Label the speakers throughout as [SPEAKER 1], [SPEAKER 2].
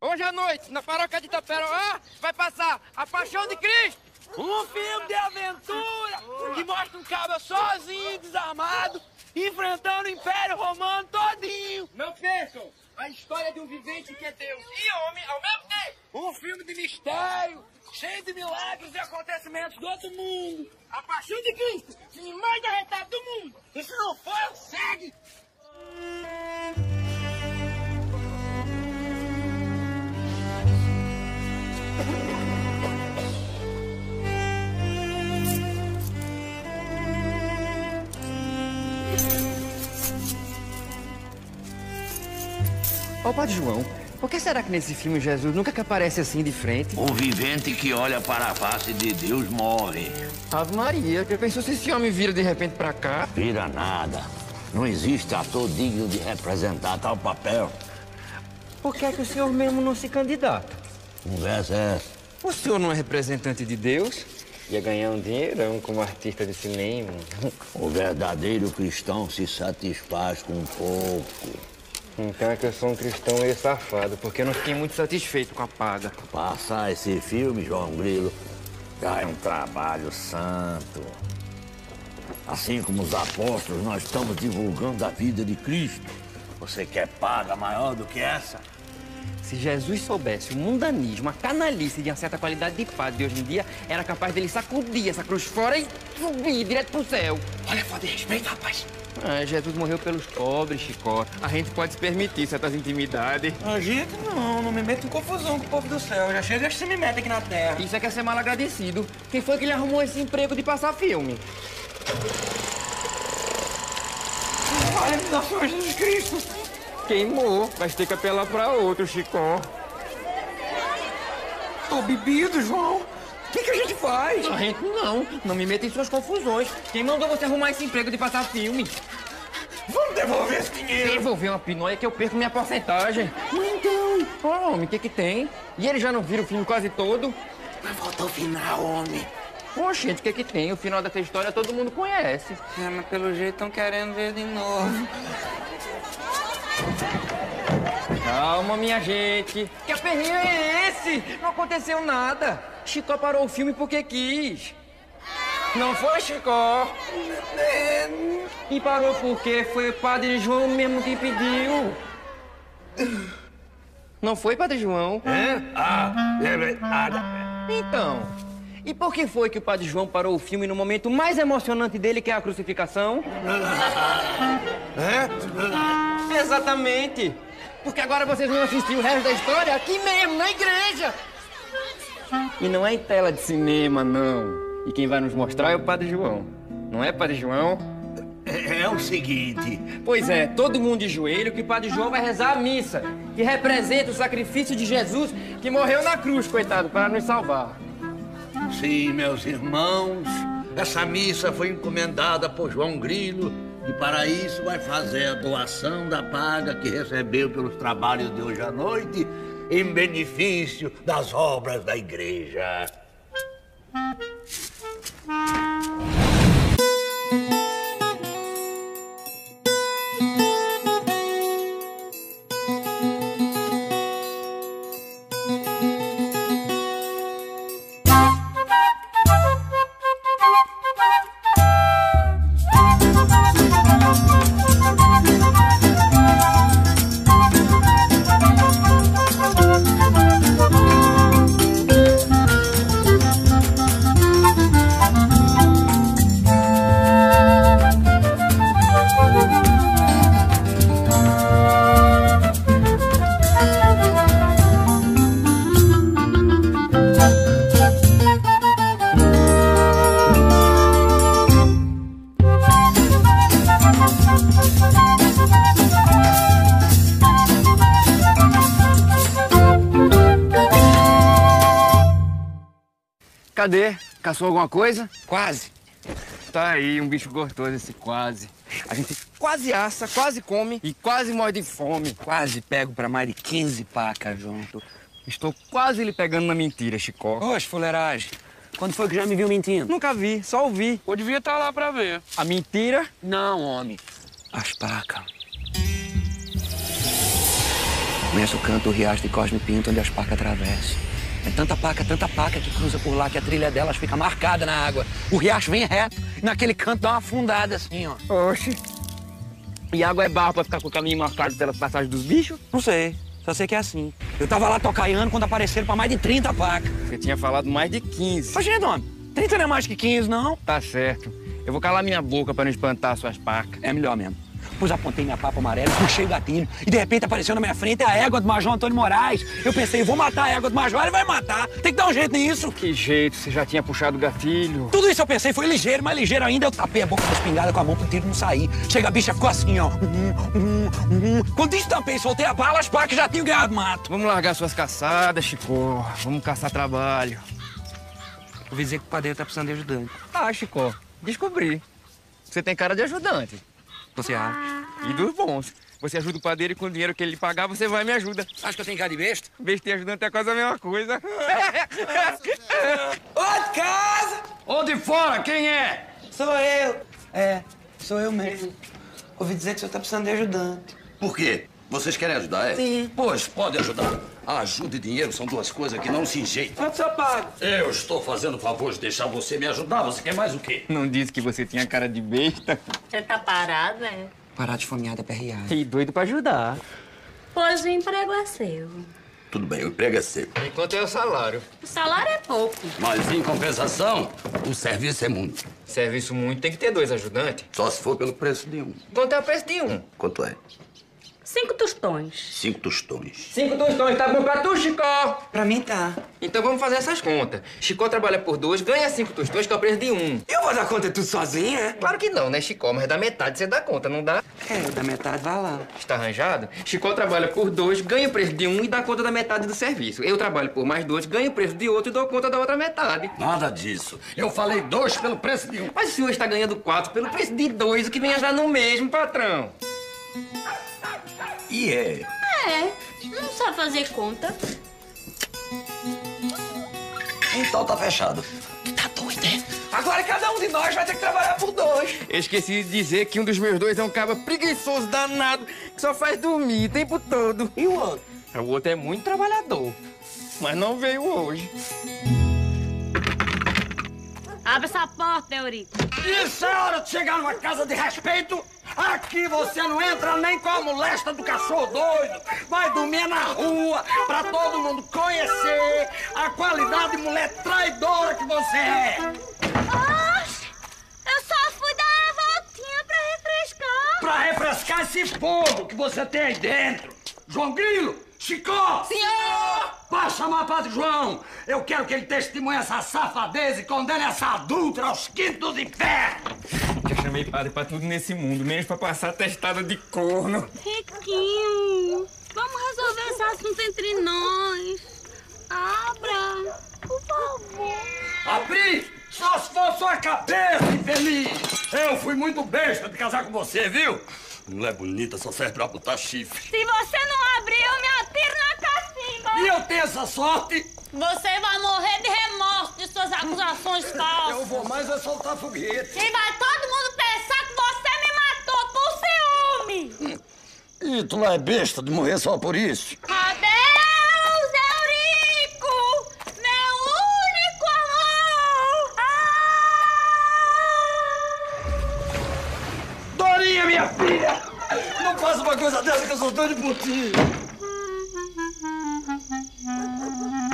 [SPEAKER 1] Hoje à noite, na paróquia de Itaperoá, vai passar A Paixão de Cristo. Um filme de aventura que mostra um cabra sozinho, desarmado, enfrentando o Império Romano todinho. Não percam a história de um vivente que é Deus e homem ao mesmo tempo. Um filme de mistério, cheio de milagres e acontecimentos do outro mundo. A Paixão de Cristo, filme mais arretado do mundo. E se não for, segue.
[SPEAKER 2] Ó, Padre João, por que será que nesse filme Jesus nunca que aparece assim de frente?
[SPEAKER 3] O Um vivente que olha para a face de Deus morre.
[SPEAKER 2] Ave Maria, eu pensou assim, se esse homem vira de repente pra cá?
[SPEAKER 3] Vira nada. Não existe ator digno de representar tal papel.
[SPEAKER 2] Por que é que o senhor mesmo não se candidata?
[SPEAKER 3] Conversa é essa.
[SPEAKER 2] O senhor não é representante de Deus? Ia ganhar um dinheirão como artista de cinema.
[SPEAKER 3] O verdadeiro cristão se satisfaz com um pouco.
[SPEAKER 2] Então é que eu sou um cristão meio safado, porque eu não fiquei muito satisfeito com a paga.
[SPEAKER 3] Passar esse filme, João Grilo, já é um trabalho santo. Assim como os apóstolos, nós estamos divulgando a vida de Cristo. Você quer paga maior do que essa?
[SPEAKER 2] Se Jesus soubesse o mundanismo, a canalice de uma certa qualidade de padre de hoje em dia, era capaz dele sacudir essa cruz fora e subir direto pro céu.
[SPEAKER 1] Olha, falta de respeito, rapaz.
[SPEAKER 2] Ah, Jesus morreu pelos pobres, Chicó. A gente pode se permitir certas intimidades.
[SPEAKER 4] A gente não, não me meto em confusão com o povo do céu. Já chega antes que se me mete aqui na terra.
[SPEAKER 2] Isso é que é ser mal agradecido. Quem foi que lhe arrumou esse emprego de passar filme?
[SPEAKER 4] Ai, meu Senhor Jesus Cristo.
[SPEAKER 2] Queimou. Vai ter que apelar pra outro, Chicó.
[SPEAKER 4] Tô bebido, João. O que, que a gente faz?
[SPEAKER 2] A gente não. Não me meta em suas confusões. Quem mandou você arrumar esse emprego de passar filme?
[SPEAKER 4] Vamos devolver esse dinheiro.
[SPEAKER 2] Devolver uma pinóia que eu perco minha porcentagem.
[SPEAKER 4] Mas então...
[SPEAKER 2] Ô, homem, o que que tem? E ele já não vira o filme quase todo?
[SPEAKER 4] Mas volta ao final, homem.
[SPEAKER 2] Ô, gente, o que que tem? O final dessa história todo mundo conhece.
[SPEAKER 4] É, mas pelo jeito estão querendo ver de novo.
[SPEAKER 2] Calma, minha gente. Que aperreio é esse? Não aconteceu nada. Chicó parou o filme porque quis. Não foi, Chicó? E parou porque foi o Padre João mesmo que pediu. Não foi, Padre João?
[SPEAKER 3] Hã? Ah, é, é, ah,
[SPEAKER 2] Então, e por que foi que o Padre João parou o filme no momento mais emocionante dele, que é a crucificação?
[SPEAKER 3] É?
[SPEAKER 2] Exatamente. Porque agora vocês vão assistir o resto da história aqui mesmo, na igreja. E não é em tela de cinema, não. E quem vai nos mostrar é o Padre João. Não é, Padre João?
[SPEAKER 3] é, é o seguinte.
[SPEAKER 2] Pois é, todo mundo de joelho que o Padre João vai rezar a missa, que representa o sacrifício de Jesus que morreu na cruz, coitado, para nos salvar.
[SPEAKER 3] Sim, meus irmãos, essa missa foi encomendada por João Grilo e para isso vai fazer a doação da paga que recebeu pelos trabalhos de hoje à noite em benefício das obras da igreja.
[SPEAKER 2] Cadê? Caçou alguma coisa?
[SPEAKER 1] Quase.
[SPEAKER 2] Tá aí, um bicho gostoso esse quase. A gente quase assa, quase come e quase morre de fome.
[SPEAKER 1] Quase pego pra mais de 15 pacas junto.
[SPEAKER 2] Estou quase lhe pegando na mentira, Chicó.
[SPEAKER 1] Ô, fuleiragem. Quando foi que já me viu mentindo?
[SPEAKER 2] Nunca vi, só ouvi.
[SPEAKER 5] Eu devia estar lá pra ver.
[SPEAKER 2] A mentira?
[SPEAKER 1] Não, homem. As pacas.
[SPEAKER 4] Começa o canto o riacho de Cosme Pinto, onde as pacas atravessam. É tanta paca, tanta paca que cruza por lá que a trilha delas fica marcada na água. O riacho vem reto e naquele canto dá uma afundada assim, ó.
[SPEAKER 6] Oxe.
[SPEAKER 2] E água é barro pra ficar com o caminho marcado pela passagem dos bichos?
[SPEAKER 4] Não sei, só sei que é assim. Eu tava lá tocaiando quando apareceram pra mais de 30 pacas.
[SPEAKER 2] Você tinha falado mais de 15.
[SPEAKER 4] Imagina, homem, 30 não é mais que 15, não.
[SPEAKER 2] Tá certo. Eu vou calar minha boca pra não espantar suas pacas.
[SPEAKER 4] É melhor mesmo. Pois apontei minha papa amarela, puxei o gatilho e de repente apareceu na minha frente a égua do Major Antônio Moraes. Eu pensei, vou matar a égua do Major, ele vai matar. Tem que dar um jeito nisso.
[SPEAKER 2] Que jeito, você já tinha puxado o gatilho.
[SPEAKER 4] Tudo isso eu pensei, foi ligeiro, mas ligeiro ainda. Eu tapei a boca da espingarda com a mão pro tiro não sair. Chega a bicha, ficou assim, ó. Hum, hum, hum. Quando estampei, soltei a bala, as pacas já tinham ganhado mato.
[SPEAKER 2] Vamos largar suas caçadas, Chico. Vamos caçar trabalho.
[SPEAKER 1] Ouvi dizer que o padeiro tá precisando de ajudante.
[SPEAKER 2] Ah, Chico, descobri. Você tem cara de ajudante.
[SPEAKER 1] Você
[SPEAKER 7] Ah.
[SPEAKER 1] acha?
[SPEAKER 2] E dos bons. Você ajuda o padeiro e com o dinheiro que ele pagar, você vai e me ajuda.
[SPEAKER 4] Acho que eu tenho cara de besta?
[SPEAKER 2] Besteira ajudante é quase a mesma coisa.
[SPEAKER 1] Ô, de casa!
[SPEAKER 6] Ô, de fora, quem é?
[SPEAKER 1] Sou eu. É, sou eu mesmo. Ouvi dizer que o senhor tá precisando de ajudante.
[SPEAKER 3] Por quê? Vocês querem ajudar, é?
[SPEAKER 1] Sim.
[SPEAKER 3] Pois, pode ajudar. Ajuda e dinheiro são duas coisas que não se enjeitam.
[SPEAKER 1] Quanto o senhor paga?
[SPEAKER 3] Eu estou fazendo o favor de deixar você me ajudar. Você quer mais o quê?
[SPEAKER 2] Não disse que você tinha cara de besta?
[SPEAKER 7] Você tá parado, é?
[SPEAKER 4] Parar de fomeada perreada.
[SPEAKER 2] E doido pra ajudar.
[SPEAKER 7] Pois o emprego é seu.
[SPEAKER 3] Tudo bem, o emprego é seu.
[SPEAKER 6] Enquanto é o salário.
[SPEAKER 7] O salário é pouco.
[SPEAKER 3] Mas, em compensação, o serviço é muito.
[SPEAKER 6] Serviço muito, tem que ter dois ajudantes.
[SPEAKER 3] Só se for pelo preço de um.
[SPEAKER 6] Quanto é o preço de um?
[SPEAKER 3] Quanto é?
[SPEAKER 7] Cinco tostões.
[SPEAKER 3] Cinco tostões.
[SPEAKER 6] Cinco tostões, tá bom pra tu, Chicó?
[SPEAKER 1] Pra mim tá.
[SPEAKER 6] Então vamos fazer essas contas. Chicó trabalha por dois, ganha cinco tostões, que é o preço de um.
[SPEAKER 1] Eu vou dar conta tudo sozinho, né?
[SPEAKER 6] Claro que não, né, Chicó? Mas da metade você dá conta, não dá?
[SPEAKER 1] É, da metade vai lá.
[SPEAKER 6] Está arranjado? Chicó trabalha por dois, ganha o preço de um e dá conta da metade do serviço. Eu trabalho por mais dois, ganho o preço de outro e dou conta da outra metade.
[SPEAKER 3] Nada disso. Eu falei dois pelo preço de um.
[SPEAKER 6] Mas o senhor está ganhando quatro pelo preço de dois, o que vem a dar no mesmo, patrão.
[SPEAKER 3] E é.
[SPEAKER 7] É, não sabe fazer conta.
[SPEAKER 3] Então tá fechado.
[SPEAKER 4] Tá doido, é?
[SPEAKER 1] Agora cada um de nós vai ter que trabalhar por dois.
[SPEAKER 2] Eu esqueci de dizer que um dos meus dois é um cabo preguiçoso, danado, que só faz dormir o tempo todo.
[SPEAKER 1] E o outro?
[SPEAKER 2] O outro é muito trabalhador, mas não veio hoje.
[SPEAKER 7] Abre essa porta, Eurico.
[SPEAKER 4] Isso é hora de chegar numa casa de respeito. Aqui você não entra nem com a molesta do cachorro doido. Vai dormir na rua pra todo mundo conhecer a qualidade de mulher traidora que você é.
[SPEAKER 7] Oxe, eu só fui dar a voltinha pra refrescar.
[SPEAKER 4] Pra refrescar esse fogo que você tem aí dentro. João Grilo, Chicó!
[SPEAKER 6] Senhor!
[SPEAKER 4] Vai chamar Padre João! Eu quero que ele testemunhe essa safadeza e condene essa adúltera aos quintos do inferno!
[SPEAKER 2] Já chamei padre pra tudo nesse mundo, menos pra passar testada de corno.
[SPEAKER 7] Riquinho, vamos resolver esse assunto entre nós. Abra, por favor.
[SPEAKER 4] Abri! Só se for sua cabeça, infeliz! Eu fui muito besta de casar com você, viu? é
[SPEAKER 3] Mulher bonita só serve pra botar chifre.
[SPEAKER 7] Se você não abrir, eu me atiro na cacimba.
[SPEAKER 4] E eu tenho essa sorte!
[SPEAKER 7] Você vai morrer de remorso de suas acusações
[SPEAKER 4] Eu
[SPEAKER 7] falsas.
[SPEAKER 4] vou mais é soltar foguete.
[SPEAKER 7] E vai todo mundo pensar que você me matou por
[SPEAKER 4] Hum.
[SPEAKER 7] ciúme.
[SPEAKER 3] E tu lá é besta de morrer só por isso.
[SPEAKER 7] Adeus, Eurico, meu único amor. Ah!
[SPEAKER 4] Dorinha, minha filha! Não faça uma coisa dessa que eu sou doido por ti!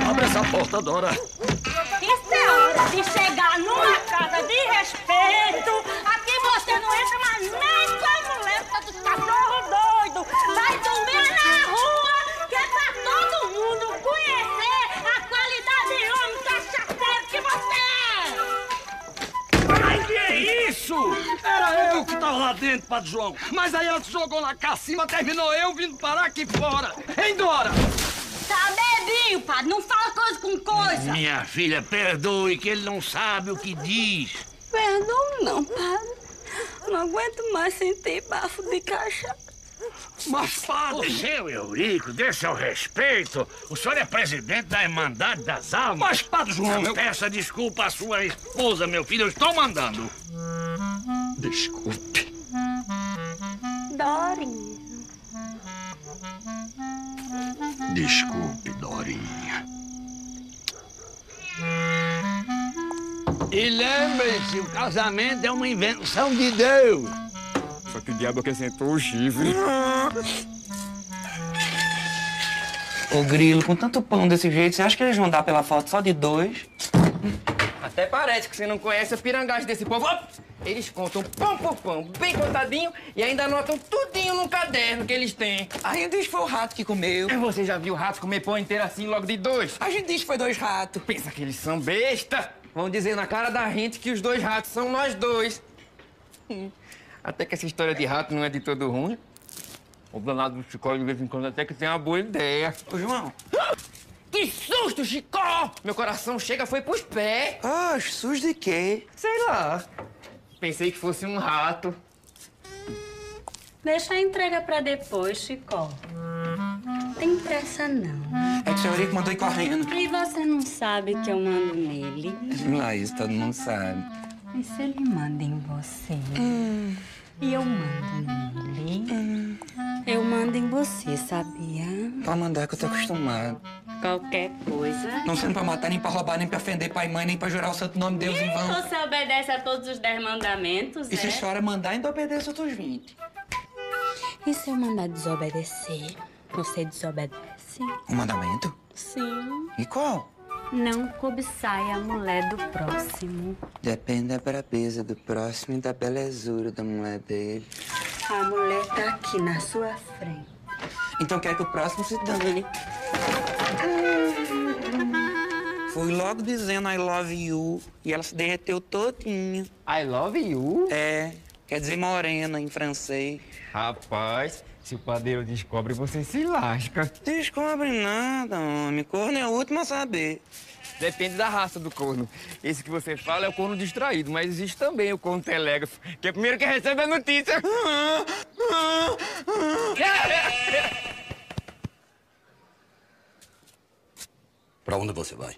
[SPEAKER 3] Abre essa porta, Dora.
[SPEAKER 7] Isso é hora de chegar numa casa de respeito. Aqui você não entra mais nem com a muleta do cachorro doido. Vai dormir na rua, que é pra todo mundo conhecer a qualidade de homem cachaceiro que você é.
[SPEAKER 4] Mas que é isso? Era eu que tava lá dentro, Padre João. Mas aí ela te jogou lá cá cima, terminou eu vindo parar aqui fora. Hein, Dora?
[SPEAKER 7] Tá bebinho, padre. Não fala coisa com coisa.
[SPEAKER 8] Minha filha, perdoe que ele não sabe o que diz.
[SPEAKER 7] Perdão não, padre. Não aguento mais sentir bafo de cachaça.
[SPEAKER 4] Mas, Padre...
[SPEAKER 9] Seu Eurico, dê seu respeito. O senhor é presidente da Irmandade das Almas.
[SPEAKER 4] Mas, Padre João, eu...
[SPEAKER 9] Peça desculpa à sua esposa, meu filho. Eu estou mandando.
[SPEAKER 7] Dorinha.
[SPEAKER 10] Desculpe, Dorinha.
[SPEAKER 3] E lembrem-se, o casamento é uma invenção de Deus.
[SPEAKER 11] Só que o diabo acrescentou o chifre.
[SPEAKER 4] Ô, Grilo, com tanto pão desse jeito, você acha que eles vão dar pela foto só de dois?
[SPEAKER 2] Até parece que É você não conhece a pirangagem desse povo. Ó, Eles contam pão por pão, bem contadinho, e ainda anotam tudinho num caderno que eles têm.
[SPEAKER 4] Aí a gente foi o rato que comeu.
[SPEAKER 2] Você já viu rato comer pão inteiro assim logo de dois?
[SPEAKER 4] A gente disse que foi dois ratos.
[SPEAKER 2] Pensa que eles são besta. Vão dizer na cara da gente que os dois ratos são nós dois. Hum, Até que essa história de rato não é de todo ruim. O danado do Chicó de vez em quando até que tem uma boa ideia.
[SPEAKER 4] Ô, João.
[SPEAKER 2] Que susto, Chicó! Meu coração chega foi pros pés.
[SPEAKER 4] Ah, SUS de quê?
[SPEAKER 2] Sei lá. Pensei que fosse um rato.
[SPEAKER 8] Deixa a entrega pra depois, Chicó. Não tem pressa, não.
[SPEAKER 4] É que o senhor Henrique mandou ir correndo.
[SPEAKER 8] E você não sabe que eu mando nele.
[SPEAKER 4] Laís, todo mundo sabe.
[SPEAKER 8] E se ele manda em você? E eu mando nele. Eu mando em você, sabia?
[SPEAKER 4] Pra mandar que eu tô acostumado.
[SPEAKER 8] Qualquer coisa.
[SPEAKER 4] Não sendo pra matar, nem pra roubar, nem pra ofender pai e mãe, nem pra jurar o santo nome de Deus
[SPEAKER 12] um
[SPEAKER 4] em vão.
[SPEAKER 8] Você obedece a todos os dez mandamentos,
[SPEAKER 4] E se a
[SPEAKER 12] né?
[SPEAKER 8] é?
[SPEAKER 4] senhora mandar, ainda obedece outros 20.
[SPEAKER 8] E se eu mandar desobedecer? Você desobedece?
[SPEAKER 4] Um mandamento?
[SPEAKER 8] Sim.
[SPEAKER 4] E qual?
[SPEAKER 8] Não cobiçai a mulher do próximo.
[SPEAKER 4] Depende da brabeza do próximo e da belezura da mulher dele.
[SPEAKER 8] A mulher tá aqui na sua frente.
[SPEAKER 4] Então quer que o próximo se dane. Fui logo dizendo I love you e ela se derreteu todinha.
[SPEAKER 2] I love you.
[SPEAKER 4] É, quer dizer morena em francês.
[SPEAKER 2] Rapaz, se o padeiro descobre, você se lasca.
[SPEAKER 4] Descobre nada, homem. Corno é o último a
[SPEAKER 2] Tá
[SPEAKER 4] saber.
[SPEAKER 2] Depende da raça do corno. Esse que você fala é o corno distraído, mas existe também o corno telégrafo, que é o primeiro que recebe a notícia.
[SPEAKER 10] Pra onde você vai?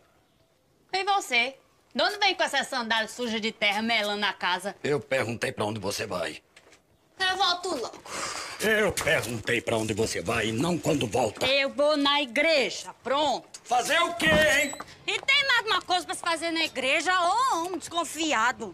[SPEAKER 12] E você? De onde vem com essa sandália suja de terra melando a casa?
[SPEAKER 10] Eu perguntei pra onde você vai.
[SPEAKER 12] Eu volto logo.
[SPEAKER 10] Eu perguntei pra onde você vai e não quando volta.
[SPEAKER 12] Eu vou na igreja, pronto.
[SPEAKER 10] Fazer o quê, hein?
[SPEAKER 12] E tem mais uma coisa pra se fazer na igreja? Ô, homem desconfiado.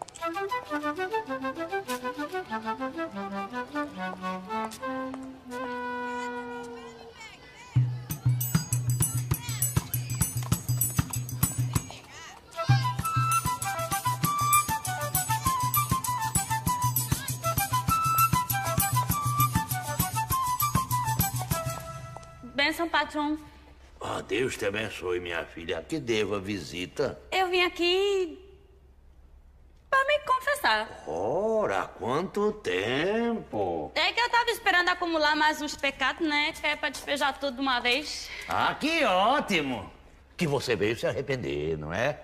[SPEAKER 8] Benção, patrão.
[SPEAKER 3] Ah, Deus te abençoe, minha filha. A Que devo a visita.
[SPEAKER 8] Eu vim aqui pra me confessar.
[SPEAKER 3] Ora, quanto tempo!
[SPEAKER 8] É que eu tava esperando acumular mais uns pecados, né? Que é pra despejar tudo de uma vez.
[SPEAKER 3] Ah, que ótimo! Que você veio se arrepender, não é?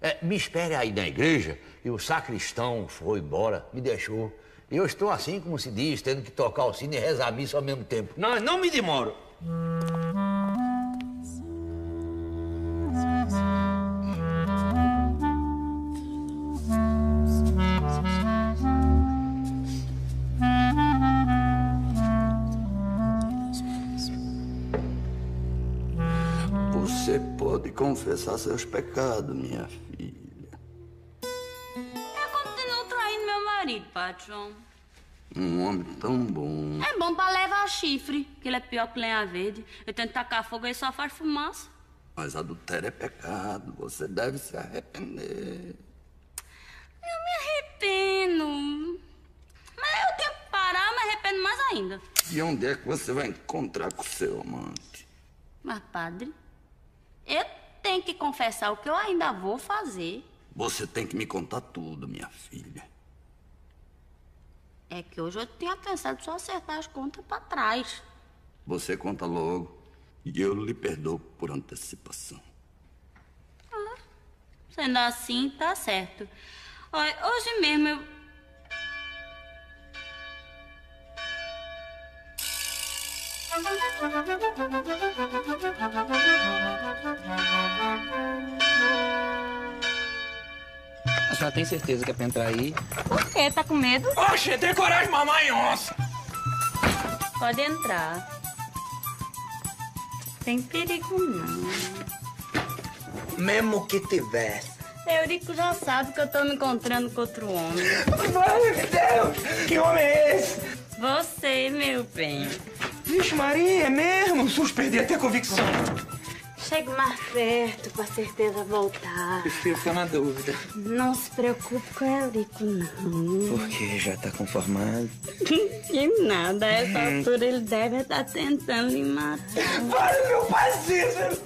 [SPEAKER 3] É, me espere aí na igreja e o sacristão foi embora, me deixou. E eu estou assim, como se diz, tendo que tocar o sino e rezar a missa ao mesmo tempo.
[SPEAKER 13] Não, não me demoro.
[SPEAKER 10] Você pode confessar seus pecados, minha filha.
[SPEAKER 8] Eu continuo É, traindo meu marido, patrão.
[SPEAKER 10] Um homem tão bom.
[SPEAKER 8] É bom pra levar chifre, que ele é pior que lenha verde. Eu tento tacar fogo e só faz fumaça.
[SPEAKER 10] Mas adultério é pecado. Você deve se arrepender.
[SPEAKER 8] Eu me arrependo. Mas eu tenho que parar, me arrependo mais ainda.
[SPEAKER 10] E onde é que você vai encontrar com seu amante?
[SPEAKER 8] Mas, padre, eu tenho que confessar o que eu ainda vou fazer.
[SPEAKER 10] Você tem que me contar tudo, minha filha.
[SPEAKER 8] É que hoje eu tinha pensado só acertar as contas pra trás.
[SPEAKER 10] Você conta logo e eu lhe perdoo por antecipação.
[SPEAKER 8] Sendo assim, tá certo. Olha, hoje mesmo eu.
[SPEAKER 4] A senhora tem certeza que é pra entrar aí?
[SPEAKER 8] Por quê? Tá com medo?
[SPEAKER 4] Oxe, tem coragem, mamãe onça!
[SPEAKER 8] Pode entrar. Tem perigo não.
[SPEAKER 4] Mesmo que tivesse.
[SPEAKER 8] Eurico já sabe que eu tô me encontrando com outro homem.
[SPEAKER 4] Meu Deus! é um Que homem é esse?
[SPEAKER 8] Você, meu bem.
[SPEAKER 4] Vixe, Maria, é mesmo? Sus, perdi até a convicção.
[SPEAKER 8] Chego mais perto, com a certeza voltar.
[SPEAKER 2] Prefiro ficar na dúvida.
[SPEAKER 8] Não se preocupe com Eurico, não.
[SPEAKER 4] Porque já tá conformado.
[SPEAKER 8] Que nada, a essa altura ele deve estar tentando me matar.
[SPEAKER 4] Para, meu parceiro!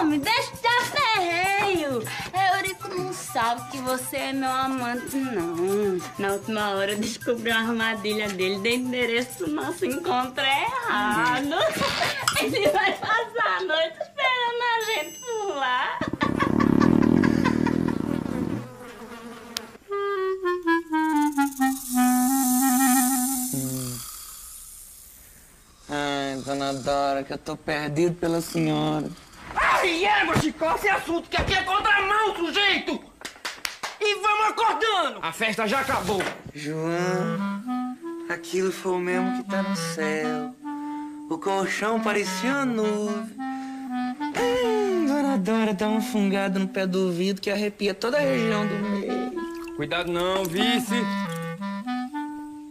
[SPEAKER 8] Homem, deixa de dar ferreio. É, Eurico não sabe que você é meu amante, não. Na última hora eu descobri uma armadilha dele. Dei endereço do nosso encontro errado. Ele vai passar a noite esperando a gente por lá.
[SPEAKER 2] Ai, dona Dora, que eu tô perdido pela senhora.
[SPEAKER 1] Ai, égua, Chicó, esse assunto que aqui é contramão, sujeito! E vamos acordando!
[SPEAKER 2] A festa já acabou.
[SPEAKER 4] João, aquilo foi o mesmo que tá no céu. O colchão parecia uma nuvem.
[SPEAKER 2] Hum, dona Dora dá uma fungada no pé do ouvido que arrepia toda a região do meio. Cuidado não, vice.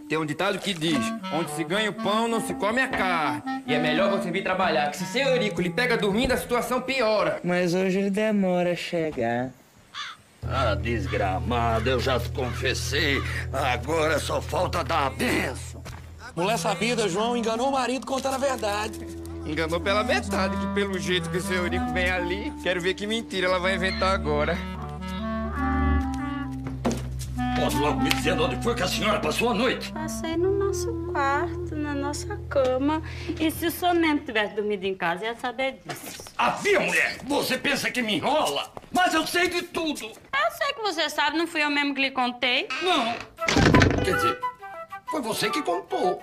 [SPEAKER 2] Tem um ditado que diz: onde se ganha o pão, não se come a carne. E é melhor você vir trabalhar, que se seu Eurico lhe pega dormindo, a situação piora.
[SPEAKER 4] Mas hoje ele demora a chegar.
[SPEAKER 3] Ah, desgramado, eu já te confessei. Agora só falta dar a benção.
[SPEAKER 14] Mulher sabida, João enganou o marido contando a verdade.
[SPEAKER 2] Enganou pela metade, que pelo jeito que o seu Eurico vem ali, quero ver que mentira ela vai inventar agora.
[SPEAKER 3] Pode logo me dizer de onde foi que a senhora passou a noite?
[SPEAKER 8] Passei no nosso quarto, na nossa cama. E se o soneto tivesse dormido em casa, ia saber disso.
[SPEAKER 3] Havia, mulher! Você pensa que me enrola? Mas eu sei de tudo!
[SPEAKER 8] Eu sei que você sabe, não fui eu mesmo que lhe contei.
[SPEAKER 3] Não! Quer dizer, foi você que contou.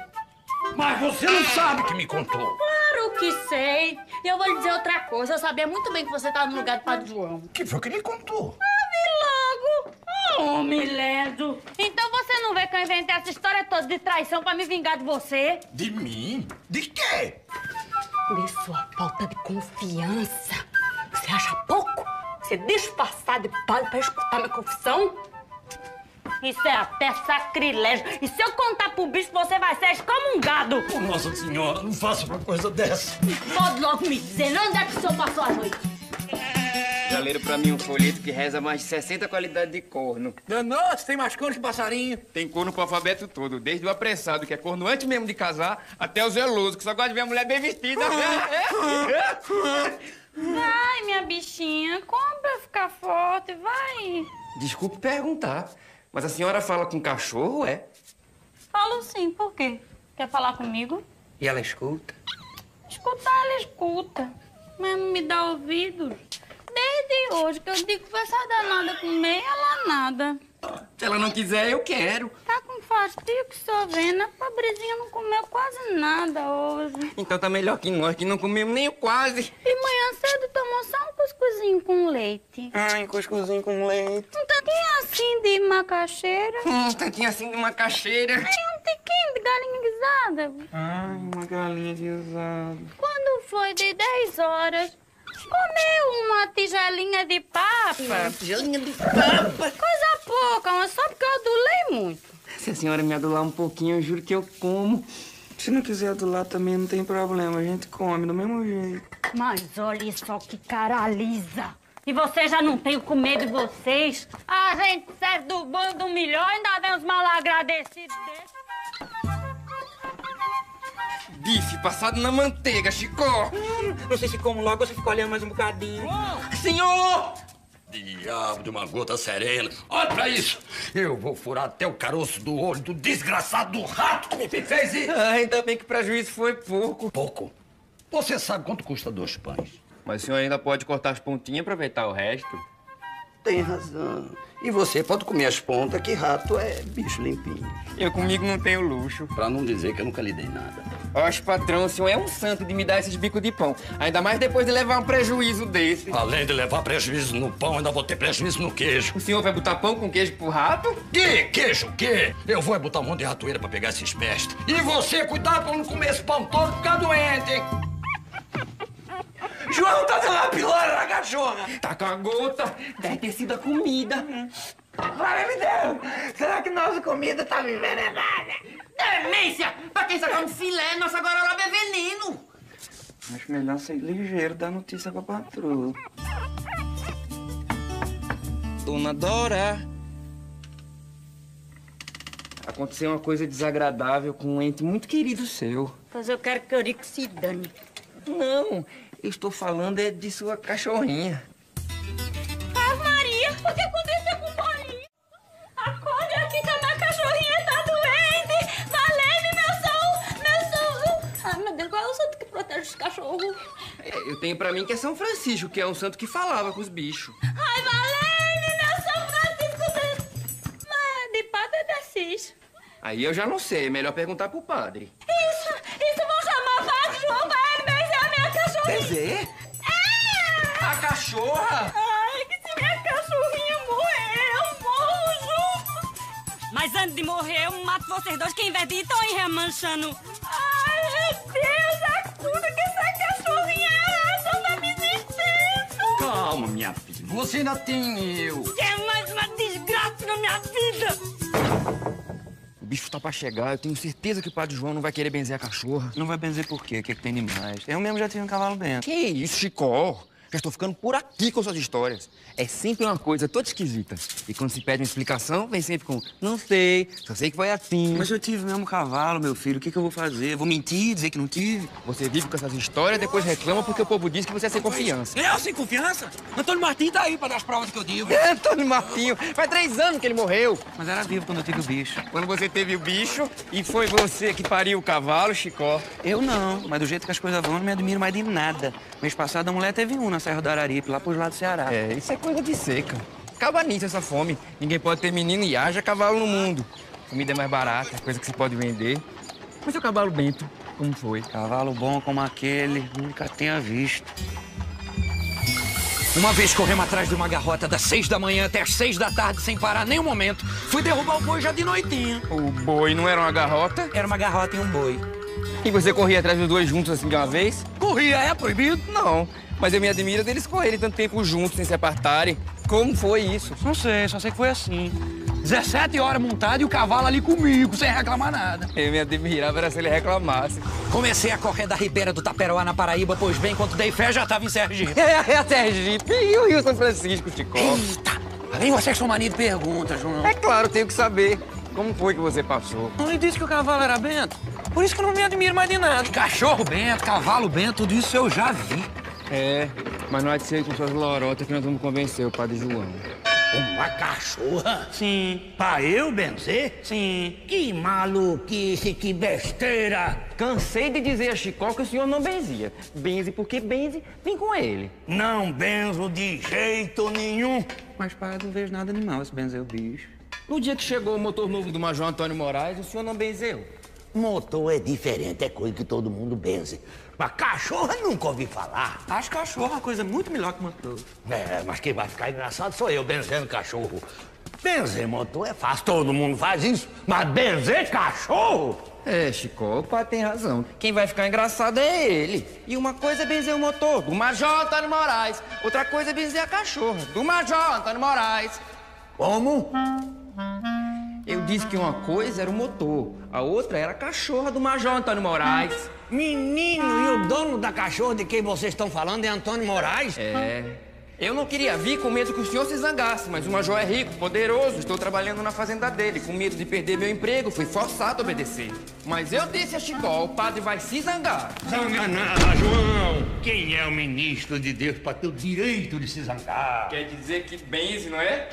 [SPEAKER 3] Mas você não sabe que me contou.
[SPEAKER 8] Claro que sei. E eu vou lhe dizer outra coisa. Eu sabia muito bem que você estava no lugar do Padre João.
[SPEAKER 3] Que foi que lhe contou?
[SPEAKER 8] Ah, vi logo. Homem ledo. Então você não vê que eu inventei essa história toda de traição pra me vingar de você?
[SPEAKER 3] De mim? De quê?
[SPEAKER 8] De sua falta de confiança. Você acha pouco? Você disfarçar de padre pra escutar minha confissão? Isso é até sacrilégio. E se eu contar pro bispo, você vai ser excomungado.
[SPEAKER 3] Ô, Nossa Senhora, não faça uma coisa dessa.
[SPEAKER 8] Pode logo me dizer, não, onde é que o senhor passou a noite?
[SPEAKER 2] Já leram pra mim um folheto que reza mais de 60 qualidades de corno.
[SPEAKER 14] Danoso, tem mais corno que passarinho.
[SPEAKER 2] Tem corno pro alfabeto todo, desde o apressado, que é corno antes mesmo de casar, até o zeloso, que só gosta de ver a mulher bem vestida.
[SPEAKER 8] Vai, minha bichinha, como pra eu ficar forte, vai.
[SPEAKER 2] Desculpe perguntar, mas a senhora fala com cachorro, é?
[SPEAKER 8] Falo sim, assim, por quê? Quer falar comigo?
[SPEAKER 4] E
[SPEAKER 14] é
[SPEAKER 4] ela escuta?
[SPEAKER 8] Escutar, ela escuta, mas não me dá ouvidos. Desde hoje que eu digo pra essa danada comer, ela nada.
[SPEAKER 2] Se ela não quiser, é, eu quero.
[SPEAKER 8] Tá com fastigo, só vendo. A pobrezinha não comeu quase nada hoje.
[SPEAKER 2] Então tá melhor que nós, que não comemos nem o quase.
[SPEAKER 8] E manhã cedo tomou só um cuscuzinho com leite.
[SPEAKER 2] Ai, cuscuzinho com leite.
[SPEAKER 8] Um tanquinho assim de macaxeira.
[SPEAKER 2] Hum, tantinho assim de macaxeira.
[SPEAKER 8] Aí um tiquinho de galinha guisada.
[SPEAKER 2] Ai, uma galinha de usado.
[SPEAKER 8] Quando foi de 10 horas, comeu uma tigelinha de papa.
[SPEAKER 2] Tigelinha de papa.
[SPEAKER 8] Coisa pouca, mas só porque eu adulei muito.
[SPEAKER 2] Se a senhora me adular um pouquinho, eu juro que eu como.
[SPEAKER 4] Se não quiser adular também não tem problema, a gente come do mesmo jeito.
[SPEAKER 8] Mas olha só que cara lisa. E vocês já não têm o comer de vocês? A gente serve do bom e do melhor, ainda vem uns mal agradecidos desses.
[SPEAKER 2] Bife passado na manteiga, Chicó.
[SPEAKER 4] Hum, Não sei se como logo, você fica olhando mais um bocadinho.
[SPEAKER 2] Senhor!
[SPEAKER 3] Diabo de uma gota serena. Olha pra isso! Eu vou furar até o caroço do olho do desgraçado do rato que me fez e...
[SPEAKER 2] Ah, ainda bem que prejuízo foi pouco.
[SPEAKER 3] Pouco? Você sabe quanto custa dois pães?
[SPEAKER 2] Mas o senhor ainda pode cortar as pontinhas e aproveitar o resto.
[SPEAKER 4] Tem razão. E você pode comer as pontas, que rato é bicho limpinho.
[SPEAKER 2] Eu comigo não tenho luxo.
[SPEAKER 3] Pra não dizer que eu nunca lhe dei nada.
[SPEAKER 2] Oxe, patrão, o senhor é um santo de me dar esses bicos de pão. Ainda mais depois de levar um prejuízo desse.
[SPEAKER 3] Além de levar prejuízo no pão, ainda vou ter prejuízo no queijo.
[SPEAKER 2] O senhor vai botar pão com queijo pro rato?
[SPEAKER 3] Que queijo, que? Eu vou é botar um monte de ratoeira pra pegar
[SPEAKER 1] tá
[SPEAKER 3] esses pestes. E você, cuidado pra não comer esse pão todo, ficar doente, hein?
[SPEAKER 10] João tá dando uma pilora na cachorra!
[SPEAKER 2] Tá com a gota, deve ter sido a comida.
[SPEAKER 10] Glória me deu! Será que nossa comida tá envenenada?
[SPEAKER 15] Demência! Pra quem só come filé, nossa gororoba é veneno!
[SPEAKER 4] Acho melhor ser ligeiro dar notícia pra patroa.
[SPEAKER 2] Dona Dora! Aconteceu uma coisa desagradável com um ente muito querido seu.
[SPEAKER 15] Pois eu quero que eu diga que se dane.
[SPEAKER 2] Não, eu estou falando é de sua cachorrinha.
[SPEAKER 7] Ave Maria, o que aconteceu com o Paulinho? Acorda aqui que a minha cachorrinha tá doente! Valeu-me, meu sol! Meu sol! Ai, meu Deus, qual é o santo que protege os cachorros?
[SPEAKER 2] É, Eu tenho pra mim que é São Francisco, que é um santo que falava com os bichos.
[SPEAKER 7] Ai, valeu-me, meu São Francisco! de- Mas de pata de Assis.
[SPEAKER 2] Aí eu já não sei, é melhor perguntar pro padre.
[SPEAKER 7] Isso, isso vão chamar Padre João para beijar a minha cachorrinha! É!
[SPEAKER 2] Dizer? A cachorra?
[SPEAKER 7] Ai, que se minha cachorrinha morrer, eu morro junto!
[SPEAKER 8] Mas antes de morrer, eu mato vocês dois que em vez de estão aí remanchando.
[SPEAKER 7] Ai, meu Deus, acuda que essa cachorrinha é arrasa na minha existência!
[SPEAKER 1] Calma, minha filha. Você ainda tem eu.
[SPEAKER 8] Que é mais uma desgraça na minha vida!
[SPEAKER 2] O bicho tá pra chegar, eu tenho certeza que o padre João não vai querer benzer a cachorra.
[SPEAKER 4] Não vai benzer por quê? O que, é que tem de mais? Eu mesmo já tive um cavalo dentro.
[SPEAKER 2] Que isso, Chicó? Já estou ficando por aqui com suas histórias. É sempre uma coisa toda esquisita. E quando se pede uma explicação, vem sempre com não sei, só sei que foi assim.
[SPEAKER 4] Mas eu tive mesmo cavalo, meu filho. O que, que eu vou fazer? Vou mentir, dizer que não tive?
[SPEAKER 2] Você vive com essas histórias, depois reclama porque o povo diz que você é sem confiança.
[SPEAKER 1] Eu sem assim, confiança? Antônio Martim tá aí pra dar as provas que eu digo.
[SPEAKER 2] É, Antônio Martinho, faz três anos que ele morreu.
[SPEAKER 4] Mas era vivo quando eu tive o bicho.
[SPEAKER 2] Quando você teve o bicho e foi você que pariu o cavalo, Chicó.
[SPEAKER 4] Eu não, mas do jeito que as coisas vão, eu não me admiro mais de nada. Mês passado, a mulher teve um na Serra do Araripe, lá pros lados do Ceará.
[SPEAKER 2] É, isso é coisa de seca. Acaba nisso essa fome. Ninguém pode ter menino e haja cavalo no mundo. Comida é mais barata, coisa que se pode vender. Mas seu cavalo bento, como foi?
[SPEAKER 4] Cavalo bom como aquele, nunca tenha visto.
[SPEAKER 1] Uma vez corremos atrás de uma garrota das seis da manhã até as seis da tarde, sem parar nem um momento. Fui derrubar o boi já de noitinha.
[SPEAKER 2] O boi não era uma garrota?
[SPEAKER 4] Era uma garrota e um boi.
[SPEAKER 2] E você corria atrás dos dois juntos assim de uma vez?
[SPEAKER 1] Corria, é proibido?
[SPEAKER 2] Não. Mas eu me admiro deles correrem tanto tempo juntos, sem se apartarem. Como foi isso?
[SPEAKER 4] Não sei, só sei que foi assim.
[SPEAKER 1] 17 horas montado e o cavalo ali comigo, sem reclamar nada.
[SPEAKER 2] Eu me admirava era se ele reclamasse.
[SPEAKER 1] Comecei a correr da ribeira do Taperoá na Paraíba, pois bem, quando dei fé já tava em Sergipe.
[SPEAKER 2] É, é a Sergipe e o Rio São Francisco, Chicó.
[SPEAKER 1] Além vocês são mania de pergunta, João.
[SPEAKER 2] É claro, tenho que saber. Como foi que você passou?
[SPEAKER 4] Não lhe disse que o cavalo era bento? Por isso que eu não me admiro mais de nada.
[SPEAKER 1] Cachorro bento, cavalo bento, tudo isso eu já vi.
[SPEAKER 2] É, mas não há de ser com suas lorotas que nós vamos convencer o padre João.
[SPEAKER 3] Uma cachorra? Sim. Pra eu benzer? Sim. Que maluquice, que besteira.
[SPEAKER 2] Cansei de dizer a Chicó que o senhor não benzia. Benze porque benze, vem com ele.
[SPEAKER 3] Não benzo de jeito nenhum.
[SPEAKER 4] Mas, pai, eu não vejo nada animal esse benzer o bicho.
[SPEAKER 2] No dia que chegou o motor novo do Major Antônio Moraes, o senhor não benzeu?
[SPEAKER 3] Motor é diferente, é coisa que todo mundo benze. Mas cachorra nunca ouvi falar.
[SPEAKER 4] Acho cachorro é uma coisa muito melhor que motor.
[SPEAKER 3] É, mas quem vai ficar engraçado sou eu benzendo cachorro. Benzer motor é fácil, todo mundo faz isso. Mas benzer cachorro?
[SPEAKER 2] É, Chicó, o pai tem razão. Quem vai ficar engraçado é ele. E uma coisa é benzer o motor do Major Antônio Moraes. Outra coisa é benzer a cachorra do Major Antônio Moraes.
[SPEAKER 3] Como?
[SPEAKER 2] Eu disse que uma coisa era o motor, a outra era a cachorra do Major Antônio Moraes.
[SPEAKER 3] Menino, e o dono da cachorra de quem vocês estão falando é Antônio Moraes?
[SPEAKER 2] É. Eu não queria vir com medo que o senhor se zangasse, mas o Major é rico, poderoso, estou trabalhando na fazenda dele. Com medo de perder meu emprego, fui forçado a obedecer. Mas eu disse a Chicó, o padre vai se zangar.
[SPEAKER 3] Zanganada, Ah, João! Quem é o ministro de Deus para ter o direito de se zangar?
[SPEAKER 2] Quer dizer que benze, não é?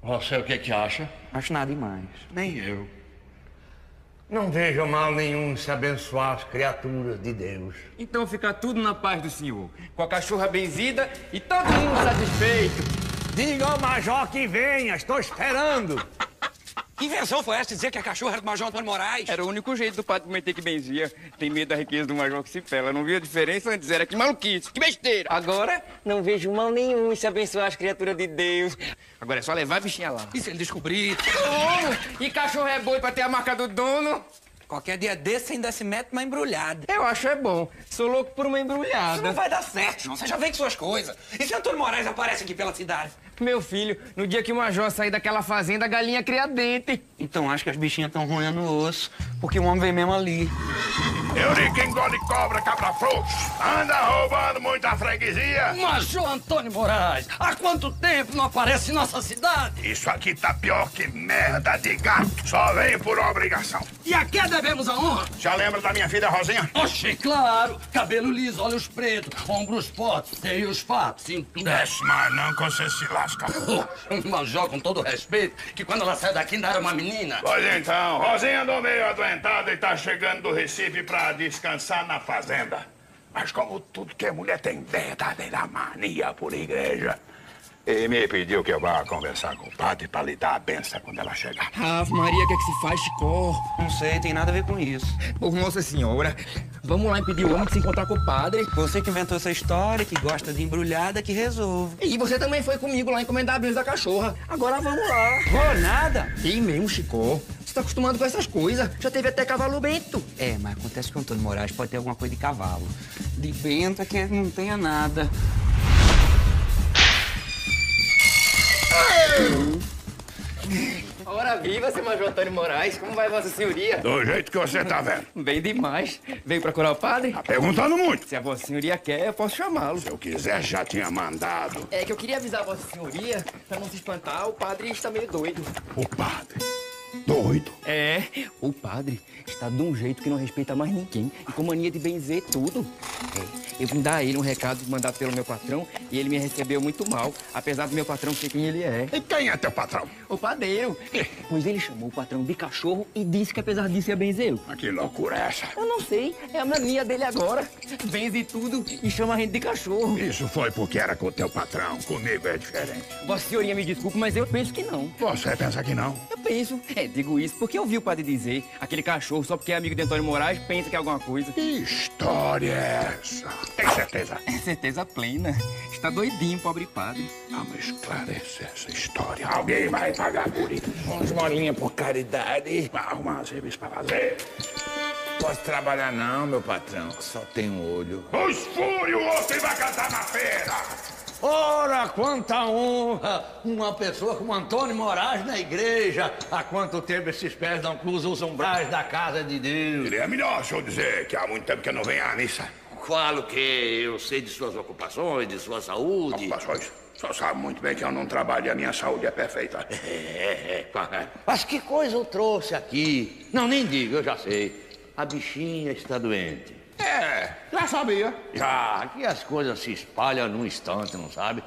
[SPEAKER 3] Você o que é que acha?
[SPEAKER 4] Acho nada demais.
[SPEAKER 3] Nem eu. Não vejo mal nenhum em se abençoar as criaturas de Deus.
[SPEAKER 2] Então fica tudo na paz do senhor, com a cachorra benzida e todo mundo satisfeito.
[SPEAKER 3] Diga ao major que venha, estou esperando.
[SPEAKER 1] Que invenção foi essa de dizer que a cachorra era do Major Antônio Moraes?
[SPEAKER 2] Era o único jeito do padre cometer que benzia. Tem medo da riqueza do Major que se fela. Não viu a diferença antes? Era que maluquice, que besteira. Agora, não vejo mal nenhum em se abençoar as criaturas de Deus. Agora é só levar a bichinha lá.
[SPEAKER 1] E se ele descobrir?
[SPEAKER 2] Como? E cachorro é boi pra ter a marca do dono?
[SPEAKER 4] Qualquer dia desse ainda se mete uma embrulhada.
[SPEAKER 2] Eu acho é bom. Sou louco por uma embrulhada.
[SPEAKER 4] Isso não vai dar certo, João. Você já vem com suas coisas. E se Antônio Moraes aparece aqui pela cidade?
[SPEAKER 2] Meu filho, no dia que o Major sair daquela fazenda, a galinha cria dente.
[SPEAKER 4] Então acho que as bichinhas estão roendo o osso, porque o homem vem mesmo ali.
[SPEAKER 16] Eurica engole cobra, cabra frouxo. Anda roubando muita freguesia.
[SPEAKER 1] Major Antônio Moraes, há quanto tempo não aparece em nossa cidade?
[SPEAKER 16] Isso aqui tá pior que merda de gato. Só veio por obrigação.
[SPEAKER 1] E a quem devemos a honra?
[SPEAKER 16] Já lembra da minha filha Rosinha?
[SPEAKER 1] Oxi, claro. Cabelo liso, olhos pretos, ombros fortes, seios fatos, cintura...
[SPEAKER 16] Desce mais não que você se lasca.
[SPEAKER 1] Major, com todo respeito, que quando ela saiu daqui ainda era uma menina.
[SPEAKER 16] Pois então, Rosinha andou meio adoentada e tá chegando do Recife pra descansar na fazenda. Mas como tudo que é mulher tem verdadeira mania por igreja. E me pediu que eu vá conversar com o padre pra lhe dar a benção quando ela chegar.
[SPEAKER 2] Ave Maria, o que é que se faz, Chicó?
[SPEAKER 4] Não sei, tem nada a ver com isso.
[SPEAKER 2] Por Nossa Senhora, vamos lá impedir o homem de se encontrar com o padre.
[SPEAKER 4] Você que inventou essa história, que gosta de embrulhada, que resolva.
[SPEAKER 2] E você também foi comigo lá encomendar a brisa da cachorra. Agora vamos lá.
[SPEAKER 4] Vou nada.
[SPEAKER 2] E mesmo, Chicó. Você tá acostumado com essas coisas. Já teve até cavalo bento.
[SPEAKER 4] É, mas acontece que o Antônio Moraes pode ter alguma coisa de cavalo. De bento é que não tenha nada.
[SPEAKER 2] Ora viva, seu Major Antônio Moraes. Como vai, Vossa Senhoria?
[SPEAKER 16] Do jeito que você tá vendo.
[SPEAKER 2] Bem demais. Veio procurar o padre?
[SPEAKER 16] Tá perguntando muito.
[SPEAKER 2] Se a Vossa Senhoria quer, eu posso chamá-lo.
[SPEAKER 16] Se eu quiser, já tinha mandado.
[SPEAKER 2] É que eu queria avisar a Vossa Senhoria, pra não se espantar, o padre está meio doido.
[SPEAKER 16] O padre. Doido.
[SPEAKER 2] É, o padre está de um jeito que não respeita mais ninguém e com mania de benzer tudo. É, eu vim dar a ele um recado mandado pelo meu patrão e ele me recebeu muito mal, apesar do meu patrão ser quem ele é.
[SPEAKER 16] E quem é teu patrão?
[SPEAKER 2] O padeiro. Pois ele chamou o patrão de cachorro e disse que apesar disso ia benzê-lo.
[SPEAKER 16] Mas que loucura é essa?
[SPEAKER 2] Eu não sei, é a mania dele agora. Benze tudo e chama a gente de cachorro.
[SPEAKER 16] Isso foi porque era com o teu patrão. Comigo é diferente.
[SPEAKER 2] Vossa senhoria me desculpe, mas eu penso que não.
[SPEAKER 16] Você pensa que não?
[SPEAKER 2] Eu penso. É, digo isso porque eu vi o padre dizer. Aquele cachorro, só porque é amigo de Antônio Moraes, pensa que é alguma coisa.
[SPEAKER 16] Que história é essa? Tem certeza?
[SPEAKER 2] É certeza plena. Está doidinho, pobre padre.
[SPEAKER 16] Vamos esclarecer essa história. Alguém vai pagar por isso.
[SPEAKER 3] Uns molinha por caridade.
[SPEAKER 16] Vai arrumar um serviço pra fazer.
[SPEAKER 3] Posso trabalhar não, meu patrão. Só tem um olho.
[SPEAKER 16] Os fúrios, é o outro vai cantar na feira.
[SPEAKER 3] Ora, quanta honra! Uma pessoa como Antônio Moraes na igreja. Há quanto tempo esses pés não cruzam os umbrais da casa de Deus?
[SPEAKER 16] Seria é melhor se eu dizer que há muito tempo que eu não venho à missa.
[SPEAKER 3] Claro que eu sei de suas ocupações, de sua saúde.
[SPEAKER 16] Ocupações? Só sabe muito bem que eu não trabalho e a minha saúde é perfeita.
[SPEAKER 3] É, é, é. Mas que coisa eu trouxe aqui? Não, nem digo, eu já sei. A bichinha está doente.
[SPEAKER 16] É, já sabia.
[SPEAKER 3] Já, que as coisas se espalham num instante, não sabe?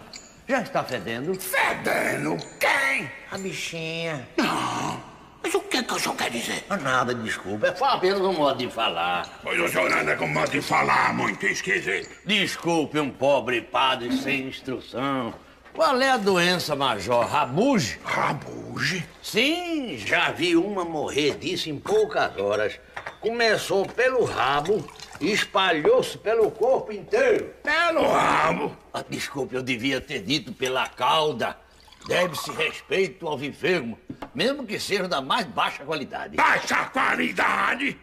[SPEAKER 3] Já está fedendo?
[SPEAKER 16] Fedendo? Quem?
[SPEAKER 3] A bichinha.
[SPEAKER 16] Não. Mas o que, é que o senhor quer dizer?
[SPEAKER 3] Ah, Nada, desculpa. É apenas um modo de falar.
[SPEAKER 16] Pois o senhor anda com um modo de falar muito esquisito.
[SPEAKER 3] Desculpe um pobre padre sem instrução. Qual é a doença, Major? Rabuge?
[SPEAKER 16] Rabuge?
[SPEAKER 3] Sim, já vi uma morrer disso em poucas horas. Começou pelo rabo espalhou-se pelo corpo inteiro.
[SPEAKER 16] Pelo rabo.
[SPEAKER 3] Ah, desculpe, eu devia ter dito pela cauda. Deve-se respeito ao enfermo, mesmo que seja da mais baixa qualidade.
[SPEAKER 16] Baixa qualidade?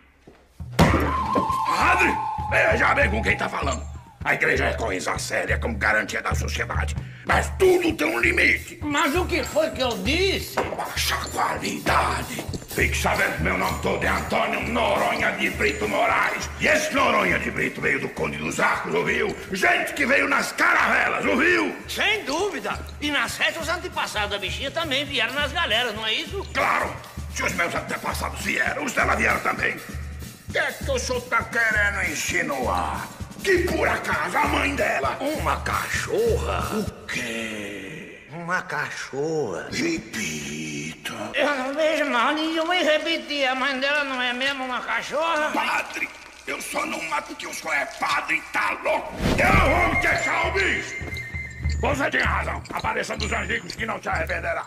[SPEAKER 16] Padre, veja bem com quem tá falando. A igreja é coisa séria como garantia da sociedade. Mas tudo tem um limite.
[SPEAKER 3] Mas o que foi que eu disse?
[SPEAKER 16] Baixa qualidade. Fique sabendo que meu nome todo é Antônio Noronha de Brito Moraes. E esse Noronha de Brito veio do Conde dos Arcos, ouviu? Gente que veio nas caravelas, ouviu?
[SPEAKER 3] Sem dúvida. E nas festas antepassadas da bichinha também vieram nas galeras, não é isso?
[SPEAKER 16] Claro. Se os meus antepassados vieram, os dela vieram também. O que é que o senhor tá querendo insinuar? Que por acaso a mãe dela.
[SPEAKER 3] Uma cachorra?
[SPEAKER 16] O quê?
[SPEAKER 3] Uma cachorra.
[SPEAKER 16] Repita.
[SPEAKER 3] Eu não vejo mal nenhum em repetir. A mãe dela não é mesmo uma cachorra?
[SPEAKER 16] Padre! Eu só não mato que o senhor é padre, tá louco? Eu vou me queixar, é o bicho! Você tem razão. Apareça dos angicos que não se arrependerá.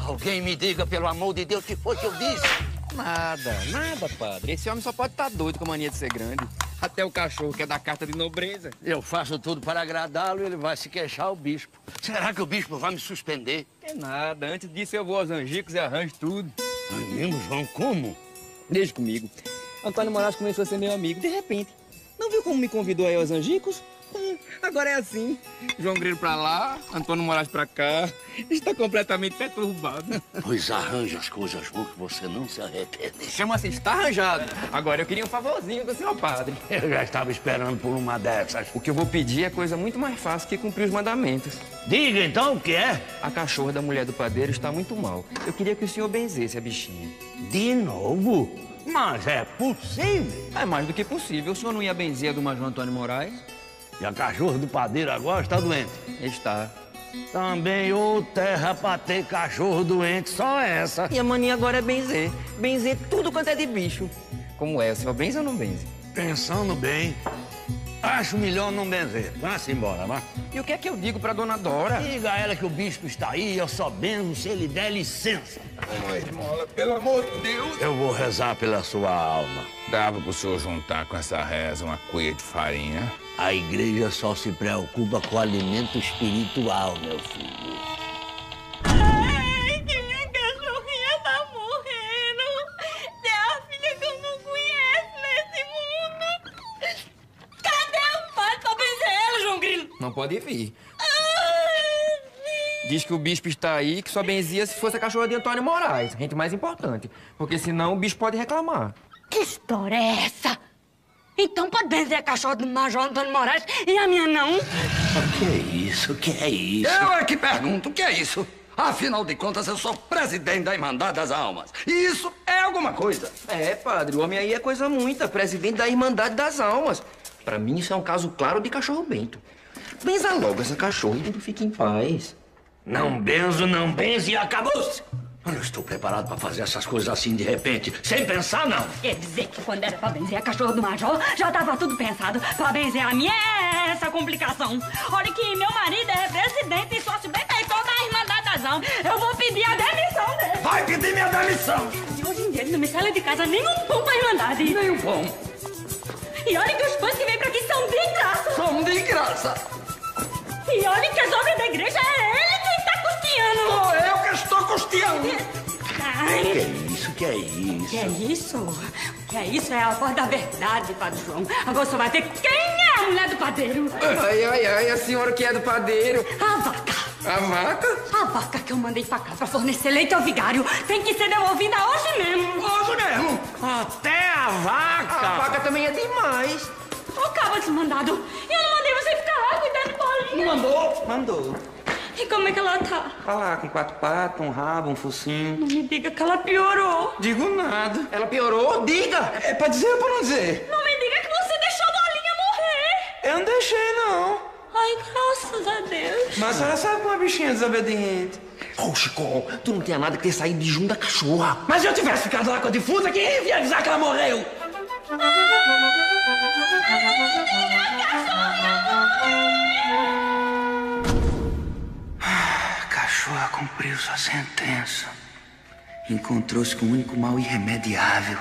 [SPEAKER 3] Alguém me diga, pelo amor de Deus, o que foi que eu disse?
[SPEAKER 2] Nada, nada, padre. Esse homem só pode estar tá doido com a mania de ser grande. Até o cachorro que é da carta de nobreza.
[SPEAKER 3] Eu faço tudo para agradá-lo e ele vai se queixar ao bispo. Será que o bispo vai me suspender?
[SPEAKER 2] É nada. Antes disso eu vou aos angicos e arranjo tudo.
[SPEAKER 3] Menino João, como?
[SPEAKER 2] Desde comigo. Antônio Moraes começou a ser meu amigo, de repente. Não viu como me convidou aí aos Angicos? Hum, Agora é assim. João Grilo pra lá, Antônio Moraes pra cá. Está completamente perturbado.
[SPEAKER 3] Pois arranja as coisas boas que você não se arrepende.
[SPEAKER 2] Chama-se assim, está arranjado. Agora eu queria um favorzinho do senhor padre.
[SPEAKER 3] Eu já estava esperando por uma dessas.
[SPEAKER 2] O que eu vou pedir é coisa muito mais fácil que cumprir os mandamentos.
[SPEAKER 3] Diga então o que é?
[SPEAKER 2] A cachorra da mulher do padeiro está muito mal. Eu queria que o senhor benzesse a bichinha.
[SPEAKER 3] De novo? Mas é possível.
[SPEAKER 2] É mais do que possível. O senhor não ia benzer a do Major Antônio Moraes?
[SPEAKER 3] E a cachorra do padeiro agora está doente.
[SPEAKER 2] Está.
[SPEAKER 3] Também ô terra pra ter cachorro doente, só essa.
[SPEAKER 2] E a mania agora é benzer. Benzer tudo quanto é de bicho. Como é? O senhor benze ou não benze?
[SPEAKER 3] Pensando bem, acho melhor não benzer. Vá-se embora, vá.
[SPEAKER 2] E o que é que eu digo pra dona Dora?
[SPEAKER 3] Diga a ela que o bispo está aí e eu só benzo se ele der licença.
[SPEAKER 8] Irmola, pelo amor de Deus.
[SPEAKER 3] Eu vou rezar pela sua alma.
[SPEAKER 17] Dava pro senhor juntar com essa reza uma cuia de farinha.
[SPEAKER 3] A igreja só se preocupa com o alimento espiritual, meu filho.
[SPEAKER 7] Ai, que minha cachorrinha tá morrendo. Tem a filha que eu não conheço nesse mundo. Cadê o pai pra benzer ela, João Grilo?
[SPEAKER 2] Não pode vir. Diz que o bispo está aí, que só benzia se fosse a cachorra de Antônio Moraes. Gente mais importante. Porque senão o bispo pode reclamar.
[SPEAKER 7] Que história é essa? Então pode benzer a cachorra do Major Antônio Moraes e a minha não?
[SPEAKER 3] O que é isso? O que é isso?
[SPEAKER 8] Eu é que pergunto, o que é isso? Afinal de contas, eu sou presidente da Irmandade das Almas. E isso é alguma coisa.
[SPEAKER 2] É, padre, o homem aí é coisa muita. Presidente da Irmandade das Almas. Pra mim, isso é um caso claro de cachorro bento. Benza logo essa cachorra e tudo fica em paz.
[SPEAKER 3] Não benzo, não benze e acabou-se. Eu não estou preparado para fazer essas coisas assim de repente, sem pensar, não.
[SPEAKER 7] Quer dizer que quando era pra benzer a cachorra do Major, já tava tudo pensado. Pra benzer a minha é essa complicação. Olha que meu marido é presidente e sócio benfeitor da irmã da Dazão. Eu vou pedir a demissão dele.
[SPEAKER 8] Vai pedir minha demissão.
[SPEAKER 7] E hoje em dia ele não me sai de casa nem um pão pra Irmandade.
[SPEAKER 8] Nenhum bom.
[SPEAKER 7] E olha que os pães que vêm pra aqui são de graça.
[SPEAKER 8] São de graça.
[SPEAKER 7] E olha que as obras da igreja é ele quem tá custeando.
[SPEAKER 8] Sou eu que estou custeando.
[SPEAKER 7] Ai,
[SPEAKER 3] O que é isso? O que é isso?
[SPEAKER 7] Que é isso? O que é isso? É a voz da verdade, Padre João. Agora você vai ver quem é a mulher do padeiro.
[SPEAKER 2] Ai, ai, ai, a senhora que é do padeiro.
[SPEAKER 7] A vaca.
[SPEAKER 2] A vaca?
[SPEAKER 7] A vaca que eu mandei pra cá pra fornecer leite ao vigário tem que ser devolvida hoje mesmo.
[SPEAKER 8] Hoje mesmo.
[SPEAKER 3] Até a vaca.
[SPEAKER 2] A vaca também é demais.
[SPEAKER 7] Ô, cabo desmandado, eu não mandei você ficar lá cuidando de bolinha.
[SPEAKER 8] Mandou.
[SPEAKER 4] Mandou.
[SPEAKER 7] E como é que ela tá?
[SPEAKER 4] Tá lá, com quatro patas, um rabo, um focinho.
[SPEAKER 7] Não me diga que ela piorou.
[SPEAKER 4] Digo nada.
[SPEAKER 2] Ela piorou? Diga!
[SPEAKER 4] É pra dizer ou pra não dizer?
[SPEAKER 7] Não me diga que você deixou a bolinha morrer.
[SPEAKER 4] Eu não deixei, não.
[SPEAKER 7] Ai, graças a Deus.
[SPEAKER 4] Mas a senhora sabe como é uma bichinha desobediente.
[SPEAKER 2] Ô, Chico, tu não tem nada que ter saído de junto da cachorra.
[SPEAKER 1] Mas se eu tivesse ficado lá com a difusa, quem ia avisar que ela morreu?
[SPEAKER 10] A cachorra cumpriu sua sentença. Encontrou-se
[SPEAKER 4] um
[SPEAKER 10] com o único mal irremediável.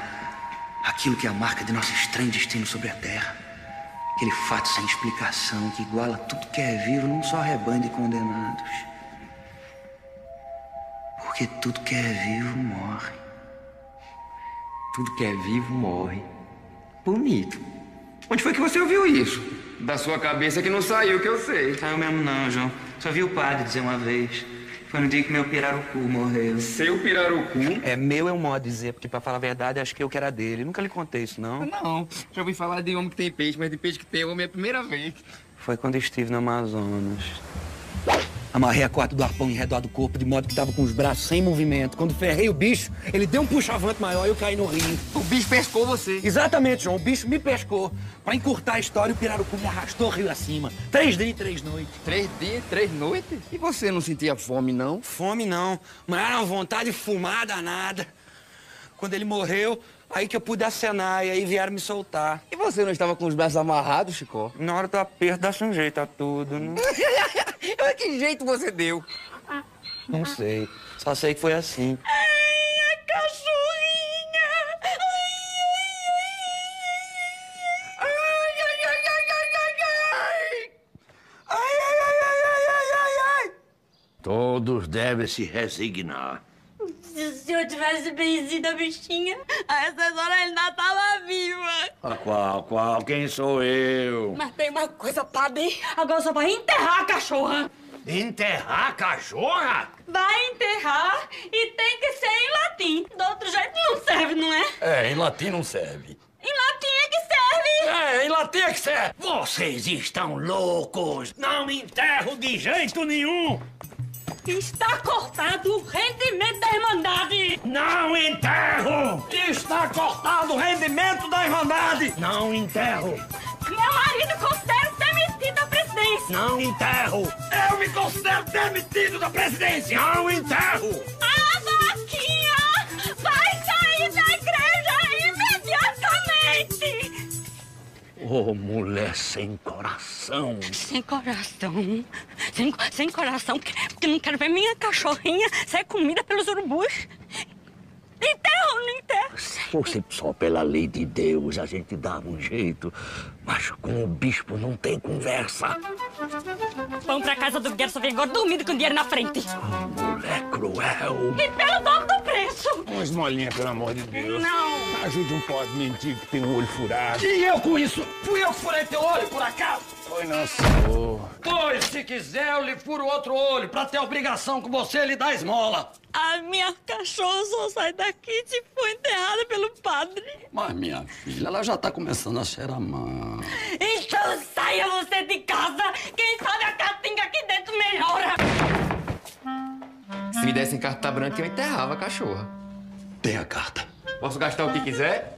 [SPEAKER 10] Aquilo que é a marca de nosso estranho destino sobre a Terra. Aquele fato sem explicação que iguala tudo que é vivo num só rebanho de condenados. Porque tudo que é vivo morre.
[SPEAKER 2] Tudo que é vivo morre. Bonito.
[SPEAKER 10] Onde foi que você ouviu isso?
[SPEAKER 2] Da sua cabeça que não saiu, que eu sei.
[SPEAKER 4] Saiu mesmo não, João. Só vi o padre dizer uma vez. Foi no dia que meu pirarucu morreu.
[SPEAKER 2] Seu pirarucu?
[SPEAKER 4] É meu, é um modo de dizer, porque pra falar a verdade, acho que eu que era dele. Nunca lhe contei isso, não.
[SPEAKER 2] Não, já ouvi falar de homem que tem peixe, mas de peixe que tem homem é a primeira vez.
[SPEAKER 4] Foi quando estive no Amazonas.
[SPEAKER 1] Amarrei a corda do arpão em redor do corpo, de modo que tava com os braços sem movimento. Quando ferrei o bicho, ele deu um puxavante maior e eu caí no rio.
[SPEAKER 2] O bicho pescou você.
[SPEAKER 1] Exatamente, João. O bicho me pescou. Pra encurtar a história, o pirarucu me arrastou rio acima. Três dias e três noites.
[SPEAKER 2] Três dias, três noites? E você não sentia fome, não?
[SPEAKER 1] Fome não, mas era uma vontade de fumar danada. Quando ele morreu, aí que eu pude acenar e aí vieram me soltar.
[SPEAKER 2] E você não estava com os braços amarrados, Chicó?
[SPEAKER 4] Na hora do aperto, dá-se um jeito a tudo, né?
[SPEAKER 2] Olha que jeito você deu.
[SPEAKER 4] Não sei. Só sei que foi assim.
[SPEAKER 7] Ai, a cachorrinha. Ai, ai, ai, ai, ai. Ai, ai, ai, ai, ai, ai, ai.
[SPEAKER 3] Todos devem se resignar.
[SPEAKER 7] se eu tivesse benzido a bichinha, a essas horas ele ainda tava viva.
[SPEAKER 3] Ah, qual, qual? Quem sou eu?
[SPEAKER 7] Mas tem uma coisa pra hein? Agora só vai enterrar a cachorra.
[SPEAKER 3] Enterrar a cachorra?
[SPEAKER 7] Vai enterrar e tem que ser em latim. Do outro jeito não serve, não é?
[SPEAKER 18] É, em latim não serve.
[SPEAKER 7] Em latim é que serve.
[SPEAKER 18] É, em latim é que serve.
[SPEAKER 3] Vocês estão loucos! Não enterro de jeito nenhum!
[SPEAKER 7] Está cortado o rendimento da Irmandade.
[SPEAKER 3] Não enterro!
[SPEAKER 19] Está cortado o rendimento da Irmandade!
[SPEAKER 3] Não enterro!
[SPEAKER 7] Meu marido considera demitido da presidência.
[SPEAKER 3] Não enterro!
[SPEAKER 19] Eu me considero demitido da presidência!
[SPEAKER 3] Não enterro!
[SPEAKER 7] A vaquinha vai sair da igreja imediatamente.
[SPEAKER 3] Ô, mulher sem coração!
[SPEAKER 7] Sem coração. Sem, co- sem coração, porque, porque não quero ver minha cachorrinha ser comida pelos urubus. Enterro ou não enterro?
[SPEAKER 3] Fosse só pela lei de Deus, a gente dava um jeito. Mas com o bispo não tem conversa.
[SPEAKER 7] Vamos pra casa do Guerra, só vem agora dormindo com o dinheiro na frente.
[SPEAKER 3] É cruel.
[SPEAKER 7] E pelo dobro do preço.
[SPEAKER 17] Uma esmolinha, pelo amor de Deus.
[SPEAKER 7] Não.
[SPEAKER 17] Ajude um pobre mendigo que tem o olho furado.
[SPEAKER 19] E eu com isso? Fui eu que furei teu olho, por acaso?
[SPEAKER 17] Foi não, senhor.
[SPEAKER 19] Pois, se quiser, eu lhe furo outro olho, pra ter obrigação com você, lhe dar esmola.
[SPEAKER 7] A minha cachorra só sai daqui se
[SPEAKER 8] tipo
[SPEAKER 7] for enterrada pelo padre.
[SPEAKER 18] Mas minha filha, ela já tá começando a cheirar mal.
[SPEAKER 7] Então saia você de casa. Quem sabe a catinga aqui dentro melhora.
[SPEAKER 2] Se me dessem carta branca, eu enterrava a cachorra.
[SPEAKER 18] Tem a carta.
[SPEAKER 2] Posso gastar o que quiser?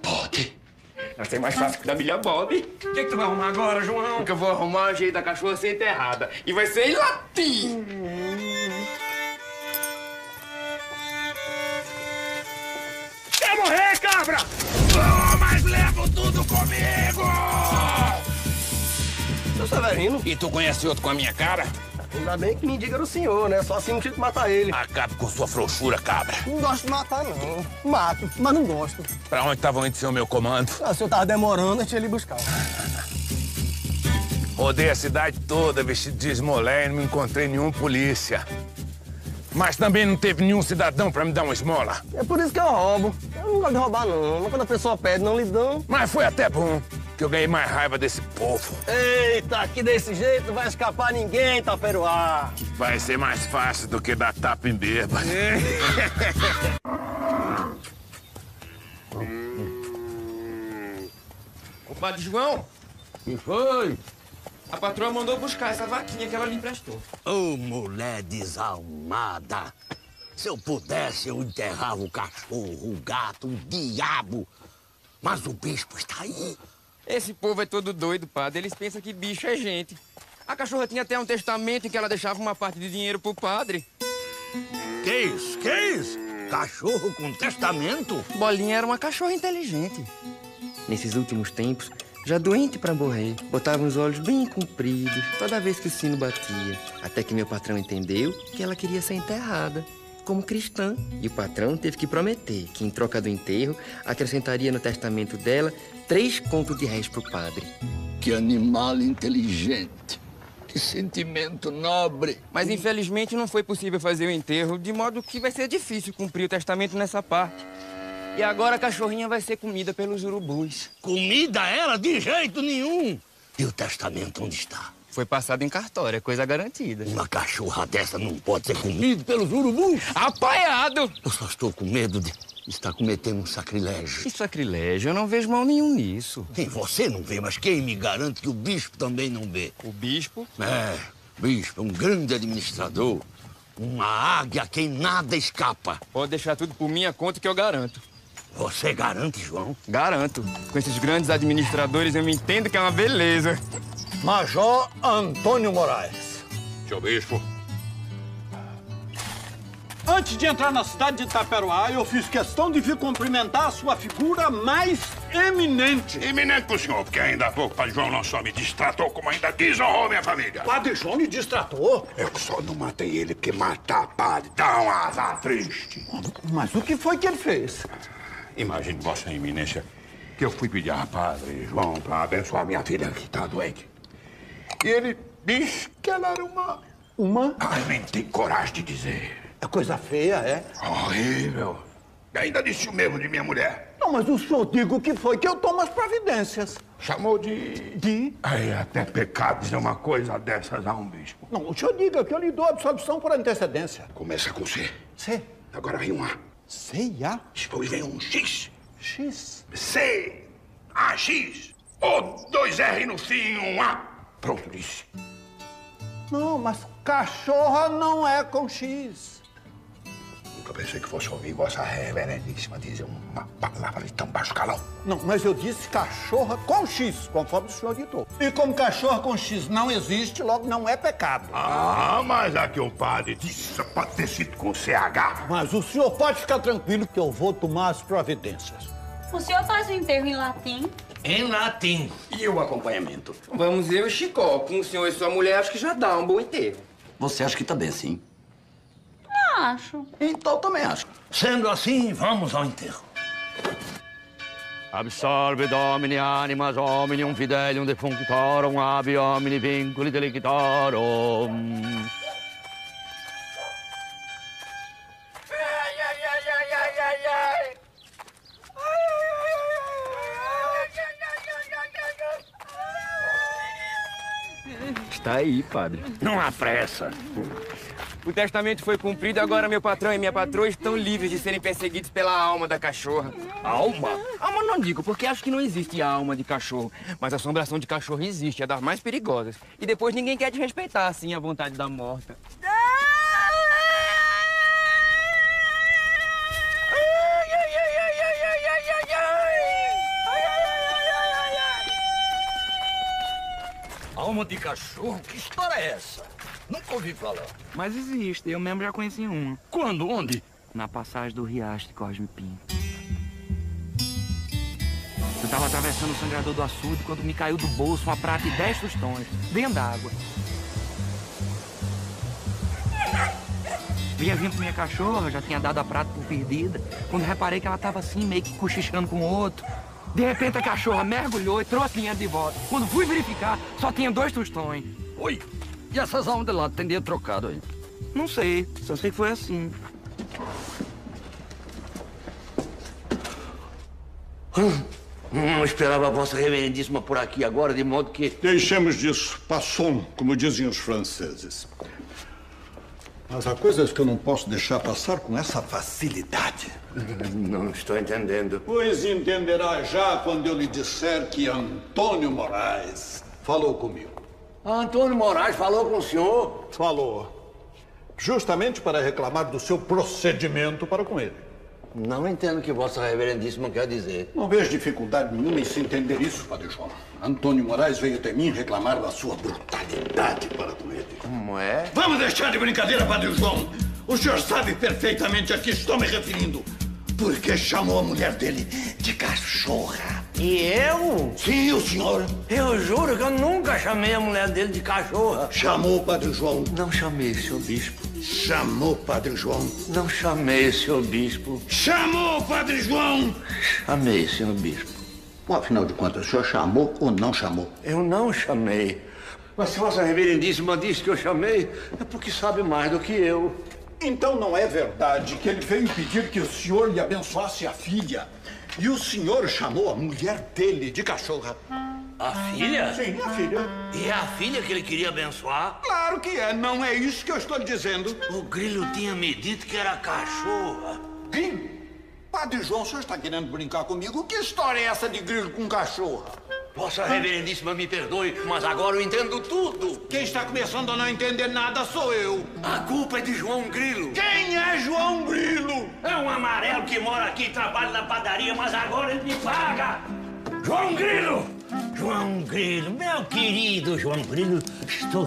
[SPEAKER 2] Pode. Vai ser mais fácil que da milha Bob. O que, que tu vai arrumar agora, João? Que eu vou arrumar o jeito da cachorra ser enterrada. E vai ser em latim.
[SPEAKER 19] Quer morrer, cabra?
[SPEAKER 17] mas levo tudo comigo!
[SPEAKER 1] Seu Severino,
[SPEAKER 17] E tu conhece outro com a minha cara?
[SPEAKER 1] ainda bem que me indica era o senhor, né? Só assim não tinha que matar ele.
[SPEAKER 17] Acabe com sua frouxura, cabra.
[SPEAKER 1] Não gosto de matar, não. Mato, mas não gosto.
[SPEAKER 17] Pra onde tava antes o meu comando?
[SPEAKER 1] Ah, se eu tava demorando, eu tinha ele buscar.
[SPEAKER 17] Rodei a cidade toda vestido de esmolé e não encontrei nenhum polícia. Mas também não teve nenhum cidadão pra me dar uma esmola.
[SPEAKER 1] É por isso que eu roubo. Eu não gosto de roubar, não. Mas quando a pessoa pede, não lhe dão.
[SPEAKER 17] Mas foi até bom que eu ganhei mais raiva desse povo.
[SPEAKER 1] Eita, aqui desse jeito não vai escapar ninguém, Taperuá.
[SPEAKER 17] Vai ser mais fácil do que dar tapa em bêbado.
[SPEAKER 3] É.
[SPEAKER 2] Ô, padre João,
[SPEAKER 3] E foi?
[SPEAKER 2] a patroa mandou buscar essa vaquinha que ela lhe emprestou.
[SPEAKER 3] Ô, mulher desalmada! Se eu pudesse, eu enterrava o cachorro, o gato, o diabo. Mas o bispo está aí.
[SPEAKER 2] Esse povo é todo doido, padre. Eles pensam que bicho é gente. A cachorra tinha até um testamento em que ela deixava uma parte de dinheiro pro padre.
[SPEAKER 3] Que isso? Que isso? Cachorro com testamento?
[SPEAKER 2] Bolinha era uma cachorra inteligente. Nesses últimos tempos, já doente pra morrer, botava os olhos bem compridos toda vez que o sino batia, até que meu patrão entendeu que ela queria ser enterrada como cristã. E o patrão teve que prometer que, em troca do enterro, acrescentaria no testamento dela três contos de réis pro padre.
[SPEAKER 18] Que animal inteligente. Que sentimento nobre.
[SPEAKER 2] Mas infelizmente não foi possível fazer o enterro, de modo que vai ser difícil cumprir o testamento nessa parte. E agora a cachorrinha vai ser comida pelos urubus.
[SPEAKER 3] Comida era de jeito nenhum. E o testamento onde está?
[SPEAKER 2] Foi passado em cartório, é coisa garantida.
[SPEAKER 3] Uma cachorra dessa não pode ser comida pelos urubus.
[SPEAKER 2] Apaiado!
[SPEAKER 3] Eu só estou com medo de estar cometendo um sacrilégio.
[SPEAKER 2] Que sacrilégio, eu não vejo mal nenhum nisso.
[SPEAKER 3] Sim, você não vê, mas quem me garante que o bispo também não vê?
[SPEAKER 2] O bispo?
[SPEAKER 3] É, bispo, é um grande administrador. Uma águia a quem nada escapa.
[SPEAKER 2] Pode deixar tudo por minha conta que eu garanto.
[SPEAKER 3] Você garante, João?
[SPEAKER 2] Garanto. Com esses grandes administradores eu me entendo que é uma beleza.
[SPEAKER 19] Major Antônio Moraes.
[SPEAKER 17] Seu bispo.
[SPEAKER 19] Antes de entrar na cidade de Itaperuá, eu fiz questão de vir cumprimentar a sua figura mais eminente.
[SPEAKER 17] Iminente pro senhor, porque ainda há pouco o Padre João não só me distratou, como ainda desonrou minha família.
[SPEAKER 19] Padre João me distratou.
[SPEAKER 17] Eu só não matei ele porque matar padre dá um azar triste.
[SPEAKER 19] Mas o que foi que ele fez?
[SPEAKER 17] Imagine, Vossa Eminência, que eu fui pedir a Padre João para abençoar minha filha que está doente. E ele disse que ela era uma.
[SPEAKER 19] Uma?
[SPEAKER 17] Ai, nem tem coragem de dizer.
[SPEAKER 20] É coisa feia, é?
[SPEAKER 16] Horrível. Ainda disse o mesmo de minha mulher.
[SPEAKER 20] Não, mas o senhor diga o que foi que eu tomo as providências.
[SPEAKER 16] Chamou de.
[SPEAKER 20] De?
[SPEAKER 16] Ai, até pecado dizer uma coisa dessas a um bispo.
[SPEAKER 20] Não, o senhor diga que eu lhe dou absolvição por antecedência.
[SPEAKER 16] Começa com C.
[SPEAKER 20] C.
[SPEAKER 16] Agora vem um A.
[SPEAKER 20] C e A?
[SPEAKER 16] Depois vem um X.
[SPEAKER 20] X.
[SPEAKER 16] C. AX. Ou dois R no fim e um A. Pronto, disse.
[SPEAKER 20] Não, mas cachorra não é com X.
[SPEAKER 16] Nunca pensei que fosse ouvir Vossa Reverendíssima dizer uma palavra de tão baixo calão.
[SPEAKER 20] Não, mas eu disse cachorra com X, conforme o senhor ditou. E como cachorra com X não existe, logo não é pecado.
[SPEAKER 16] Ah, mas a que o padre disse só pode ter sido com CH.
[SPEAKER 20] Mas o senhor pode ficar tranquilo que eu vou tomar as providências.
[SPEAKER 7] O senhor
[SPEAKER 8] um
[SPEAKER 7] faz o enterro em latim?
[SPEAKER 2] Em latim.
[SPEAKER 21] E o acompanhamento?
[SPEAKER 2] Vamos eu e Chicó. Com o senhor e sua mulher, acho que já dá um bom enterro.
[SPEAKER 21] Você acha que tá bem, sim?
[SPEAKER 7] Não acho.
[SPEAKER 21] Então também acho.
[SPEAKER 3] Sendo assim, vamos ao enterro. Absorbe domini animas hominium fidelium defunctorum ab homini vinculi delictorum.
[SPEAKER 17] Ai, ai, ai, ai, ai, ai, ai.
[SPEAKER 2] Está aí, padre.
[SPEAKER 3] Não há pressa.
[SPEAKER 2] O testamento foi cumprido, agora meu patrão e minha patroa estão livres de serem perseguidos pela alma da cachorra.
[SPEAKER 3] Alma?
[SPEAKER 2] Alma Ah, não digo, porque acho que não existe alma de cachorro. Mas a assombração de cachorro existe, é das mais perigosas. E depois ninguém quer desrespeitar, assim, a vontade da morta.
[SPEAKER 17] Ai, ai, ai, ai, ai, ai, ai, ai, ai. Ai, ai, ai, ai, ai, ai.
[SPEAKER 3] Alma de cachorro? Que história é essa? Nunca ouvi falar.
[SPEAKER 4] Mas existe, eu mesmo já conheci uma.
[SPEAKER 3] Quando? Onde?
[SPEAKER 4] Na passagem do Riacho de Cosme Pinto. Eu tava atravessando o sangrador do açude quando me caiu do bolso uma prata e dez tostões, dentro d'água. Vinha vindo com minha cachorra, já tinha dado a prata por perdida. Quando reparei que ela tava assim, meio que cochichando com o outro. De repente a cachorra mergulhou e trouxe dinheiro de volta. Quando fui verificar, só tinha dois tostões.
[SPEAKER 21] Oi! E essas almas de lá tem dinheiro trocado aí?
[SPEAKER 4] Não sei, só sei que foi assim.
[SPEAKER 21] Não Hum, esperava a vossa reverendíssima por aqui agora, de modo que...
[SPEAKER 19] Deixemos disso. Passou, como dizem os franceses. Mas há coisas que eu não posso deixar passar com essa facilidade.
[SPEAKER 21] Não estou entendendo.
[SPEAKER 19] Pois entenderá já quando eu lhe disser que Antônio Moraes falou comigo.
[SPEAKER 21] Antônio Moraes falou com o senhor?
[SPEAKER 19] Falou. Justamente para reclamar do seu procedimento para com ele.
[SPEAKER 21] Não entendo o que vossa reverendíssima quer dizer.
[SPEAKER 19] Não vejo dificuldade nenhuma em se entender isso, Padre João. Antônio Moraes veio até mim reclamar da sua brutalidade para com ele.
[SPEAKER 21] Como é?
[SPEAKER 3] Vamos deixar de brincadeira, Padre João. O senhor sabe perfeitamente a que estou me referindo. Porque chamou a mulher dele de cachorra.
[SPEAKER 21] E eu?
[SPEAKER 3] Sim, o senhor.
[SPEAKER 21] Eu juro que eu nunca chamei a mulher dele de cachorra.
[SPEAKER 3] Chamou, Padre João.
[SPEAKER 21] Não chamei, senhor bispo.
[SPEAKER 3] Chamou, Padre João.
[SPEAKER 21] Não chamei, senhor bispo.
[SPEAKER 3] Chamou, Padre João.
[SPEAKER 21] Chamei, senhor bispo.
[SPEAKER 20] Bom, afinal de contas, o senhor chamou ou não chamou?
[SPEAKER 21] Eu não chamei. Mas se Vossa Reverendíssima disse que eu chamei, é porque sabe mais do que eu.
[SPEAKER 19] Então não é verdade que ele veio pedir que o senhor lhe abençoasse a filha. E o senhor chamou a mulher dele de cachorra.
[SPEAKER 21] A filha?
[SPEAKER 19] Sim, a filha.
[SPEAKER 21] E é a filha que ele queria abençoar?
[SPEAKER 19] Claro que é, não é isso que eu estou lhe dizendo.
[SPEAKER 21] O grilo tinha me dito que era cachorra.
[SPEAKER 19] Grilo? Padre João, o senhor está querendo brincar comigo? Que história é essa de grilo com cachorra?
[SPEAKER 21] Vossa Reverendíssima me perdoe, mas agora eu entendo tudo.
[SPEAKER 19] Quem está começando a não entender nada sou eu.
[SPEAKER 21] A culpa é de João Grilo.
[SPEAKER 19] Quem é João Grilo?
[SPEAKER 3] É um amarelo que mora aqui e trabalha na padaria, mas agora ele me paga. João Grilo!
[SPEAKER 22] João Grilo, meu querido João Grilo, estou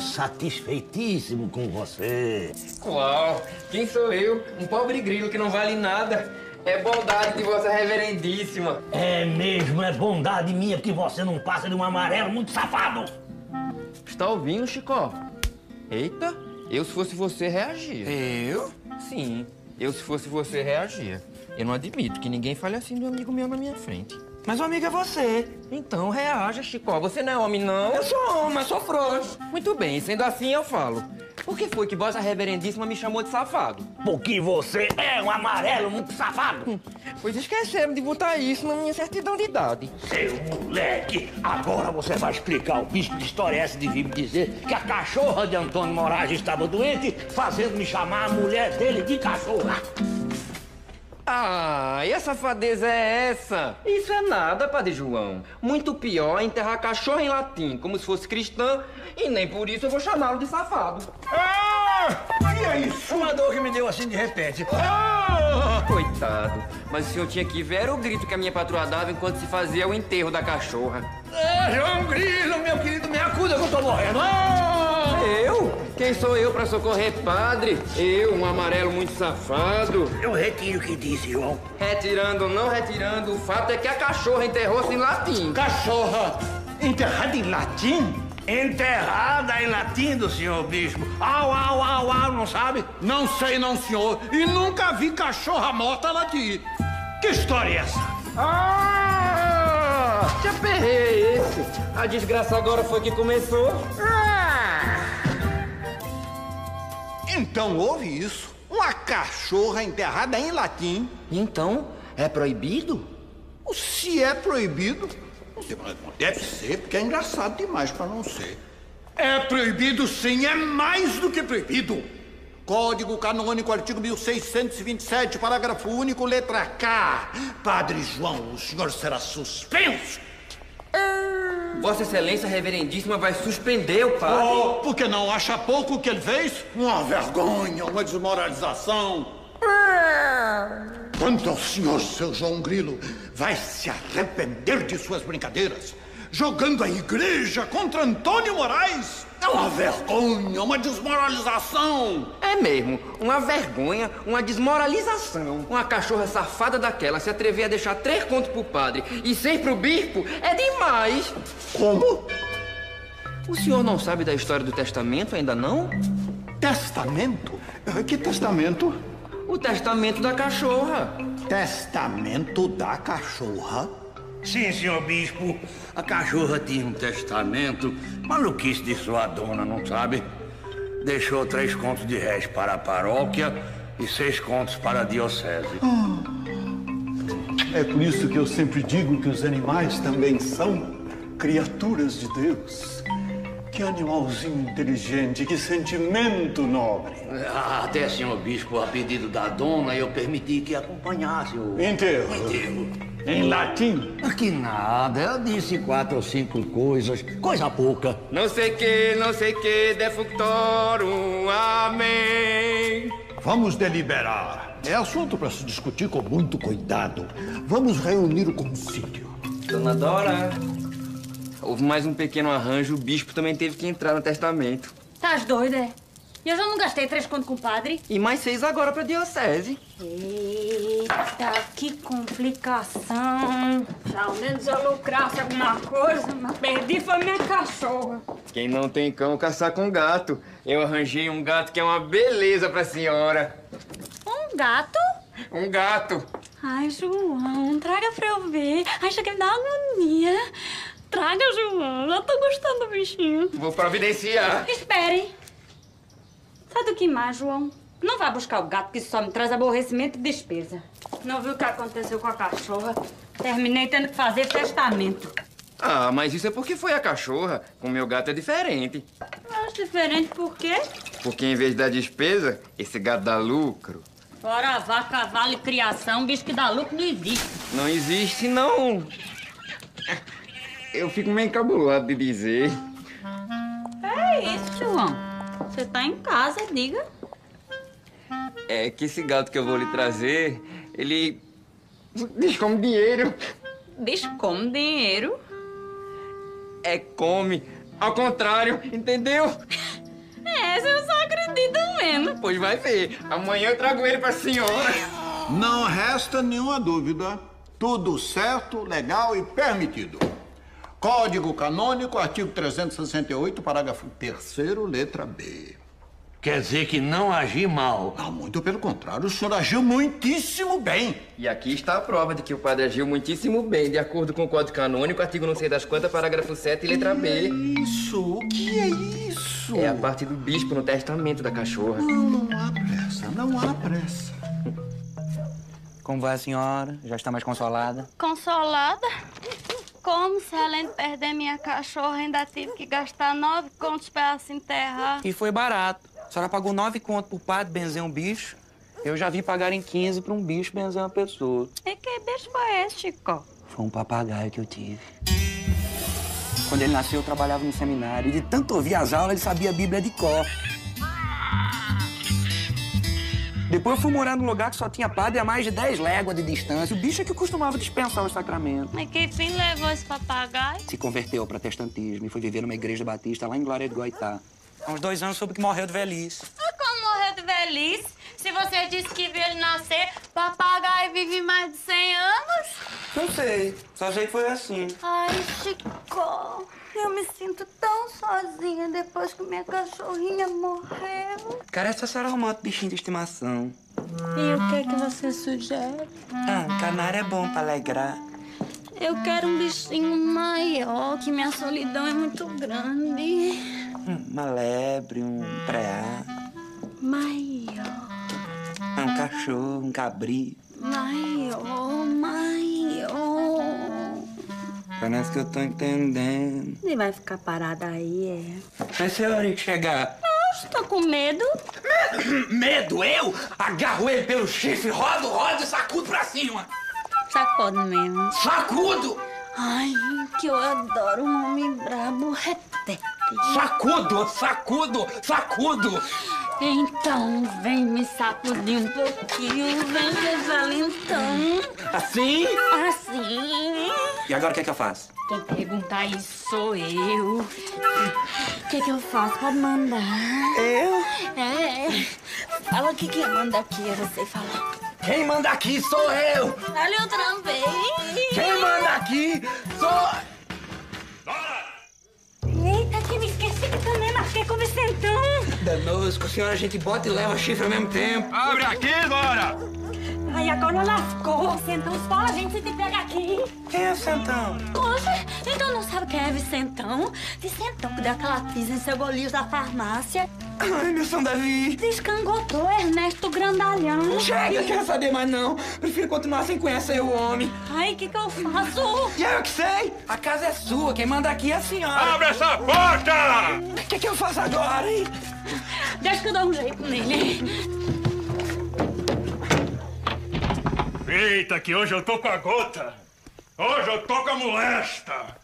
[SPEAKER 22] satisfeitíssimo com você.
[SPEAKER 2] Uau, quem sou eu? Um pobre grilo que não vale nada. É bondade de vossa reverendíssima.
[SPEAKER 22] É mesmo, é bondade minha que você não passa de um amarelo muito safado.
[SPEAKER 2] Está ouvindo, Chicó? Eita, eu se fosse você reagia.
[SPEAKER 21] Eu?
[SPEAKER 2] Sim, eu se fosse você reagia. Eu não admito que ninguém fale assim de um amigo meu na minha frente.
[SPEAKER 4] Mas o amigo é você.
[SPEAKER 2] Então reaja, Chicó. Você não é homem, não?
[SPEAKER 4] Eu sou homem, mas sou frouxo.
[SPEAKER 2] Muito bem, sendo assim eu falo. Por que foi que Vossa Reverendíssima me chamou de safado? Hum,
[SPEAKER 3] Porque você é um amarelo muito safado.
[SPEAKER 2] Pois esqueceram de botar isso na minha certidão de idade.
[SPEAKER 3] Seu moleque, agora você vai explicar o bicho de história é essa de vir me dizer que a cachorra de Antônio Moraes estava doente, fazendo me chamar a mulher dele de cachorra.
[SPEAKER 2] Ah, e a safadeza é essa? Isso é nada, Padre João. Muito pior é enterrar cachorro em latim, como se fosse cristã, e nem por isso eu vou chamá-lo de safado.
[SPEAKER 3] E é isso? Uma dor que me deu assim de repente.
[SPEAKER 2] Coitado, mas o senhor tinha que ver o grito que a minha patroa dava enquanto se fazia o enterro da cachorra.
[SPEAKER 1] Ah, João Grilo, meu querido, me acuda que eu tô morrendo. Ah!
[SPEAKER 2] Eu? Quem sou eu pra socorrer padre? Eu, um amarelo muito safado.
[SPEAKER 3] Eu retiro o que disse, João.
[SPEAKER 2] Retirando ou não retirando, o fato é que a cachorra enterrou-se em latim.
[SPEAKER 3] Cachorra
[SPEAKER 1] enterrada em latim?
[SPEAKER 3] Enterrada em latim do senhor bispo. Au, au, au, au, não sabe?
[SPEAKER 1] Não sei não, senhor. E nunca vi cachorra morta latir. Que história é essa?
[SPEAKER 2] Ah! Já perrei é esse. A desgraça agora foi que começou.
[SPEAKER 1] Ah!
[SPEAKER 19] Então houve isso. Uma cachorra enterrada em latim.
[SPEAKER 2] Então, é proibido?
[SPEAKER 19] Se é proibido, deve ser, porque é engraçado demais para não ser.
[SPEAKER 1] É proibido sim, é mais do que proibido.
[SPEAKER 19] Código Canônico, artigo 1627, parágrafo único, letra K. Padre João, o senhor será suspenso.
[SPEAKER 2] Vossa Excelência Reverendíssima vai suspender o padre.
[SPEAKER 19] Oh, porque não acha pouco o que ele fez? Uma vergonha, uma desmoralização. Quanto ao senhor, seu João Grilo, vai se arrepender de suas brincadeiras. Jogando a igreja contra Antônio Moraes. É uma vergonha, uma desmoralização.
[SPEAKER 2] É mesmo, uma vergonha, uma desmoralização. Uma cachorra safada daquela se atrever a deixar três contos pro padre e seis pro bispo é demais.
[SPEAKER 19] Como?
[SPEAKER 2] O senhor não sabe da história do testamento ainda não?
[SPEAKER 19] Testamento? Ah, Que testamento?
[SPEAKER 2] O testamento da cachorra.
[SPEAKER 19] Testamento da cachorra?
[SPEAKER 3] Sim, senhor bispo. A cachorra tinha um testamento. Maluquice de sua dona, não sabe? Deixou três contos de réis para a paróquia e seis contos para a diocese.
[SPEAKER 19] É por isso que eu sempre digo que os animais também são criaturas de Deus. Que animalzinho inteligente, que sentimento nobre.
[SPEAKER 3] Ah, Até, senhor bispo, a pedido da dona, eu permiti que acompanhasse o...
[SPEAKER 19] Enterro.
[SPEAKER 3] o enterro.
[SPEAKER 19] Em latim?
[SPEAKER 3] Que nada, eu disse quatro ou cinco coisas, coisa pouca.
[SPEAKER 2] Não sei que, não sei que, defunctorum, amém.
[SPEAKER 19] Vamos deliberar. É assunto para se discutir com muito cuidado. Vamos reunir o concílio.
[SPEAKER 2] Dona Dora. Houve mais um pequeno arranjo, o bispo também teve que entrar no testamento.
[SPEAKER 8] Tás doida, é? Eu já não gastei três contos com o padre.
[SPEAKER 2] E mais seis agora pra diocese.
[SPEAKER 8] Eita, que complicação. Já ao menos eu lucrasse alguma coisa, mas perdi foi minha cachorra.
[SPEAKER 2] Quem não tem cão, caçar com gato. Eu arranjei um gato que é uma beleza pra senhora.
[SPEAKER 8] Um gato?
[SPEAKER 2] Um gato.
[SPEAKER 23] Ai, João, traga pra eu ver. Ai, chega a me dar agonia. Traga, João. Eu tô gostando do bichinho.
[SPEAKER 2] Vou providenciar.
[SPEAKER 8] Espere. Sabe o que mais, João? Não vá buscar o gato, que isso só me traz aborrecimento e despesa. Não viu o que aconteceu com a cachorra? Terminei tendo que fazer testamento.
[SPEAKER 2] Ah, mas isso é porque foi a cachorra. Com meu gato é diferente.
[SPEAKER 8] Mas diferente por quê?
[SPEAKER 2] Porque em vez da despesa, esse gato dá lucro.
[SPEAKER 8] Fora vá, cavalo e criação, bicho que dá lucro não existe.
[SPEAKER 2] Não existe, não. Eu fico meio encabulado de dizer.
[SPEAKER 8] É isso, João. Você tá em casa, diga.
[SPEAKER 2] É que esse gato que eu vou lhe trazer, ele. descome dinheiro.
[SPEAKER 8] Descome dinheiro.
[SPEAKER 2] É come. Ao contrário, entendeu?
[SPEAKER 8] É, Essa eu só acredito mesmo.
[SPEAKER 2] Pois vai ver. Amanhã eu trago ele pra senhora.
[SPEAKER 19] Não resta nenhuma dúvida. Tudo certo, legal e permitido. Código Canônico, artigo 368, parágrafo 3, letra B.
[SPEAKER 24] Quer dizer que não agi mal.
[SPEAKER 19] Ah, muito pelo contrário, o senhor agiu muitíssimo bem.
[SPEAKER 2] E aqui está a prova de que o padre agiu muitíssimo bem, de acordo com o Código Canônico, artigo não sei das quantas, parágrafo 7, letra B.
[SPEAKER 19] Isso, o que é isso?
[SPEAKER 2] É a parte do bispo no testamento da cachorra.
[SPEAKER 19] Não, não há pressa, não há pressa.
[SPEAKER 4] Como vai a senhora? Já está mais consolada?
[SPEAKER 8] Consolada? Como se além de perder minha cachorra, ainda tive que gastar nove contos para se enterrar?
[SPEAKER 4] E foi barato. A senhora pagou nove conto pro padre benzer um bicho. Eu já vi pagar em 15 pra um bicho benzer uma pessoa.
[SPEAKER 8] E que bicho foi esse, Chico?
[SPEAKER 4] Foi um papagaio que eu tive. Quando ele nasceu, eu trabalhava no seminário. E de tanto ouvir as aulas, ele sabia a Bíblia de cor. Depois eu fui morar num lugar que só tinha padre a mais de 10 léguas de distância. O bicho é que costumava dispensar os sacramentos.
[SPEAKER 8] E é que fim levou esse papagaio?
[SPEAKER 4] Se converteu ao protestantismo e foi viver numa igreja batista lá em Glória de Goitá. Há uns dois anos soube que morreu de velhice.
[SPEAKER 8] Ah, como morreu de velhice? Se você disse que viu ele nascer, papagaio vive mais de 100 anos?
[SPEAKER 4] Não sei. Só sei que foi assim.
[SPEAKER 8] Ai, Chico, eu me sinto tão sozinha depois que minha cachorrinha morreu.
[SPEAKER 4] Cara, essa senhora arrumou outro bichinho de estimação.
[SPEAKER 8] E o que é que você sugere?
[SPEAKER 4] Ah, um canário é bom pra alegrar.
[SPEAKER 8] Eu quero um bichinho maior, que minha solidão é muito grande.
[SPEAKER 4] Hum, Uma lebre, um preá.
[SPEAKER 8] Maior,
[SPEAKER 4] Ah, Um cachorro, um cabri.
[SPEAKER 7] oh,
[SPEAKER 8] maior, maior.
[SPEAKER 4] Parece que eu tô entendendo.
[SPEAKER 8] Você vai ficar parada aí, é?
[SPEAKER 4] Mas se a hora que chegar...
[SPEAKER 8] Nossa, tô com medo.
[SPEAKER 1] Medo eu? Agarro ele pelo chifre, rodo, rodo e sacudo pra cima.
[SPEAKER 8] Sacode mesmo.
[SPEAKER 1] Sacudo!
[SPEAKER 8] Ai, que eu adoro um homem brabo retete.
[SPEAKER 1] Sacudo, sacudo, sacudo!
[SPEAKER 8] Então, vem me sacudir um pouquinho, vem beijar então.
[SPEAKER 4] Assim?
[SPEAKER 8] Assim.
[SPEAKER 4] E agora o que é que eu faço?
[SPEAKER 8] Quem perguntar isso sou eu. O que, que eu faço? Pode mandar. Eu? É. Fala que quem manda aqui é você falar.
[SPEAKER 1] Quem manda aqui sou eu!
[SPEAKER 8] Olha outra vez.
[SPEAKER 1] Quem manda aqui sou...
[SPEAKER 8] Eita, que me esqueci que também marquei como sentão.
[SPEAKER 4] Danosco, senhora, a gente bota e leva chifre ao mesmo tempo.
[SPEAKER 16] Abre aqui, Dora!
[SPEAKER 8] Ai, agora lascou. Sentão, escola a gente se te pega aqui.
[SPEAKER 4] Quem é Santão?
[SPEAKER 8] Poxa, então não sabe quem é Vicentão? Vicentão que deu aquela pisa em seu bolinho da farmácia.
[SPEAKER 4] Ai, meu São Davi.
[SPEAKER 8] Descangotou Ernesto Grandalhão.
[SPEAKER 4] Chega, eu não quero saber mais não. Prefiro continuar sem conhecer o homem.
[SPEAKER 8] Ai, o que, que eu faço?
[SPEAKER 4] E eu que sei. A casa é sua, quem manda aqui é a senhora.
[SPEAKER 16] Abre essa porta!
[SPEAKER 4] O que, que eu faço agora, hein?
[SPEAKER 8] Deixa que eu dou um jeito nele.
[SPEAKER 16] Eita, que hoje eu tô com a gota! Hoje eu tô com a molesta!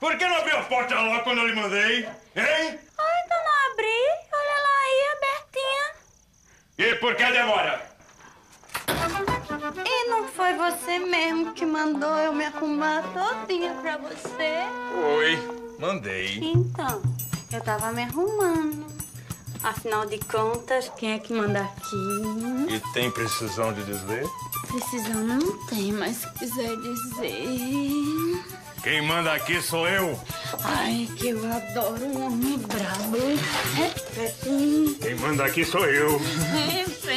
[SPEAKER 16] Por que não abriu a porta logo quando eu lhe mandei? Hein?
[SPEAKER 8] Ai, então não abri. Olha lá aí, abertinha.
[SPEAKER 16] E por que demora?
[SPEAKER 8] E não foi você mesmo que mandou eu me arrumar todinha pra você?
[SPEAKER 3] Oi, mandei.
[SPEAKER 8] Então, eu tava me arrumando. Afinal de contas, quem é que manda aqui?
[SPEAKER 3] E tem precisão de dizer?
[SPEAKER 8] Precisão não tem, mas se quiser dizer.
[SPEAKER 16] Quem manda aqui sou eu!
[SPEAKER 8] Ai, que eu adoro um homem brabo. É, hum, Repete.
[SPEAKER 16] Quem manda aqui sou eu!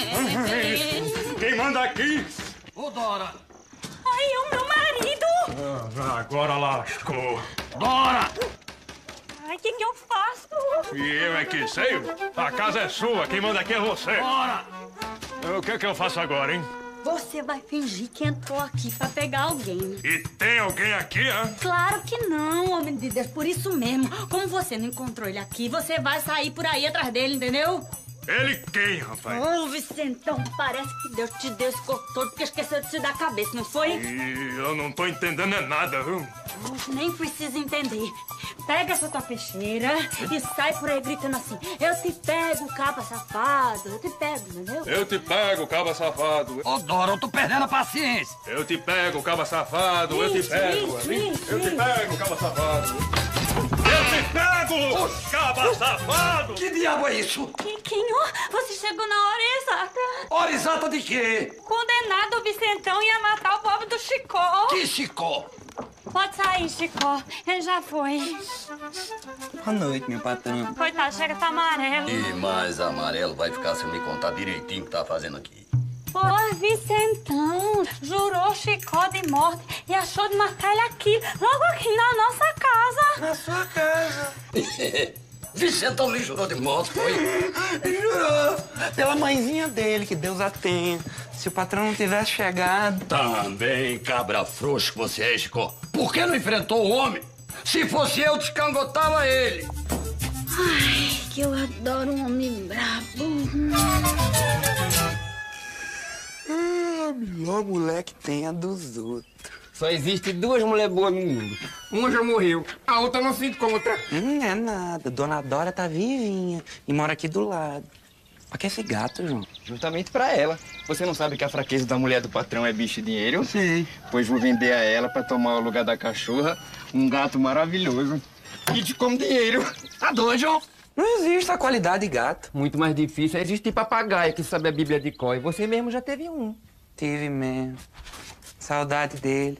[SPEAKER 8] Repete.
[SPEAKER 16] Quem manda aqui?
[SPEAKER 1] Ô, Dora!
[SPEAKER 8] Ai, é o meu marido!
[SPEAKER 16] Ah, agora lascou!
[SPEAKER 1] Dora!
[SPEAKER 8] Ai, o que, que eu faço?
[SPEAKER 16] E eu é que sei? A casa é sua, quem manda aqui é você!
[SPEAKER 1] Dora!
[SPEAKER 16] O que é que eu faço agora, hein?
[SPEAKER 8] Você vai fingir que entrou aqui pra pegar alguém.
[SPEAKER 16] E tem alguém aqui, hã?
[SPEAKER 8] Claro que não, homem de Deus, por isso mesmo. Como você não encontrou ele aqui, você vai sair por aí atrás dele, entendeu?
[SPEAKER 16] Ele quem, rapaz?
[SPEAKER 8] Ô, Vicentão, parece que Deus te deu esse corpo todo porque esqueceu de se dar a cabeça, não foi?
[SPEAKER 16] E eu não tô entendendo é nada, viu?
[SPEAKER 8] Nem precisa entender. Pega essa tua peixeira e sai por aí gritando assim: Eu te pego, capa safado, eu te pego, entendeu?
[SPEAKER 16] Eu te pego, caba safado.
[SPEAKER 1] Ô, Dora, eu tô perdendo a paciência!
[SPEAKER 16] Eu te pego, caba safado. Eu te
[SPEAKER 8] Isso,
[SPEAKER 16] pego.
[SPEAKER 17] é
[SPEAKER 8] isso, isso,
[SPEAKER 16] Eu te
[SPEAKER 8] isso.
[SPEAKER 16] pego, caba safado. Eu te pego, caba safado.
[SPEAKER 1] Que diabo é isso?
[SPEAKER 8] Quinho, você chegou na hora exata.
[SPEAKER 1] Hora exata de quê?
[SPEAKER 8] Condenado o Vicentão ia matar o pobre do Chicó.
[SPEAKER 1] Que chicó?
[SPEAKER 8] Pode sair, Chicó. Ele já foi.
[SPEAKER 4] Boa noite, meu patrão.
[SPEAKER 8] Coitado, chega, tá amarelo.
[SPEAKER 3] E mais amarelo vai ficar se eu me contar direitinho o que tá fazendo aqui.
[SPEAKER 8] Pô, Vicentão, jurou Chicó de morte e achou de matar ele aqui, logo aqui na nossa casa.
[SPEAKER 4] Na sua casa.
[SPEAKER 3] Vicentão lhe jurou de morte, foi?
[SPEAKER 4] Jurou. Pela mãezinha dele, que Deus a tenha. Se o patrão não tivesse chegado.
[SPEAKER 16] Tá.
[SPEAKER 3] Também, cabra frouxo que você é, Chico. Por que não enfrentou o homem? Se fosse eu, descangotava ele.
[SPEAKER 8] Ai, que eu adoro um homem brabo.
[SPEAKER 4] Ah, a melhor mulher que tem é a dos outros.
[SPEAKER 2] Só existe duas mulheres boas no mundo. Uma já morreu, a outra não se encontra.
[SPEAKER 4] Hum, é nada. Dona Dora tá vivinha e mora aqui do lado. Pra que esse gato, João?
[SPEAKER 2] Justamente pra ela. Você não sabe que a fraqueza da mulher do patrão é bicho e dinheiro?
[SPEAKER 4] Sim.
[SPEAKER 2] Pois vou vender a ela pra tomar o lugar da cachorra um gato maravilhoso. E te como dinheiro. Tá doido, João?
[SPEAKER 4] Não existe a qualidade de gato.
[SPEAKER 2] Muito mais difícil é existir papagaio que sabe a Bíblia de cor. E você mesmo já teve um.
[SPEAKER 4] Tive mesmo. Saudade dele.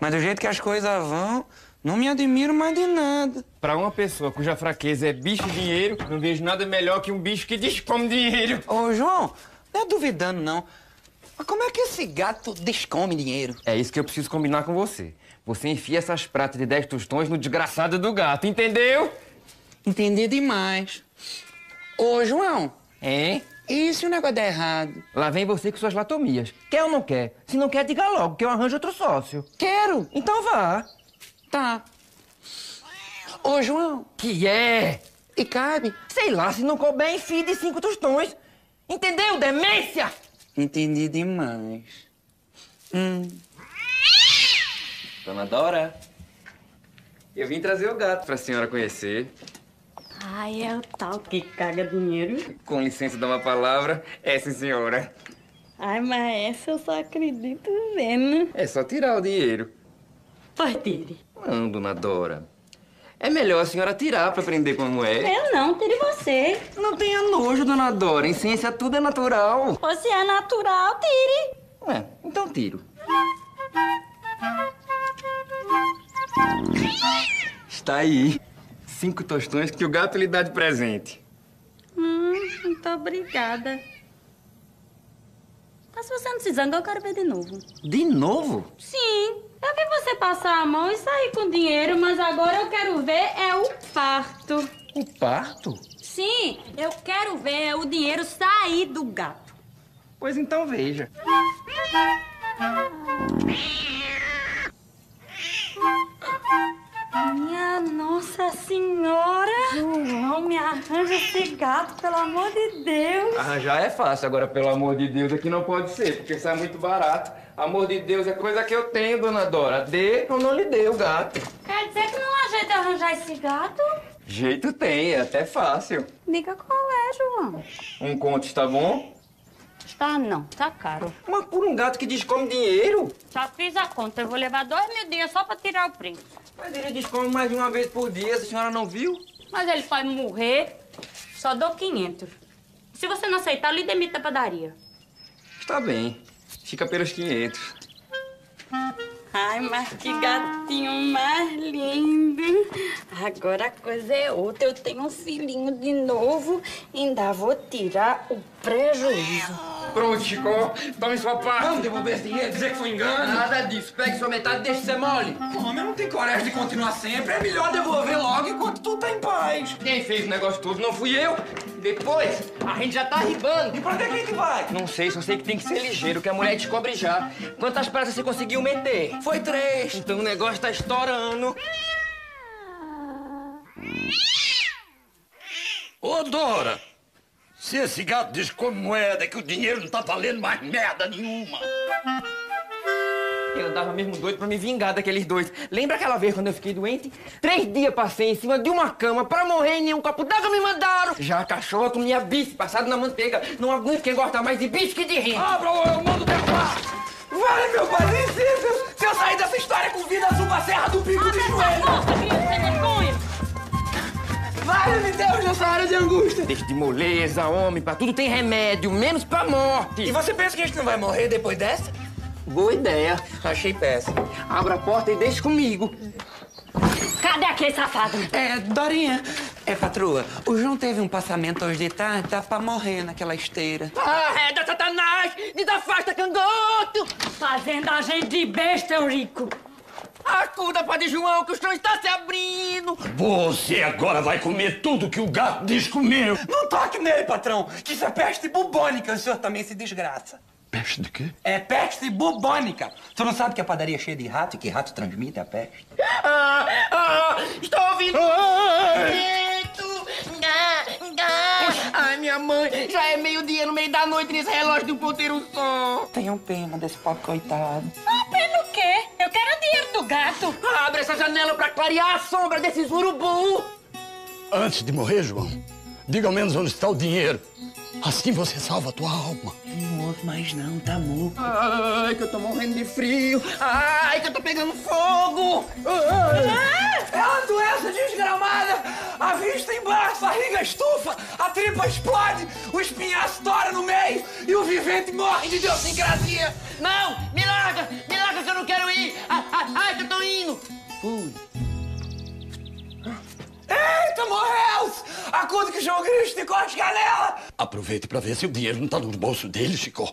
[SPEAKER 4] Mas do jeito que as coisas vão, não me admiro mais de nada.
[SPEAKER 2] Pra uma pessoa cuja fraqueza é bicho e dinheiro, não vejo nada melhor que um bicho que descome dinheiro.
[SPEAKER 4] Ô, João, não é duvidando, não. Mas como é que esse gato descome dinheiro?
[SPEAKER 2] É isso que eu preciso combinar com você. Você enfia essas pratas de 10 tostões no desgraçado do gato, entendeu?
[SPEAKER 4] Entender demais. Ô, João.
[SPEAKER 2] Hein?
[SPEAKER 4] E se o negócio der errado?
[SPEAKER 2] Lá vem você com suas latomias. Quer ou não quer? Se não quer, diga logo que eu arranjo outro sócio.
[SPEAKER 4] Quero.
[SPEAKER 2] Então vá.
[SPEAKER 4] Tá. Ô, João.
[SPEAKER 2] Que é?
[SPEAKER 4] E cabe?
[SPEAKER 2] Sei lá, se não couber, enfie de cinco tostões. Entendeu, demência?
[SPEAKER 4] Entendi demais. Hum.
[SPEAKER 2] Dona Dora, eu vim trazer o gato pra senhora conhecer.
[SPEAKER 8] Ai, é o tal que caga dinheiro.
[SPEAKER 2] Com licença dar uma palavra, essa senhora.
[SPEAKER 8] Ai, mas essa eu só acredito vendo.
[SPEAKER 2] É só tirar o dinheiro.
[SPEAKER 8] Pois tire.
[SPEAKER 2] Não, dona Dora. É melhor a senhora tirar pra aprender como é.
[SPEAKER 8] Eu não, tire você.
[SPEAKER 2] Não tenha nojo, dona Dora. Em ciência tudo é natural.
[SPEAKER 8] Ou se é natural, tire.
[SPEAKER 2] Ué, então tiro. Está aí cinco tostões que o gato lhe dá de presente.
[SPEAKER 8] Hum, muito obrigada. Mas se você não se zanga, eu quero ver de novo.
[SPEAKER 2] De novo?
[SPEAKER 8] Sim. Eu vi você passar a mão e sair com dinheiro, mas agora eu quero ver é o parto.
[SPEAKER 2] O parto?
[SPEAKER 8] Sim, eu quero ver é o dinheiro sair do gato.
[SPEAKER 2] Pois então veja.
[SPEAKER 8] Minha Nossa Senhora! João, me arranja esse gato, pelo amor de Deus!
[SPEAKER 2] Arranjar é fácil, agora, pelo amor de Deus, aqui não pode ser, porque sai muito barato. Amor de Deus é coisa que eu tenho, dona Dora. Dê ou não lhe dê o gato.
[SPEAKER 8] Quer dizer que não há jeito de arranjar esse gato?
[SPEAKER 2] Jeito tem, é até fácil.
[SPEAKER 8] Diga qual é, João.
[SPEAKER 2] Um conto está
[SPEAKER 8] Está
[SPEAKER 2] bom?
[SPEAKER 8] Tá, não, está caro.
[SPEAKER 2] Mas por um gato que descome dinheiro?
[SPEAKER 8] Já fiz a conta, eu vou levar dois mil dias só para tirar o preço.
[SPEAKER 2] Mas ele descome mais de uma vez por dia, a senhora não viu?
[SPEAKER 8] Mas ele pode morrer. Só dou 500. Se você não aceitar, eu lhe demito da padaria.
[SPEAKER 2] Está bem. Fica pelos 500.
[SPEAKER 8] Ai, mas que gatinho mais lindo. Agora a coisa é outra. Eu tenho um filhinho de novo. Ainda vou tirar o prejuízo.
[SPEAKER 2] Pronto, Chico.
[SPEAKER 16] Então,
[SPEAKER 2] Tome sua parte.
[SPEAKER 4] Vamos devolver esse dinheiro, dizer que foi engano.
[SPEAKER 2] Nada disso. Pegue sua metade e deixe ser mole.
[SPEAKER 4] Homem, eu não tenho coragem de continuar sempre. É melhor devolver logo enquanto tu tá em paz.
[SPEAKER 2] Quem fez o negócio todo não fui eu. Depois, a gente já tá ribando.
[SPEAKER 4] E pra onde é que a gente vai?
[SPEAKER 2] Não sei, só sei que tem que ser ligeiro, que a mulher descobre já. Quantas pratas você conseguiu meter?
[SPEAKER 4] Foi três.
[SPEAKER 2] Então o negócio tá estourando.
[SPEAKER 3] Ô, Dora! Se esse gato diz como moeda que o dinheiro não tá valendo mais merda nenhuma.
[SPEAKER 2] Eu dava mesmo doido pra me vingar daqueles dois. Lembra aquela vez quando eu fiquei doente? Três dias passei em cima de uma cama pra morrer e nenhum copo d'água me mandaram. Já a cachorra comia bife passado na manteiga. Não aguento quem gosta mais de bife que de renda.
[SPEAKER 4] Abra ou eu mando derrubar! Vale, meu pai, insípido! Se eu sair dessa história com vida, suba a serra do bico de joelho! Vale-me Deus nessa hora de angústia!
[SPEAKER 2] Desde moleza, homem, pra tudo tem remédio, menos pra morte.
[SPEAKER 4] E você pensa que a gente não vai morrer depois dessa?
[SPEAKER 25] Boa ideia. Achei péssimo. Abra a porta e deixe comigo.
[SPEAKER 7] Cadê aquele safado?
[SPEAKER 4] É, Dorinha. É, patroa, o João teve um passamento hoje de tarde, tá pra morrer naquela esteira.
[SPEAKER 7] Ah, é
[SPEAKER 1] Arreda, Satanás! Me da afasta, cangoto!
[SPEAKER 7] Fazendo a gente de besta, Eurico.
[SPEAKER 1] Acuda, Padre João, que o chão está se abrindo!
[SPEAKER 17] Você agora vai comer tudo que o gato descomeu.
[SPEAKER 4] Não toque nele, patrão, que isso é peste bubônica, o senhor também se desgraça.
[SPEAKER 17] Peste de quê?
[SPEAKER 4] É peste bubônica. Tu não sabe que a padaria é cheia de rato e que rato transmite a peste?
[SPEAKER 1] Ah, ah, estou ouvindo! Vento! Gá, gá. Ai, minha mãe, já é meio-dia no meio da noite nesse relógio do ponteiro som!
[SPEAKER 4] Tenham pena um desse pobre coitado.
[SPEAKER 7] Ah, pelo quê? Eu quero o dinheiro do gato.
[SPEAKER 1] Abre essa janela pra clarear a sombra desses urubu!
[SPEAKER 17] Antes de morrer, João, diga ao menos onde está o dinheiro. Assim você salva a tua alma.
[SPEAKER 4] Não ouve mais não, tá morto.
[SPEAKER 1] Ai, que eu tô morrendo de frio! Ai, que eu tô pegando fogo! Ai.
[SPEAKER 4] É uma doença desgramada! A vista embaixo, a barriga estufa, a tripa explode, o espinhaço tora no meio e o vivente morre de idiosincrasia!
[SPEAKER 1] Não! Me larga! Me larga que eu não quero ir! Ai, ai, ai, que eu tô indo!
[SPEAKER 4] Fui. Eita, morreu! Acordo que o João Cristo ficou as canelas!
[SPEAKER 17] Aproveite para ver se o dinheiro não tá no bolso dele, Chico.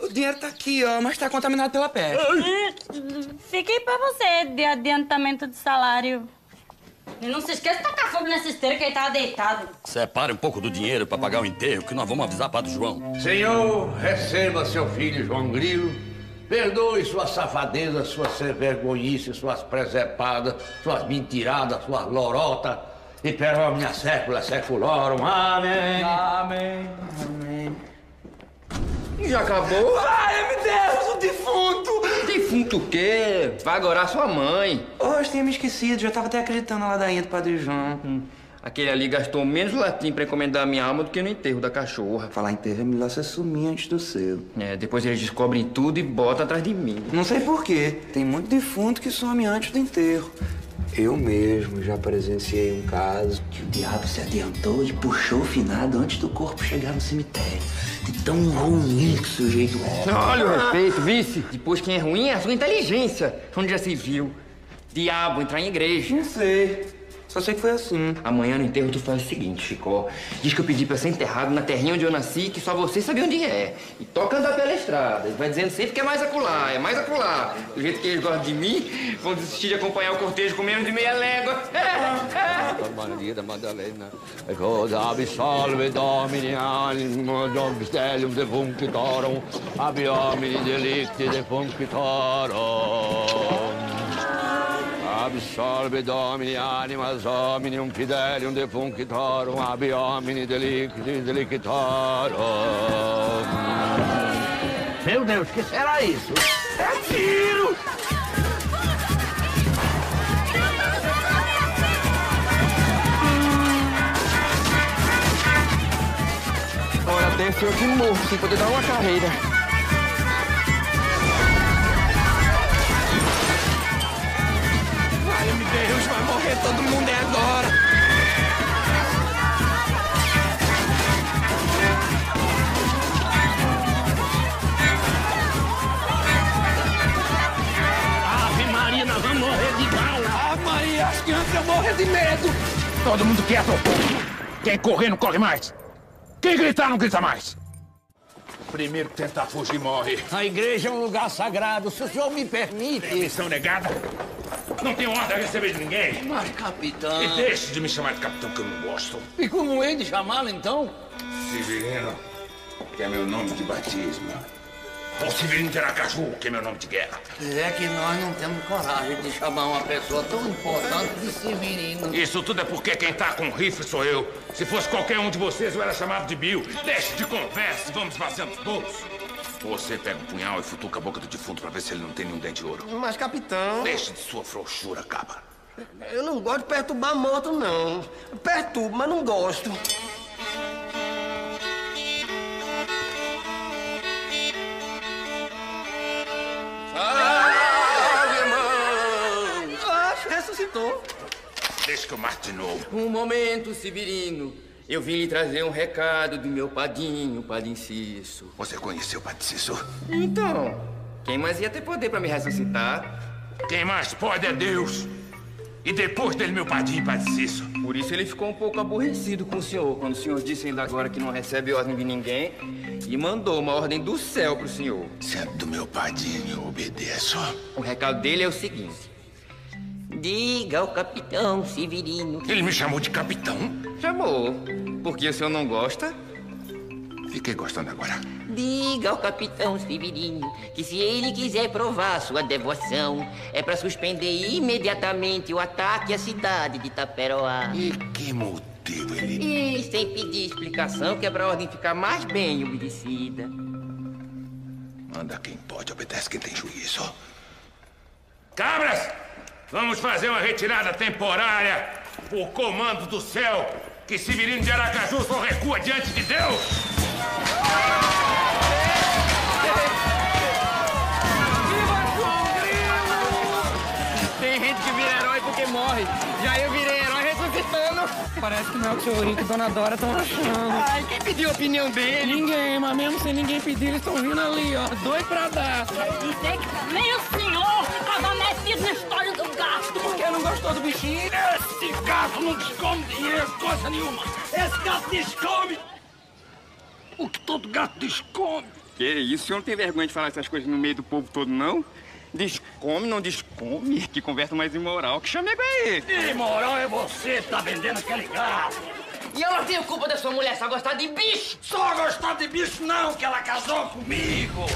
[SPEAKER 4] O dinheiro tá aqui, ó, mas tá contaminado pela peste.
[SPEAKER 8] Fiquei pra você de adiantamento de salário.
[SPEAKER 7] E não se esqueça de tacar fogo nessa esteira que ele tava deitado.
[SPEAKER 26] Separe um pouco do dinheiro para pagar o enterro, que nós vamos avisar Padre João.
[SPEAKER 3] Senhor, receba seu filho João Grilo. Perdoe sua safadeza, sua vergonhice, suas presepadas, suas mentiradas, suas lorotas. E per omnia secula seculorum. Amém.
[SPEAKER 4] Amém. Amém.
[SPEAKER 27] Já acabou?
[SPEAKER 4] Ai, meu Deus, o defunto!
[SPEAKER 2] Defunto o quê? Vai adorar sua mãe.
[SPEAKER 4] Hoje tinha me esquecido, já tava até acreditando na ladainha do Padre João.
[SPEAKER 2] Hum. Aquele ali gastou menos latim pra encomendar a minha alma do que no enterro da cachorra.
[SPEAKER 4] Falar em terra é melhor você sumir antes do seu.
[SPEAKER 2] É, depois eles descobrem tudo e botam atrás de mim.
[SPEAKER 4] Não sei porquê, tem muito defunto que some antes do enterro. Eu mesmo já presenciei um caso
[SPEAKER 28] Que o diabo se adiantou e puxou o finado antes do corpo chegar no cemitério. De tão ruim que o sujeito
[SPEAKER 4] é.
[SPEAKER 28] era.
[SPEAKER 2] Olha o
[SPEAKER 4] Ah.
[SPEAKER 2] respeito, vice. Depois quem é ruim é a sua inteligência. Onde já se viu? Diabo entrar em igreja.
[SPEAKER 4] Não sei. Só sei que foi assim.
[SPEAKER 2] Amanhã no enterro tu faz o seguinte, Chicó. Diz que eu pedi pra ser enterrado na terrinha onde eu nasci, que só você sabia onde é. E toca andar pela estrada. E vai dizendo sempre que é mais acolá, é mais acolá. Do jeito que eles gostam de mim, vão desistir de acompanhar o cortejo com menos de meia légua.
[SPEAKER 3] Maria da Madalena, Rosa, absolve, domini, animo, domstellum, defunctorum, ab homini delicti, defunctorum. Absolve, domini, animas, hominium, fidelium, defunctorum, ab homini delicti, delictorum. Meu Deus, que será isso? É tiro!
[SPEAKER 2] Hora dessa eu que morro sem poder dar uma carreira.
[SPEAKER 4] Ai, meu Deus, vai morrer todo mundo é agora.
[SPEAKER 17] Ave Maria, nós vamos morrer de bala.
[SPEAKER 4] Ah, Maria, acho que antes eu morrer de medo.
[SPEAKER 17] Todo mundo quieto. Quem correr não corre mais. Quem gritar não grita mais. Primeiro que tentar fugir morre.
[SPEAKER 29] A igreja é um lugar sagrado, se o senhor me permite.
[SPEAKER 17] Missão negada. Não tenho ordem a receber de ninguém.
[SPEAKER 29] Mas, capitão.
[SPEAKER 17] E deixe de me chamar de capitão que eu não gosto.
[SPEAKER 29] E como hei de chamá-lo então?
[SPEAKER 30] Severino, que é meu nome de batismo.
[SPEAKER 17] Ou Severino Teracaju, que é meu nome de guerra.
[SPEAKER 29] É que nós não temos coragem de chamar uma pessoa tão importante de Severino.
[SPEAKER 17] Isso tudo é porque quem tá com rifle sou eu. Se fosse qualquer um de vocês, eu era chamado de Bill. Deixe de conversa e vamos vaziando os bolsos. Você pega um punhal e futuca a boca do defunto pra ver se ele não tem nenhum dente de ouro.
[SPEAKER 1] Mas, capitão,
[SPEAKER 17] Deixe de sua frouxura, cabra.
[SPEAKER 1] eu não gosto de perturbar morto, não. Perturbo, mas não gosto.
[SPEAKER 4] Ah, ressuscitou.
[SPEAKER 17] Deixe que eu mate de novo.
[SPEAKER 2] Um momento, Sibirino. Eu vim lhe trazer um recado do meu padinho, Padinho Cício.
[SPEAKER 22] Você conheceu o Padre Cício?
[SPEAKER 2] Então, quem mais ia ter poder pra me ressuscitar?
[SPEAKER 16] Quem mais pode é Deus. E depois dele, meu padinho, Padre Cício.
[SPEAKER 2] Por isso ele ficou um pouco aborrecido com o senhor, quando o senhor disse ainda agora que não recebe ordem de ninguém e mandou uma ordem do céu pro senhor.
[SPEAKER 22] Sendo do meu padinho, eu obedeço.
[SPEAKER 2] O recado dele é o seguinte. Diga ao capitão Severino.
[SPEAKER 22] Ele me chamou de capitão?
[SPEAKER 2] Chamou. Porque o senhor não gosta?
[SPEAKER 22] Fiquei gostando agora.
[SPEAKER 31] Diga ao capitão Severino que se ele quiser provar sua devoção, é para suspender imediatamente o ataque à cidade de Taperoá.
[SPEAKER 22] E que motivo
[SPEAKER 31] ele... E sem pedir explicação, que é para a ordem ficar mais bem obedecida.
[SPEAKER 22] Manda quem pode, obedece quem tem juízo.
[SPEAKER 16] Cabras! Vamos fazer uma retirada temporária por comando do céu. Que Severino de Aracaju só recua diante de Deus.
[SPEAKER 2] Tem gente que vira herói porque morre. Já eu virei herói ressuscitando.
[SPEAKER 4] Parece que não é o que o seu Rico e Dona Dora estão achando.
[SPEAKER 2] Ai, quem pediu a opinião dele?
[SPEAKER 4] Ninguém, mas mesmo sem ninguém pedir, eles estão vindo ali, ó. Dois pra dar.
[SPEAKER 7] Dizer que nem o senhor estava metido na história do gato.
[SPEAKER 4] Porque não gostou do bichinho?
[SPEAKER 1] Esse gato não descome dinheiro, coisa nenhuma. Esse gato descome o que todo gato descome.
[SPEAKER 2] Que isso, o senhor não tem vergonha de falar essas coisas no meio do povo todo, não? Descome, não descome. Que conversa mais imoral. Que chamego é esse?
[SPEAKER 1] Imoral é você que tá vendendo aquele gato.
[SPEAKER 15] E ela tem culpa da sua mulher só gostar de bicho?
[SPEAKER 1] Só gostar de bicho não, que ela casou comigo.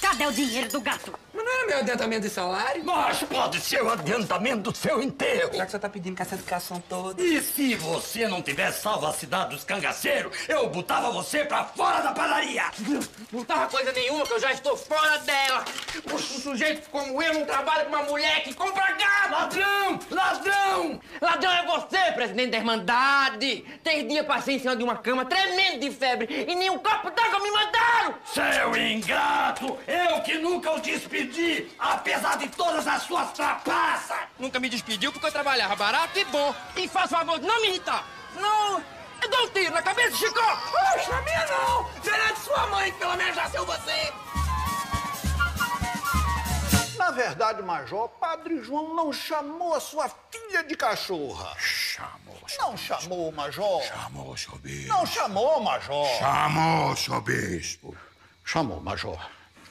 [SPEAKER 7] Cadê o dinheiro do gato?
[SPEAKER 2] Mas não era meu adiantamento de salário?
[SPEAKER 1] Mas pode ser o adiantamento do seu enterro.
[SPEAKER 2] Já que você tá pedindo com essa educação toda.
[SPEAKER 1] E se você não tivesse salvo a cidade dos cangaceiros, eu botava você pra fora da padaria.
[SPEAKER 15] Não tava coisa nenhuma que eu já estou fora dela. Um sujeito como eu não trabalha com uma mulher que compra gato.
[SPEAKER 1] Ladrão! Ladrão!
[SPEAKER 15] Ladrão é você, presidente da Irmandade. Três dias passei em cima de uma cama, tremendo de febre, e nem um copo d'água me mandaram.
[SPEAKER 1] Seu ingrato! Eu que nunca o despedi, apesar de todas as suas trapaças!
[SPEAKER 2] Nunca me despediu porque eu trabalhava barato e bom. E faz favor de não me irritar. Não, eu dou um tiro na cabeça, Chico!
[SPEAKER 1] Puxa, na minha não! Será de sua mãe que pelo menos nasceu você!
[SPEAKER 19] Na verdade, Major, Padre João não chamou a sua filha de cachorra.
[SPEAKER 22] Chamou.
[SPEAKER 19] Não chamou, Major.
[SPEAKER 22] Chamou, seu bispo.
[SPEAKER 19] Não chamou, Major.
[SPEAKER 22] Chamou, seu bispo.
[SPEAKER 19] Chamou, Major.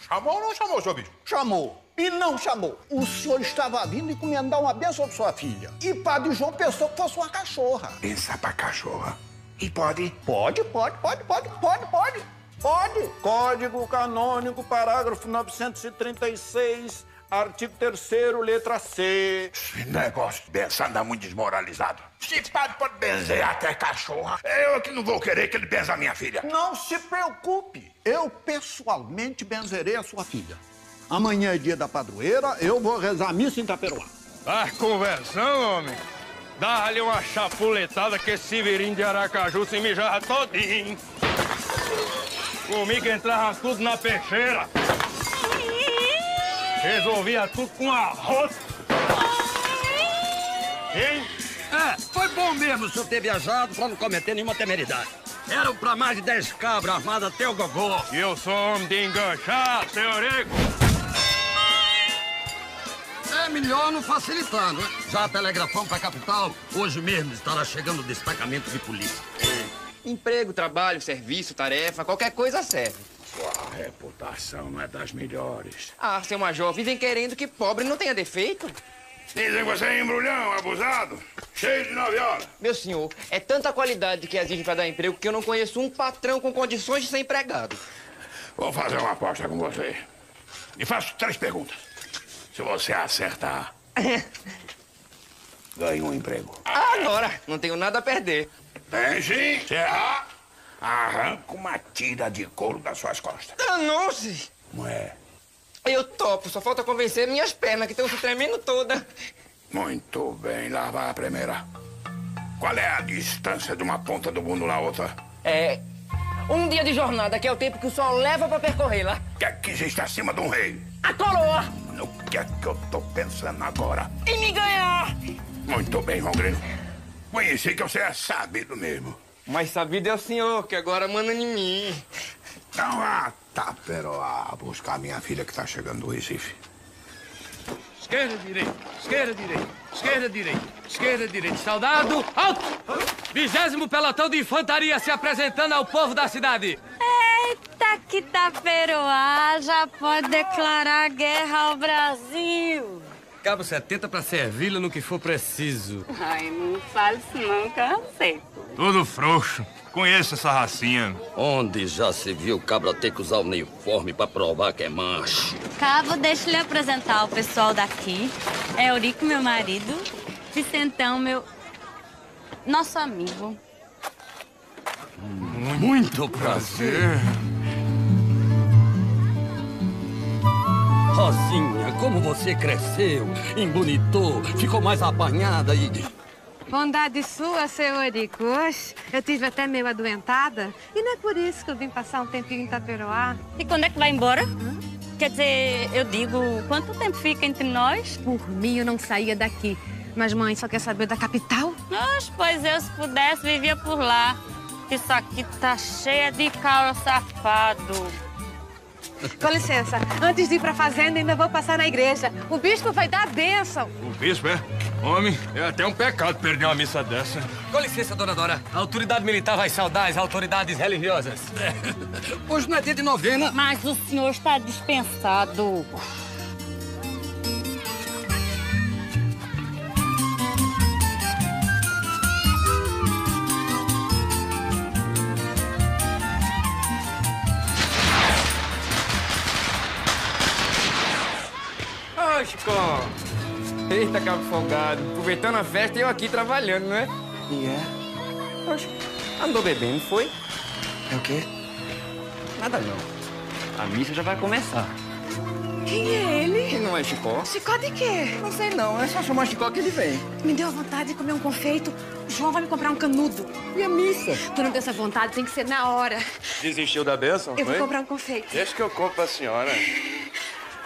[SPEAKER 22] Chamou ou não chamou, seu bispo?
[SPEAKER 19] Chamou. E não chamou. O senhor estava vindo encomendar uma benção para sua filha. E padre João pensou que fosse uma cachorra.
[SPEAKER 22] Benção para cachorra. E pode?
[SPEAKER 19] Pode, pode, pode, pode, pode, pode. Pode. Código Canônico, parágrafo 936, artigo 3 letra C.
[SPEAKER 22] Esse negócio de benção anda muito desmoralizado. Se padre pode benzer até cachorra,
[SPEAKER 16] é
[SPEAKER 22] eu que não vou querer que ele benza a minha filha.
[SPEAKER 19] Não se preocupe. Eu pessoalmente benzerei a sua filha. Amanhã é dia da padroeira, eu vou rezar a missa em Itaperuá.
[SPEAKER 32] Tá conversando, homem? Dá-lhe uma chapuletada que esse Severino de Aracaju se mijava todinho. Comigo entrava tudo na peixeira. Resolvia tudo com arroz. Hein?
[SPEAKER 3] É, foi bom mesmo o senhor ter viajado pra não cometer nenhuma temeridade. Eram pra mais de 10 cabras armadas até o gogó.
[SPEAKER 32] E eu sou um homem de enganchar, senhorico.
[SPEAKER 3] É melhor não facilitar, né? Já telegrafamos pra capital. Hoje mesmo estará chegando o destacamento de polícia.
[SPEAKER 2] Emprego, trabalho, serviço, tarefa, qualquer coisa serve.
[SPEAKER 22] Sua reputação não é das melhores.
[SPEAKER 2] Ah, seu Major, vivem querendo que pobre não tenha defeito.
[SPEAKER 16] Dizem que você é embrulhão, abusado, cheio de nove horas.
[SPEAKER 2] Meu senhor, é tanta qualidade que exige para dar emprego que eu não conheço um patrão com condições de ser empregado.
[SPEAKER 16] Vou fazer uma aposta com você. E faço três perguntas. Se você acertar, ganha um emprego.
[SPEAKER 2] Agora, não tenho nada a perder.
[SPEAKER 16] Tem sim. Se errar, arranca uma tira de couro das suas costas.
[SPEAKER 2] Danou-se.
[SPEAKER 16] Não é?
[SPEAKER 2] Eu topo, só falta convencer minhas pernas, que estão se tremendo toda.
[SPEAKER 16] Muito bem, lá vai a primeira. Qual é a distância de uma ponta do mundo na outra?
[SPEAKER 2] É. Um dia de jornada, que é o tempo que o sol leva para percorrê-la.
[SPEAKER 16] O que é que existe acima de um rei?
[SPEAKER 2] A coroa!
[SPEAKER 16] O que é que eu tô pensando agora?
[SPEAKER 2] Em me ganhar!
[SPEAKER 16] Muito bem, João Grilo. reconhecer que você é sabido mesmo.
[SPEAKER 2] Mas sabido é o senhor, que agora manda em mim.
[SPEAKER 16] Então vá, Taperoá, ah, buscar minha filha que tá chegando do Recife.
[SPEAKER 33] Esquerda, direita, esquerda, direita, esquerda, direita, esquerda, direita. Soldado, alto! Vigésimo pelotão de infantaria se apresentando ao povo da cidade.
[SPEAKER 8] Eita, que taperoá! Já pode declarar guerra ao Brasil!
[SPEAKER 33] Cabo 70 pra servi-lo no que for preciso.
[SPEAKER 8] Ai, não fale isso não, que eu aceito.
[SPEAKER 32] Tudo frouxo. Conheço essa racinha.
[SPEAKER 21] Onde já se viu cabra ter que usar uniforme pra provar que é macho?
[SPEAKER 34] Cabo, deixa eu lhe apresentar o pessoal daqui. É Eurico, meu marido. Vicentão, meu. Nosso amigo.
[SPEAKER 21] Muito prazer. Rosinha, como você cresceu, embonitou, ficou mais apanhada e.
[SPEAKER 35] Bondade sua, seu Eurico. Hoje eu tive até meio adoentada. E não é por isso que eu vim passar um tempinho em Taperoá.
[SPEAKER 34] E quando é que vai embora? Quer dizer, eu digo, quanto tempo fica entre nós?
[SPEAKER 35] Por mim, eu não saía daqui. Mas mãe só quer saber da capital?
[SPEAKER 34] Nós, pois eu, se pudesse, vivia por lá. Isso aqui tá cheia de caura safado.
[SPEAKER 35] Com licença, antes de ir pra fazenda, ainda vou passar na igreja. O bispo vai dar a bênção.
[SPEAKER 32] O bispo é? Homem, é até um pecado perder uma missa dessa.
[SPEAKER 33] Com licença, dona Dora. A autoridade militar vai saudar as autoridades religiosas.
[SPEAKER 21] Hoje não é dia de novena.
[SPEAKER 34] Mas o senhor está dispensado.
[SPEAKER 2] Ô, Chico! Eita, cabo folgado. Aproveitando a festa e eu aqui trabalhando, não é?
[SPEAKER 10] E
[SPEAKER 2] é? Oxe, andou bebendo, foi?
[SPEAKER 10] É o quê?
[SPEAKER 2] Nada não. A missa já vai começar.
[SPEAKER 35] Quem é
[SPEAKER 2] E
[SPEAKER 35] ele?
[SPEAKER 2] não é Chicó?
[SPEAKER 35] Chicó de quê? Não sei não, é só chamar Chicó que ele vem. Me deu vontade de comer um confeito. João vai me comprar um canudo. E a missa? Quando deu essa vontade, tem que ser na hora.
[SPEAKER 32] Desistiu da bênção?
[SPEAKER 35] Eu vou comprar um confeito.
[SPEAKER 32] Deixa que eu compro pra senhora.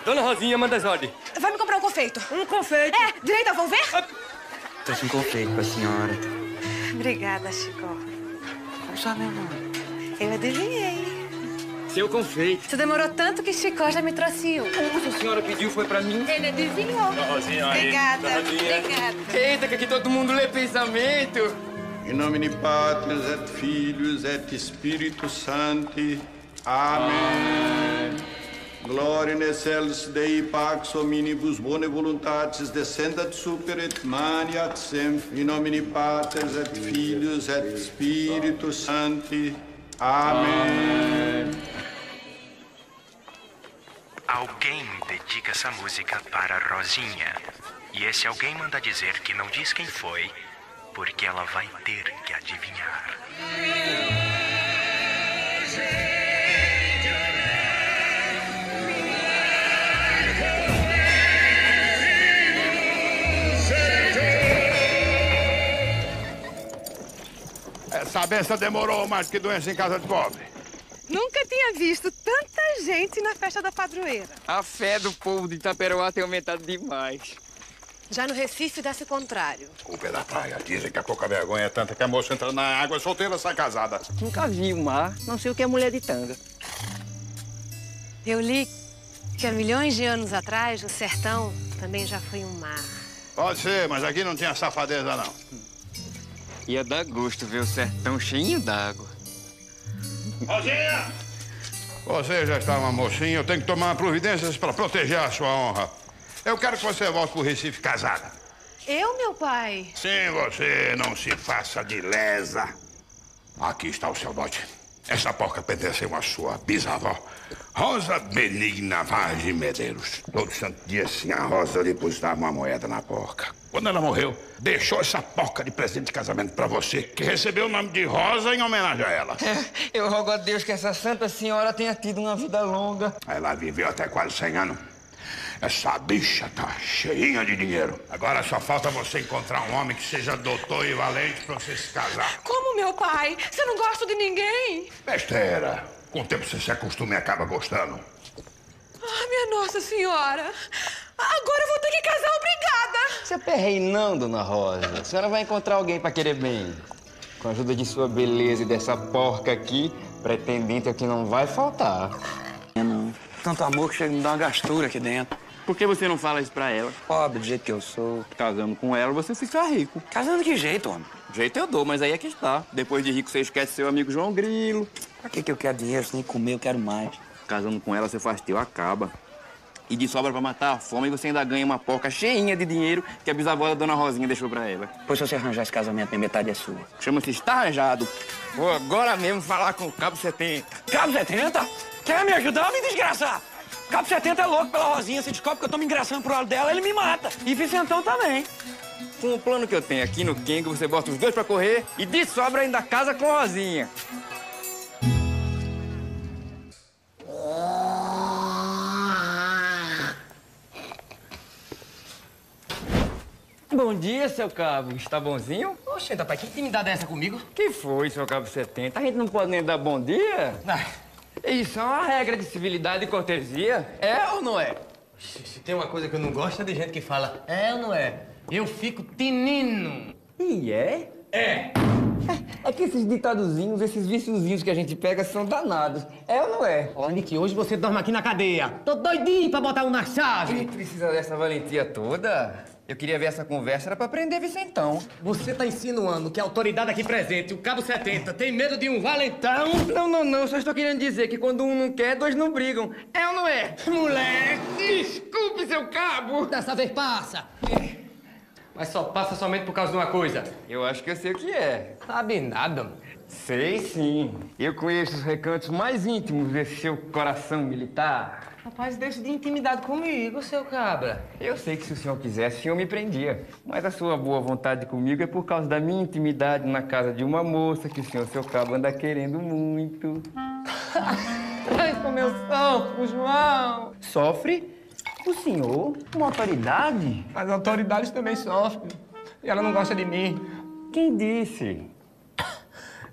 [SPEAKER 33] Dona Rosinha, manda as ordens.
[SPEAKER 35] Vai me comprar um confeito. Um confeito? É, direita, vão ver?
[SPEAKER 10] Trouxe um confeito pra senhora.
[SPEAKER 35] Obrigada, Chicó.
[SPEAKER 10] Como
[SPEAKER 35] né,
[SPEAKER 10] sabe meu nome?
[SPEAKER 35] Eu adivinhei.
[SPEAKER 33] Seu confeito.
[SPEAKER 35] Você demorou tanto que Chicó já me trouxe um.
[SPEAKER 2] A senhora pediu, foi pra mim?
[SPEAKER 35] Ele adivinhou.
[SPEAKER 2] Rosinha,
[SPEAKER 35] aí. Obrigada,
[SPEAKER 2] Rosinha.
[SPEAKER 35] obrigada.
[SPEAKER 2] Eita, que aqui todo mundo lê pensamento.
[SPEAKER 36] Em nome de Patris et Filhos et Espírito Santi. Amém. Glória in excelsis Dei pax hominibus bone voluntatis descendat super et maniat semper. In nomine Patris et Filhos et Espírito Santi. Amém.
[SPEAKER 37] Alguém dedica essa música para a Rosinha. E esse alguém manda dizer que não diz quem foi, porque ela vai ter que adivinhar.
[SPEAKER 16] Essa benção demorou mais que doença em casa de pobre.
[SPEAKER 35] Nunca tinha visto tanta gente na festa da padroeira.
[SPEAKER 2] A fé do povo de Itaperuá tem aumentado demais.
[SPEAKER 35] Já no Recife dá-se o contrário.
[SPEAKER 16] Culpa é da praia. Dizem que a pouca vergonha é tanta que a moça entra na água solteira sai casada.
[SPEAKER 2] Nunca vi o mar, não sei o que é mulher de tanga.
[SPEAKER 35] Eu li que há milhões de anos atrás o sertão também já foi um mar.
[SPEAKER 16] Pode ser, mas aqui não tinha safadeza, não.
[SPEAKER 2] Ia dar gosto ver o sertão cheinho d'água.
[SPEAKER 16] Rosinha! Você já está uma mocinha, eu tenho que tomar providências para proteger a sua honra. Eu quero que você volte pro Recife casada.
[SPEAKER 35] Eu, meu pai?
[SPEAKER 16] Sim, você não se faça de lesa. Aqui está o seu dote. Essa porca pertenceu à sua bisavó, Rosa Benigna Vaz de Medeiros. Todo santo dia, sim, a Rosa depositava uma moeda na porca. Quando ela morreu, deixou essa porca de presente de casamento para você, que recebeu o nome de Rosa em homenagem a ela.
[SPEAKER 2] Eu rogo a Deus que essa santa senhora tenha tido uma vida longa.
[SPEAKER 16] Ela viveu até quase 100 anos. Essa bicha tá cheinha de dinheiro. Agora só falta você encontrar um homem que seja doutor e valente pra você se casar.
[SPEAKER 35] Como, meu pai? Você não gosta de ninguém?
[SPEAKER 16] Besteira. Com o tempo você se acostuma e acaba gostando.
[SPEAKER 35] Ah, minha Nossa Senhora! Agora eu vou ter que casar, obrigada!
[SPEAKER 2] se aperrei não, dona tá Rosa. A senhora vai encontrar alguém pra querer bem. Com a ajuda de sua beleza e dessa porca aqui, pretendente é o que não vai faltar.
[SPEAKER 38] É, Tanto amor que chega a me dar uma gastura aqui dentro. Por que você não fala isso pra ela? Pobre, do jeito que eu sou. Casando com ela, você fica rico. Casando que jeito, homem? Jeito eu dou, mas aí é que está. Depois de rico, você esquece seu amigo João Grilo. Pra que, que eu quero dinheiro se nem comer eu quero mais? Casando com ela, você faz teu, acaba. E de sobra pra matar a fome, você ainda ganha uma porca cheinha de dinheiro que a bisavó da Dona Rosinha deixou pra ela. Pois se você arranjar esse casamento, minha metade é sua. Chama-se está arranjado. Vou agora mesmo falar com o Cabo 70.
[SPEAKER 39] Cabo 70? Quer me ajudar ou me desgraçar? Cabo 70 é louco pela Rosinha. Se descobre que eu tô me engraçando pro lado dela, ele me mata. E Vicentão também.
[SPEAKER 2] Com o plano que eu tenho aqui no King, você bota os dois pra correr e de sobra ainda casa com Rosinha. Bom dia, seu cabo. Está bonzinho? Oxe, papai, que intimidade é essa comigo? Que foi, seu cabo 70? A gente não pode nem dar bom dia? Isso é uma regra de civilidade e cortesia. É ou não é?
[SPEAKER 1] Se tem uma coisa que eu não gosto é de gente que fala é ou não é. Eu fico tinino.
[SPEAKER 2] E é? É. É que esses ditadozinhos, esses viciozinhos que a gente pega são danados. É ou não é?
[SPEAKER 1] Olha que hoje você dorme aqui na cadeia. Tô doidinho pra botar um na chave.
[SPEAKER 2] Quem precisa dessa valentia toda? Eu queria ver essa conversa, era pra então. prender Vicentão.
[SPEAKER 1] Você tá insinuando que a autoridade aqui presente, o Cabo 70, tem medo de um valentão?
[SPEAKER 2] Não, não, não. Só estou querendo dizer que quando um não quer, dois não brigam. É ou não é? Moleque! Desculpe, seu cabo!
[SPEAKER 1] Dessa vez passa! Mas só passa somente por causa de uma coisa.
[SPEAKER 2] Eu acho que eu sei o que é.
[SPEAKER 1] Sabe nada, mano.
[SPEAKER 2] Sei sim. Eu conheço os recantos mais íntimos desse seu coração militar.
[SPEAKER 1] Rapaz, deixa de intimidade comigo, seu cabra.
[SPEAKER 2] Eu sei que se o senhor quisesse, o senhor me prendia. Mas a sua boa vontade comigo é por causa da minha intimidade na casa de uma moça que o senhor, seu cabo, anda querendo muito.
[SPEAKER 1] Traz com meu santo, João.
[SPEAKER 2] Sofre o senhor, uma autoridade?
[SPEAKER 1] As autoridades também sofrem. E ela não gosta de mim.
[SPEAKER 2] Quem disse?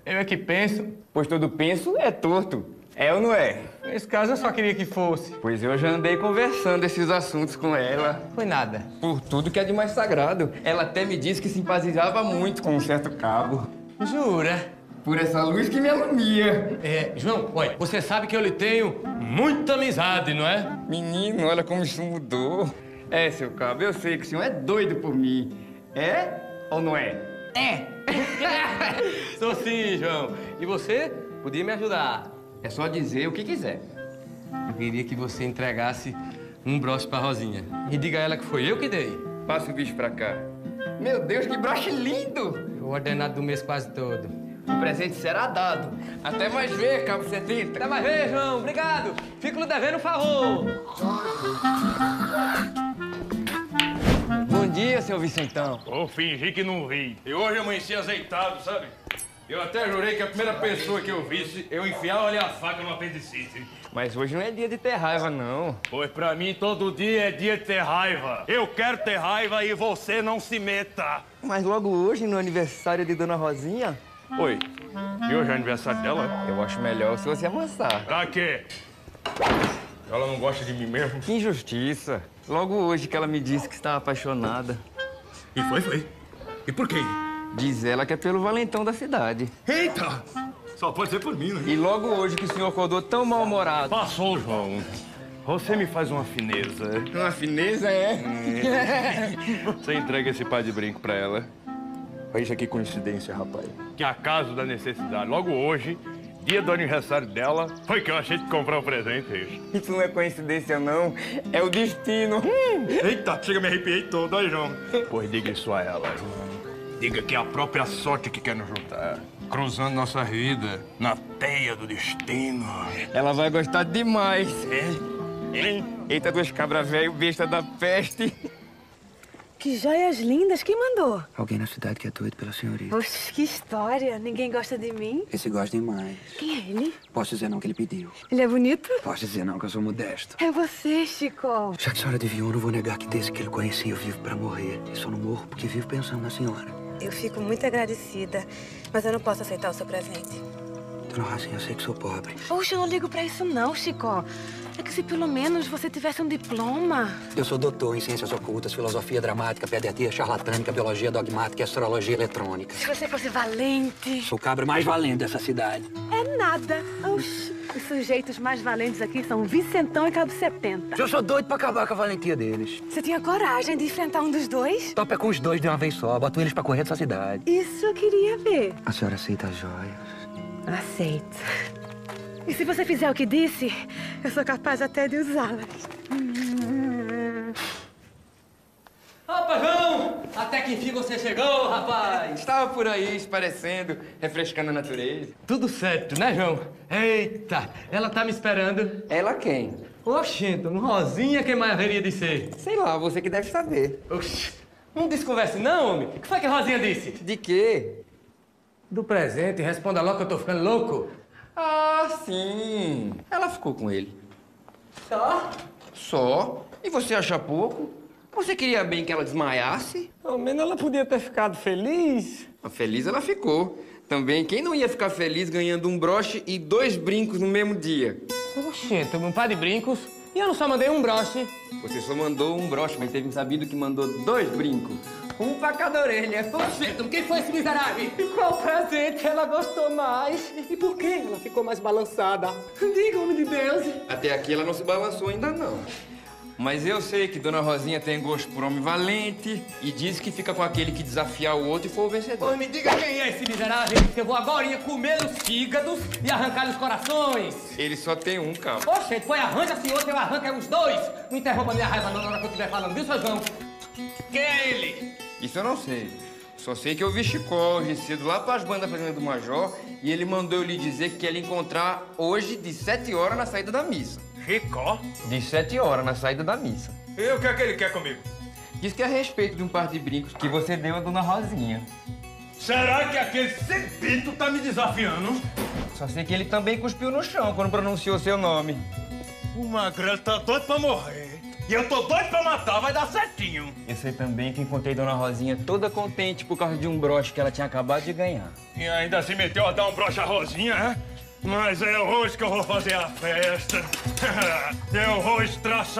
[SPEAKER 1] Eu é que penso.
[SPEAKER 2] Pois todo penso é torto. É ou não é?
[SPEAKER 1] Nesse caso, eu só queria que fosse.
[SPEAKER 2] Pois eu já andei conversando esses assuntos com ela.
[SPEAKER 1] Foi nada.
[SPEAKER 2] Por tudo que é de mais sagrado. Ela até me disse que simpatizava muito com um certo cabo.
[SPEAKER 1] Jura?
[SPEAKER 2] Por essa luz que me alumia.
[SPEAKER 1] É, João, olha, você sabe que eu lhe tenho muita amizade, não é?
[SPEAKER 2] Menino, olha como isso mudou. É, seu cabo, eu sei que o senhor é doido por mim. É ou não é?
[SPEAKER 1] É. Sou sim, João. E você podia me ajudar.
[SPEAKER 2] É só dizer o que quiser.
[SPEAKER 1] Eu queria que você entregasse um broche pra Rosinha. E diga a ela que foi eu que dei.
[SPEAKER 2] Passa o bicho pra cá. Meu Deus, que broche lindo!
[SPEAKER 1] O ordenado do mês quase todo.
[SPEAKER 2] O presente será dado. Até mais ver, Cabo 70.
[SPEAKER 1] Até mais ver, João. Obrigado. Fico lhe devendo um favor.
[SPEAKER 2] Bom dia, seu Vicentão.
[SPEAKER 3] Vou fingir que não ri. E hoje eu amanheci azeitado, sabe? Eu até jurei que a primeira pessoa que eu visse, eu enfiava ali a faca no apendicite.
[SPEAKER 2] Mas hoje não é dia de ter raiva, não.
[SPEAKER 3] Pois pra mim todo dia é dia de ter raiva. Eu quero ter raiva e você não se meta.
[SPEAKER 2] Mas logo hoje, no aniversário de Dona Rosinha...
[SPEAKER 3] Oi, e hoje é aniversário dela?
[SPEAKER 2] Eu acho melhor se você amassar.
[SPEAKER 3] Pra quê? Ela não gosta de mim mesmo?
[SPEAKER 2] Que injustiça. Logo hoje que ela me disse que estava apaixonada.
[SPEAKER 3] E foi, foi. E por quê?
[SPEAKER 2] Diz ela que é pelo valentão da cidade.
[SPEAKER 3] Eita! Só pode ser por mim, né?
[SPEAKER 2] E logo hoje que o senhor acordou tão mal-humorado.
[SPEAKER 3] Passou, João. Você me faz uma fineza.
[SPEAKER 2] Uma fineza é?
[SPEAKER 3] Você entrega esse par de brinco pra ela. Olha isso aqui, coincidência, rapaz. Que acaso da necessidade. Logo hoje, dia do aniversário dela, foi que eu achei de comprar o um presente.
[SPEAKER 2] Isso não é coincidência, não. É o destino. Hum.
[SPEAKER 3] Eita, chega, me arrepiei todo. Aí, João. Pois diga isso a ela, Diga que é a própria sorte que quer nos juntar. Cruzando nossa vida na teia do destino.
[SPEAKER 2] Ela vai gostar demais. É? É? Eita, dois cabra velho, besta da peste.
[SPEAKER 35] Que joias lindas, quem mandou?
[SPEAKER 4] Alguém na cidade que é doido pela senhorita.
[SPEAKER 35] Poxa, que história. Ninguém gosta de mim.
[SPEAKER 4] Esse gosta demais.
[SPEAKER 35] Quem é ele?
[SPEAKER 4] Posso dizer não que ele pediu.
[SPEAKER 35] Ele é bonito?
[SPEAKER 4] Posso dizer não que eu sou modesto.
[SPEAKER 35] É você, Chico.
[SPEAKER 4] Já que a senhora adivinhou, eu não vou negar que desde que ele conheci eu vivo pra morrer. E só não morro porque vivo pensando na senhora.
[SPEAKER 35] Eu fico muito agradecida, mas eu não posso aceitar o seu presente.
[SPEAKER 4] Dona Rosinha, eu sei que sou pobre.
[SPEAKER 35] Poxa, eu não ligo pra isso não, Chico. É que se pelo menos você tivesse um diploma.
[SPEAKER 4] Eu sou doutor em ciências ocultas, filosofia dramática, pediatria charlatânica, biologia dogmática e astrologia eletrônica.
[SPEAKER 35] Se você fosse valente.
[SPEAKER 4] Sou o cabra mais valente dessa cidade.
[SPEAKER 35] É nada. Oxi. Os sujeitos mais valentes aqui são Vicentão e Cabo 70.
[SPEAKER 4] Eu sou doido pra acabar com a valentia deles.
[SPEAKER 35] Você tinha coragem de enfrentar um dos dois?
[SPEAKER 4] Topa com os dois de uma vez só, boto eles pra correr dessa cidade.
[SPEAKER 35] Isso eu queria ver.
[SPEAKER 4] A senhora aceita a joia?
[SPEAKER 35] Aceito. E se você fizer o que disse, eu sou capaz até de usá-las.
[SPEAKER 2] Ó, Pavão!
[SPEAKER 1] Até que enfim você chegou, rapaz!
[SPEAKER 2] Estava por aí, esparecendo, refrescando a natureza.
[SPEAKER 1] Tudo certo, né, João? Eita, ela tá me esperando.
[SPEAKER 2] Ela quem?
[SPEAKER 1] Oxenton, Rosinha quem mais haveria de ser?
[SPEAKER 2] Sei lá, você que deve saber.
[SPEAKER 1] Oxi, não desconverse não, homem. O que foi que a Rosinha disse?
[SPEAKER 2] De quê?
[SPEAKER 1] Do presente, responda logo que eu tô ficando louco.
[SPEAKER 2] Ah, sim. Ela ficou com ele.
[SPEAKER 1] Só?
[SPEAKER 2] Só? E você acha pouco? Você queria bem que ela desmaiasse?
[SPEAKER 1] Ao menos ela podia ter ficado feliz.
[SPEAKER 2] Ah, Feliz ela ficou. Também, quem não ia ficar feliz ganhando um broche e dois brincos no mesmo dia?
[SPEAKER 1] Oxenton, um par de brincos. E eu não só mandei um broche.
[SPEAKER 2] Você só mandou um broche, mas teve um sabido que mandou dois brincos. Um pra cada orelha.
[SPEAKER 1] Oxenton, quem foi esse miserável?
[SPEAKER 2] E qual presente ela gostou mais? E por que ela ficou mais balançada? Diga, homem de Deus. Até aqui ela não se balançou ainda não. Mas eu sei que Dona Rosinha tem gosto por homem valente e diz que fica com aquele que desafiar o outro e for o vencedor.
[SPEAKER 1] Pois me diga quem é esse miserável, que eu vou agora comer os fígados e arrancar os corações.
[SPEAKER 2] Ele só tem um, cara.
[SPEAKER 1] Oxente, foi arranja-se outro, eu arranco os dois. Não interrompa minha raiva não na hora que eu estiver falando, viu, seu João? Quem é ele?
[SPEAKER 2] Isso eu não sei. Só sei que eu vi Chicó hoje cedo lá pras bandas fazenda do Major e ele mandou eu lhe dizer que ia lhe encontrar hoje de 7 horas na saída da missa.
[SPEAKER 40] Chicó?
[SPEAKER 2] De 7 horas na saída da missa.
[SPEAKER 40] E o que é que ele quer comigo?
[SPEAKER 2] Diz que é a respeito de um par de brincos que você deu a Dona Rosinha.
[SPEAKER 40] Será que aquele cempito tá me desafiando?
[SPEAKER 2] Só sei que ele também cuspiu no chão quando pronunciou seu nome.
[SPEAKER 40] O magrelo tá doido pra morrer. E eu tô doido pra matar, vai dar certinho.
[SPEAKER 2] Eu sei também que encontrei Dona Rosinha toda contente por causa de um broche que ela tinha acabado de ganhar.
[SPEAKER 40] E ainda se meteu a dar um broche à Rosinha, né? Mas é hoje que eu vou fazer a festa. É eu vou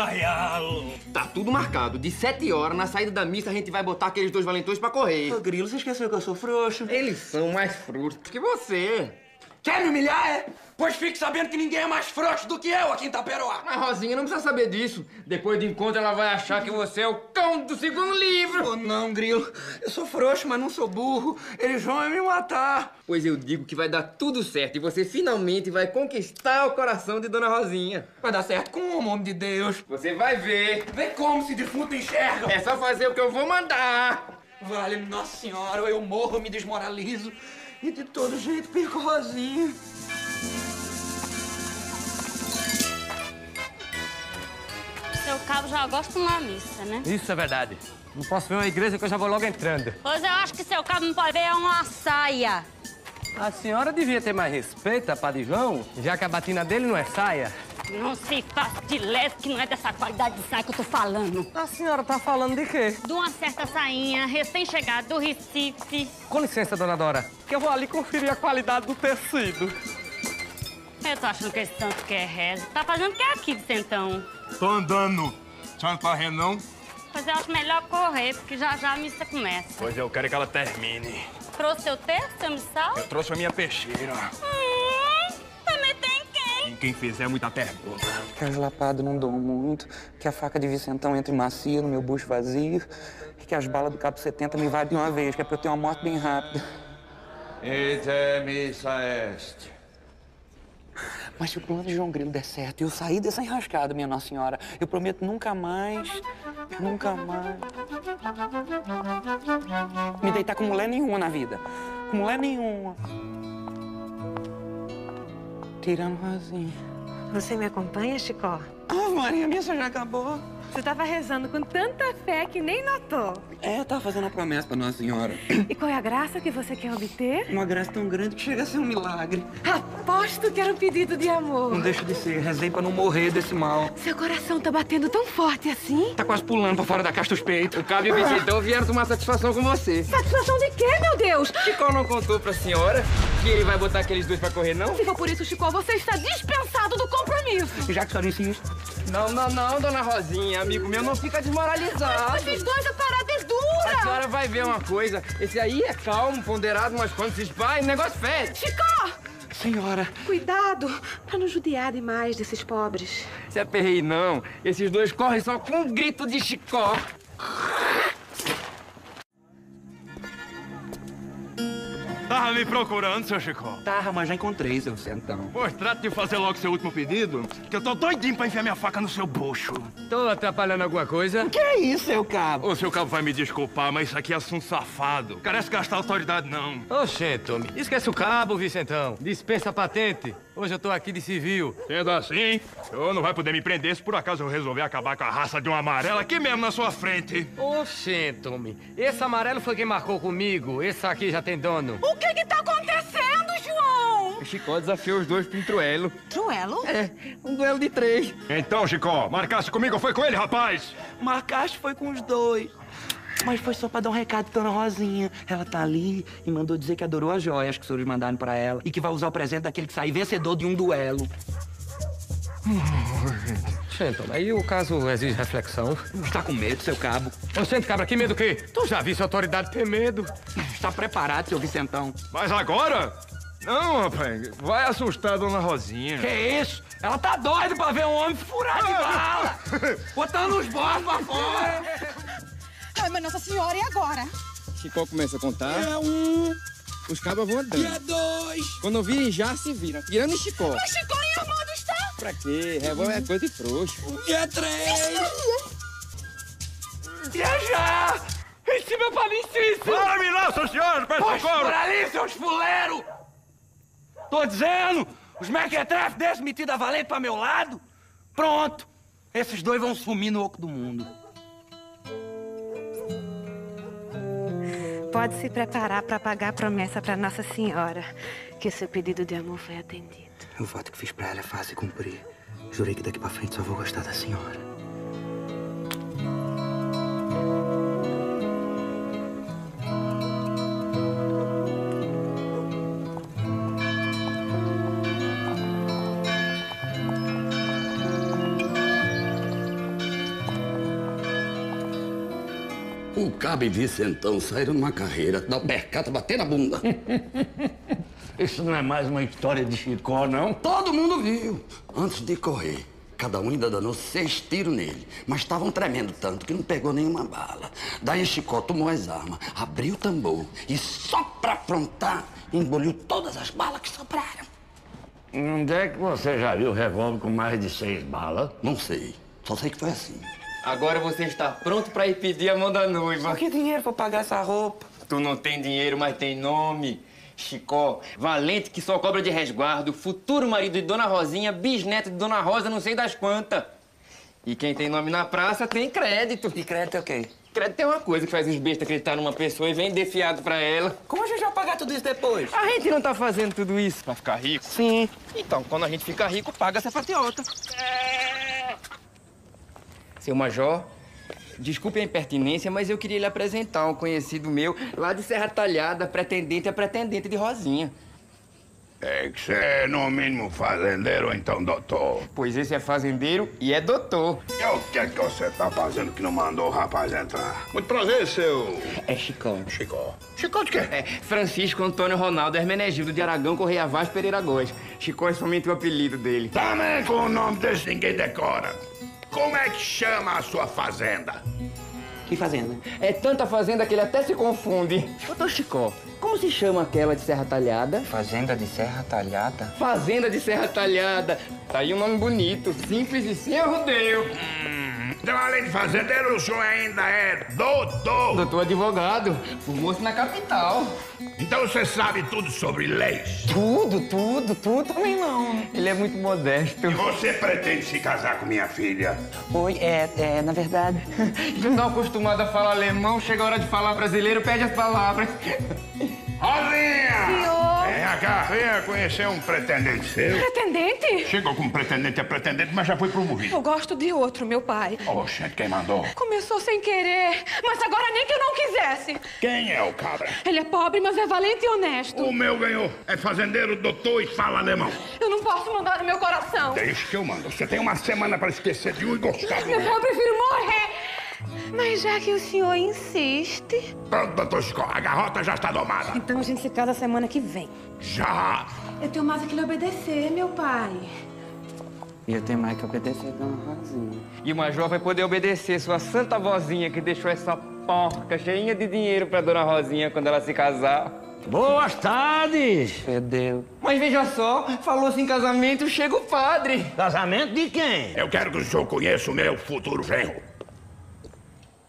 [SPEAKER 40] estraçaiá-lo.
[SPEAKER 2] Tá tudo marcado. De 7 horas, na saída da missa, a gente vai botar aqueles dois valentões pra correr. Ô, Grilo, você esqueceu que eu sou frouxo? Eles são mais frouxos que você.
[SPEAKER 41] Quer me humilhar, é? Pois fique sabendo que ninguém é mais frouxo do que eu aqui em Taperoá.
[SPEAKER 2] Mas Rosinha não precisa saber disso. Depois do encontro, ela vai achar que você é o cão do segundo livro.
[SPEAKER 41] Oh, não, Grilo. Eu sou frouxo, mas não sou burro. Eles vão é me matar.
[SPEAKER 2] Pois eu digo que vai dar tudo certo e você finalmente vai conquistar o coração de Dona Rosinha.
[SPEAKER 41] Vai dar certo como, homem de Deus?
[SPEAKER 2] Você vai ver.
[SPEAKER 41] Vê como se defunto enxerga.
[SPEAKER 2] É só fazer o que eu vou mandar.
[SPEAKER 41] Vale, nossa senhora, eu morro, me desmoralizo. E de todo jeito perco Rosinha.
[SPEAKER 8] Seu cabo já gosta de uma missa, né?
[SPEAKER 1] Isso é verdade. Não posso ver uma igreja que eu já vou logo entrando.
[SPEAKER 8] Pois eu acho que seu cabo não pode ver é uma saia.
[SPEAKER 1] A senhora devia ter mais respeito, a Padre João, já que a batina dele não é saia.
[SPEAKER 8] Não se faça de leve que não é dessa qualidade de saia que eu tô falando.
[SPEAKER 1] A senhora tá falando de quê?
[SPEAKER 8] De uma certa sainha, recém-chegada do Recife.
[SPEAKER 1] Com licença, dona Dora, que eu vou ali conferir a qualidade do tecido.
[SPEAKER 8] Eu tô achando que esse santo quer reza. Tá fazendo o que aqui, Vicentão?
[SPEAKER 40] Tô andando. Você não tá correndo, não?
[SPEAKER 8] Pois eu acho melhor correr, porque já já a missa começa.
[SPEAKER 40] Pois eu quero que ela termine.
[SPEAKER 8] Trouxe seu texto, seu missal?
[SPEAKER 40] Eu trouxe a minha peixeira.
[SPEAKER 8] Hum, também tem quem?
[SPEAKER 40] E quem fizer muita pergunta.
[SPEAKER 4] Quero lapado, não dou muito. Que a faca de Vicentão entre macia no meu bucho vazio. E que as balas do cabo 70 me vadem de uma vez, que é pra eu ter uma morte bem rápida.
[SPEAKER 3] Ite missa est.
[SPEAKER 4] Mas se o plano de João Grilo der certo e eu sair dessa enrascada, minha Nossa Senhora, eu prometo nunca mais, nunca mais, me deitar com mulher nenhuma na vida. Com mulher nenhuma. Tirando Rosinha.
[SPEAKER 35] Você me acompanha, Chicó?
[SPEAKER 4] Ah, Maria, a missa já acabou.
[SPEAKER 35] Você tava rezando com tanta fé que nem notou.
[SPEAKER 42] É, eu tava fazendo uma promessa pra Nossa Senhora.
[SPEAKER 35] E qual é a graça que você quer obter?
[SPEAKER 42] Uma graça tão grande que chega a ser um milagre.
[SPEAKER 35] Aposto que era um pedido de amor.
[SPEAKER 42] Não deixa de ser, rezei pra não morrer desse mal.
[SPEAKER 35] Seu coração tá batendo tão forte assim?
[SPEAKER 42] Tá quase pulando pra fora da caixa dos peitos. O
[SPEAKER 2] Cabo e o Benfeitor vieram tomar satisfação com você.
[SPEAKER 35] Satisfação de quê, meu Deus?
[SPEAKER 2] Chicó não contou pra senhora que ele vai botar aqueles dois pra correr, não?
[SPEAKER 35] Se for por isso, Chico, você está dispensado do compromisso.
[SPEAKER 42] Já que a senhora insiste.
[SPEAKER 2] Não, não, não, dona Rosinha. Amigo meu, não fica desmoralizado.
[SPEAKER 35] Mas esses dois, a parada é
[SPEAKER 2] A
[SPEAKER 35] dura.
[SPEAKER 2] senhora vai ver um- uma coisa. Esse aí é calmo, ponderado, mas quando se espalha, o negócio fede.
[SPEAKER 35] Chico!
[SPEAKER 42] Senhora.
[SPEAKER 35] Cuidado, pra não judiar demais desses pobres.
[SPEAKER 2] Se aperrei, não. Esses dois correm só com um grito de Chicó.
[SPEAKER 1] Tava me procurando, seu Chicó.
[SPEAKER 42] Tá, mas já encontrei, seu sentão.
[SPEAKER 1] Pois, trate de fazer logo seu último pedido, que eu tô doidinho pra enfiar minha faca no seu bucho.
[SPEAKER 10] Tô atrapalhando alguma coisa?
[SPEAKER 42] Que é isso, seu cabo?
[SPEAKER 1] Ô, seu cabo vai me desculpar, mas isso aqui é assunto safado. Carece gastar autoridade, não.
[SPEAKER 10] Oxento, esquece o cabo, Vicentão. Dispensa a patente. Hoje eu tô aqui de civil.
[SPEAKER 1] Sendo assim, eu não vai poder me prender se por acaso eu resolver acabar com a raça de um amarelo aqui mesmo na sua frente.
[SPEAKER 10] Oxento, esse amarelo foi quem marcou comigo. Esse aqui já tem dono.
[SPEAKER 7] O que que tá acontecendo, João?
[SPEAKER 2] Chicó desafiou os dois pra um truelo.
[SPEAKER 7] Truelo?
[SPEAKER 2] É, um duelo de três.
[SPEAKER 1] Então, Chicó, marcasse comigo ou foi com ele, rapaz?
[SPEAKER 4] Marcaste foi com os dois. Mas foi só pra dar um recado pra Dona Rosinha. Ela tá ali e mandou dizer que adorou as joias que os senhores mandaram pra ela e que vai usar o presente daquele que sair vencedor de um duelo.
[SPEAKER 10] Oxento, aí o caso exige reflexão.
[SPEAKER 4] Tá
[SPEAKER 42] Está com medo, seu cabo?
[SPEAKER 10] Oxento, cabra, que medo que? Tu já visse a autoridade ter medo.
[SPEAKER 4] Tá
[SPEAKER 42] Está preparado, seu Vicentão?
[SPEAKER 1] Mas agora? Não, rapaz. Vai assustar a dona Rosinha.
[SPEAKER 4] Que isso? Ela tá doida pra ver um homem furado de
[SPEAKER 1] Ah.
[SPEAKER 4] bala! Botando os bordos pra fora!
[SPEAKER 7] Ai, mas Nossa Senhora, e agora?
[SPEAKER 2] Chicó começa a contar.
[SPEAKER 7] É um.
[SPEAKER 2] Os cabos vão andando.
[SPEAKER 7] E é dois.
[SPEAKER 2] Quando virem já, se viram. Tirando Chicó.
[SPEAKER 7] Mas Chico e Armando está?
[SPEAKER 2] Pra quê? Revólver é coisa de frouxo.
[SPEAKER 7] E é três. E é já. Em cima pra mim, Cícero.
[SPEAKER 1] Para-me lá, seu senhor, peço
[SPEAKER 4] Pois
[SPEAKER 1] socorro.
[SPEAKER 4] por ali, seus fuleiros! Tô dizendo! Os mequetrefes desse metido a valente pra meu lado? Pronto! Esses dois vão sumir no oco do mundo.
[SPEAKER 35] Pode se preparar pra pagar a promessa pra Nossa Senhora que seu pedido de amor foi atendido.
[SPEAKER 43] O voto que fiz pra ela é fácil de cumprir. Jurei que daqui pra frente só vou gostar da senhora.
[SPEAKER 3] O Cabo e Vicentão saíram então, numa carreira, da percata bater na bunda. Isso não é mais uma história de Chicó, não? Todo mundo viu. Antes de correr, cada um ainda danou seis tiros nele. Mas estavam tremendo tanto que não pegou nenhuma bala. Daí Chicó tomou as armas, abriu o tambor e só pra afrontar, engoliu todas as balas que sopraram.
[SPEAKER 44] Onde é que você já viu revólver com mais de seis balas?
[SPEAKER 3] Não sei. Só sei que foi assim.
[SPEAKER 2] Agora você está pronto pra ir pedir a mão da noiva.
[SPEAKER 42] Que dinheiro pra pagar essa roupa?
[SPEAKER 2] Tu não tem dinheiro, mas tem nome. Chicó, valente que só cobra de resguardo, futuro marido de Dona Rosinha, bisneto de Dona Rosa, não sei das quantas. E quem tem nome na praça tem crédito. E crédito é o quê? Crédito é uma coisa que faz os bestas acreditar numa pessoa e vender fiado pra ela.
[SPEAKER 4] Como a gente vai pagar tudo isso depois?
[SPEAKER 2] A gente não tá fazendo tudo isso pra ficar rico? Sim. Então, quando a gente fica rico, paga essa fatiota. Seu Major, desculpe a impertinência, mas eu queria lhe apresentar um conhecido meu lá de Serra Talhada, pretendente a pretendente de Rosinha.
[SPEAKER 16] É que você é, no mínimo, fazendeiro ou então doutor.
[SPEAKER 2] Pois esse é fazendeiro e é doutor.
[SPEAKER 16] E o que é que você tá fazendo que não mandou o rapaz entrar? Muito prazer, seu...
[SPEAKER 2] É Chicão.
[SPEAKER 16] Chicó. Chicó de quê?
[SPEAKER 2] É Francisco Antônio Ronaldo Hermenegildo de Aragão Correia Vaz Pereira Góes. Chicó é somente o apelido dele.
[SPEAKER 16] Também com o nome desse ninguém decora. Como é que chama a sua fazenda?
[SPEAKER 2] Que fazenda? É tanta fazenda que ele até se confunde. Doutor Chicó, como se chama aquela de Serra Talhada?
[SPEAKER 42] Fazenda de Serra Talhada?
[SPEAKER 2] Fazenda de Serra Talhada. Tá aí um nome bonito, simples e sem arrudeio.
[SPEAKER 16] Então, além de fazendeiro, o senhor ainda é doutor. Doutor advogado. Formou-se na capital. Então você sabe tudo sobre leis.
[SPEAKER 2] Tudo, tudo, tudo também não.
[SPEAKER 45] né?
[SPEAKER 2] Ele é muito modesto.
[SPEAKER 16] E você pretende se casar com minha filha?
[SPEAKER 2] Oi, é, é, na verdade. Não acostumado a falar alemão, chega a hora de falar brasileiro, pede as palavras.
[SPEAKER 16] Rosinha!
[SPEAKER 46] Senhor!
[SPEAKER 16] Vem cá, venha conhecer um pretendente seu.
[SPEAKER 46] Pretendente?
[SPEAKER 16] Chegou como pretendente a pretendente, mas já foi promovido.
[SPEAKER 46] Eu gosto de outro, meu pai.
[SPEAKER 16] Ô, gente, quem mandou?
[SPEAKER 46] Começou sem querer, mas agora nem que eu não quisesse.
[SPEAKER 16] Quem é o cabra?
[SPEAKER 46] Ele é pobre, mas é valente e honesto.
[SPEAKER 16] O meu ganhou. É fazendeiro, doutor e fala alemão.
[SPEAKER 46] Eu não posso mandar no meu coração.
[SPEAKER 16] Deixa que eu mando. Você tem uma semana pra esquecer de um e gostar do
[SPEAKER 46] Meu pai,
[SPEAKER 16] outro.
[SPEAKER 46] eu prefiro morrer. Mas já que o senhor insiste...
[SPEAKER 16] Pronto, doutor Chico, a garrota já está domada.
[SPEAKER 46] Então a gente se casa semana que vem.
[SPEAKER 16] Já!
[SPEAKER 46] Eu tenho mais a que lhe obedecer, meu pai.
[SPEAKER 2] E eu tenho mais que obedecer, dona Rosinha. E o Major vai poder obedecer sua santa vozinha que deixou essa porca cheinha de dinheiro pra dona Rosinha quando ela se casar. Boas tardes! Fedeu. Mas veja só, falou-se em casamento, chega o padre.
[SPEAKER 16] Casamento de quem? Eu quero que o senhor conheça o meu futuro genro.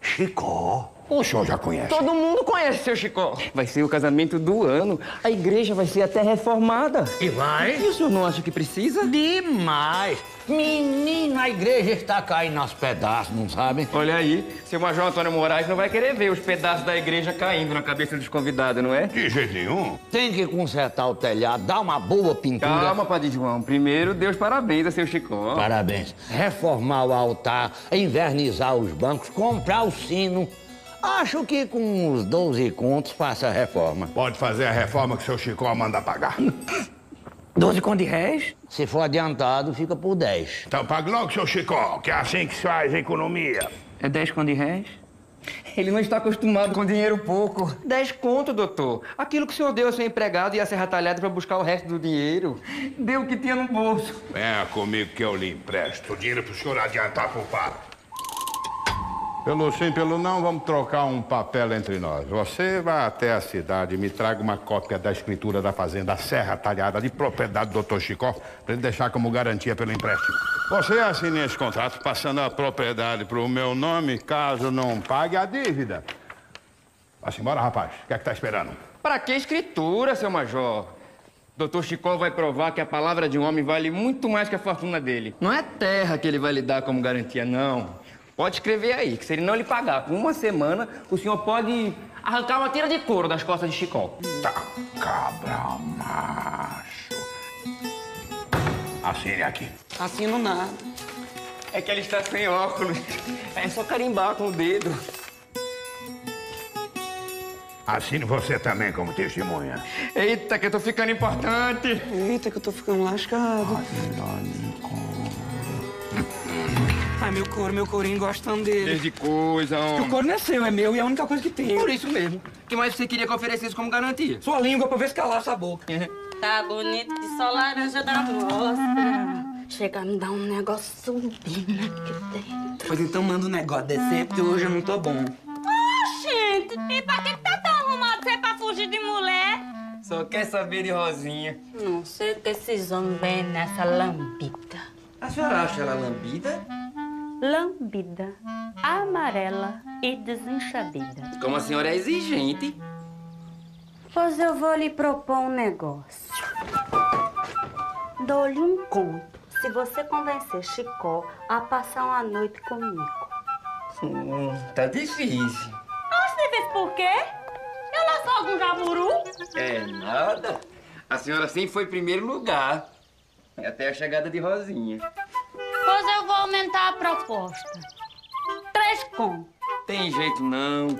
[SPEAKER 16] Chico. O senhor já conhece.
[SPEAKER 2] Todo mundo conhece seu Chicó. Vai ser o casamento do ano. A igreja vai ser até reformada. E vai? E o senhor não acha que precisa? Demais.
[SPEAKER 3] Menino, a igreja está caindo aos pedaços, não sabe?
[SPEAKER 2] Olha aí, seu Major Antônio Moraes não vai querer ver os pedaços da igreja caindo na cabeça dos convidados, não é?
[SPEAKER 16] De jeito nenhum.
[SPEAKER 3] Tem que consertar o telhado, dar uma boa pintura.
[SPEAKER 2] Calma, Padre João. Primeiro, Deus parabéns
[SPEAKER 16] assim,
[SPEAKER 2] a seu Chicó.
[SPEAKER 3] Parabéns. Reformar o altar, invernizar os bancos, comprar o sino. Acho que com uns 12 contos passa a reforma.
[SPEAKER 16] Pode fazer a reforma que seu Chicó manda pagar.
[SPEAKER 3] 12 contos de réis? Se for adiantado, fica por 10.
[SPEAKER 16] Então paga logo, seu Chicó, que é assim que se faz economia.
[SPEAKER 2] É 10 contos de réis? Ele não está acostumado com dinheiro pouco. Dez conto, doutor. Aquilo que o senhor deu ao seu empregado e a serra talhada para buscar o resto do dinheiro. Deu o que tinha no bolso.
[SPEAKER 16] Venha comigo que eu lhe empresto. O dinheiro pro senhor adiantar pro padre.
[SPEAKER 7] Pelo sim, pelo não, vamos trocar um papel entre nós. Você vai até a cidade e me traga uma cópia da escritura da fazenda Serra Talhada de propriedade do Dr. Chicó para ele deixar como garantia pelo empréstimo. Você assina esse contrato passando a propriedade para o meu nome caso não pague a dívida. Vá-se embora, rapaz. O que é que tá esperando?
[SPEAKER 2] Para que escritura, seu major? Doutor Chicó vai provar que a palavra de um homem vale muito mais que a fortuna dele. Não é terra que ele vai lhe dar como garantia, não. Pode escrever aí, que se ele não lhe pagar com uma semana, o senhor pode arrancar uma tira de couro das costas de Chicó.
[SPEAKER 16] Tá, cabra macho. Assine aqui.
[SPEAKER 2] Assino nada. É que ele está sem óculos. É só carimbar com o dedo.
[SPEAKER 16] Assine você também como testemunha.
[SPEAKER 2] Eita, que eu tô ficando importante. Eita, que eu tô ficando lascado.
[SPEAKER 45] Ai, meu couro, meu courinho gostando dele.
[SPEAKER 2] Desde coisa,
[SPEAKER 45] O couro não é seu, é meu e é a única coisa que tenho.
[SPEAKER 2] Por isso mesmo. O que mais você queria que eu oferecesse como garantia?
[SPEAKER 45] Sua língua pra ver se calar essa boca.
[SPEAKER 8] Tá bonito que só laranja da roça. Chega a me dar um negócio subindo aqui dentro.
[SPEAKER 45] Pois então manda um negócio descer, porque hoje eu não tô bom.
[SPEAKER 8] Ah, gente! E pra que que tá tão arrumado você pra fugir de mulher?
[SPEAKER 2] Só quer saber de Rosinha.
[SPEAKER 8] Não sei o que esses homens vêm nessa lambida.
[SPEAKER 2] A senhora acha ela lambida?
[SPEAKER 8] Lambida, amarela e desenxadida.
[SPEAKER 2] Como a senhora é exigente.
[SPEAKER 8] Pois eu vou lhe propor um negócio. Dou-lhe um conto se você convencer Chicó a passar uma noite comigo.
[SPEAKER 2] Hum, tá difícil.
[SPEAKER 8] Acho que vez por quê? Eu lá sou algum jaburu?
[SPEAKER 2] É nada. A senhora sempre foi primeiro lugar. Até a chegada de Rosinha.
[SPEAKER 8] Pois eu vou aumentar a proposta. Três com.
[SPEAKER 2] Tem jeito não.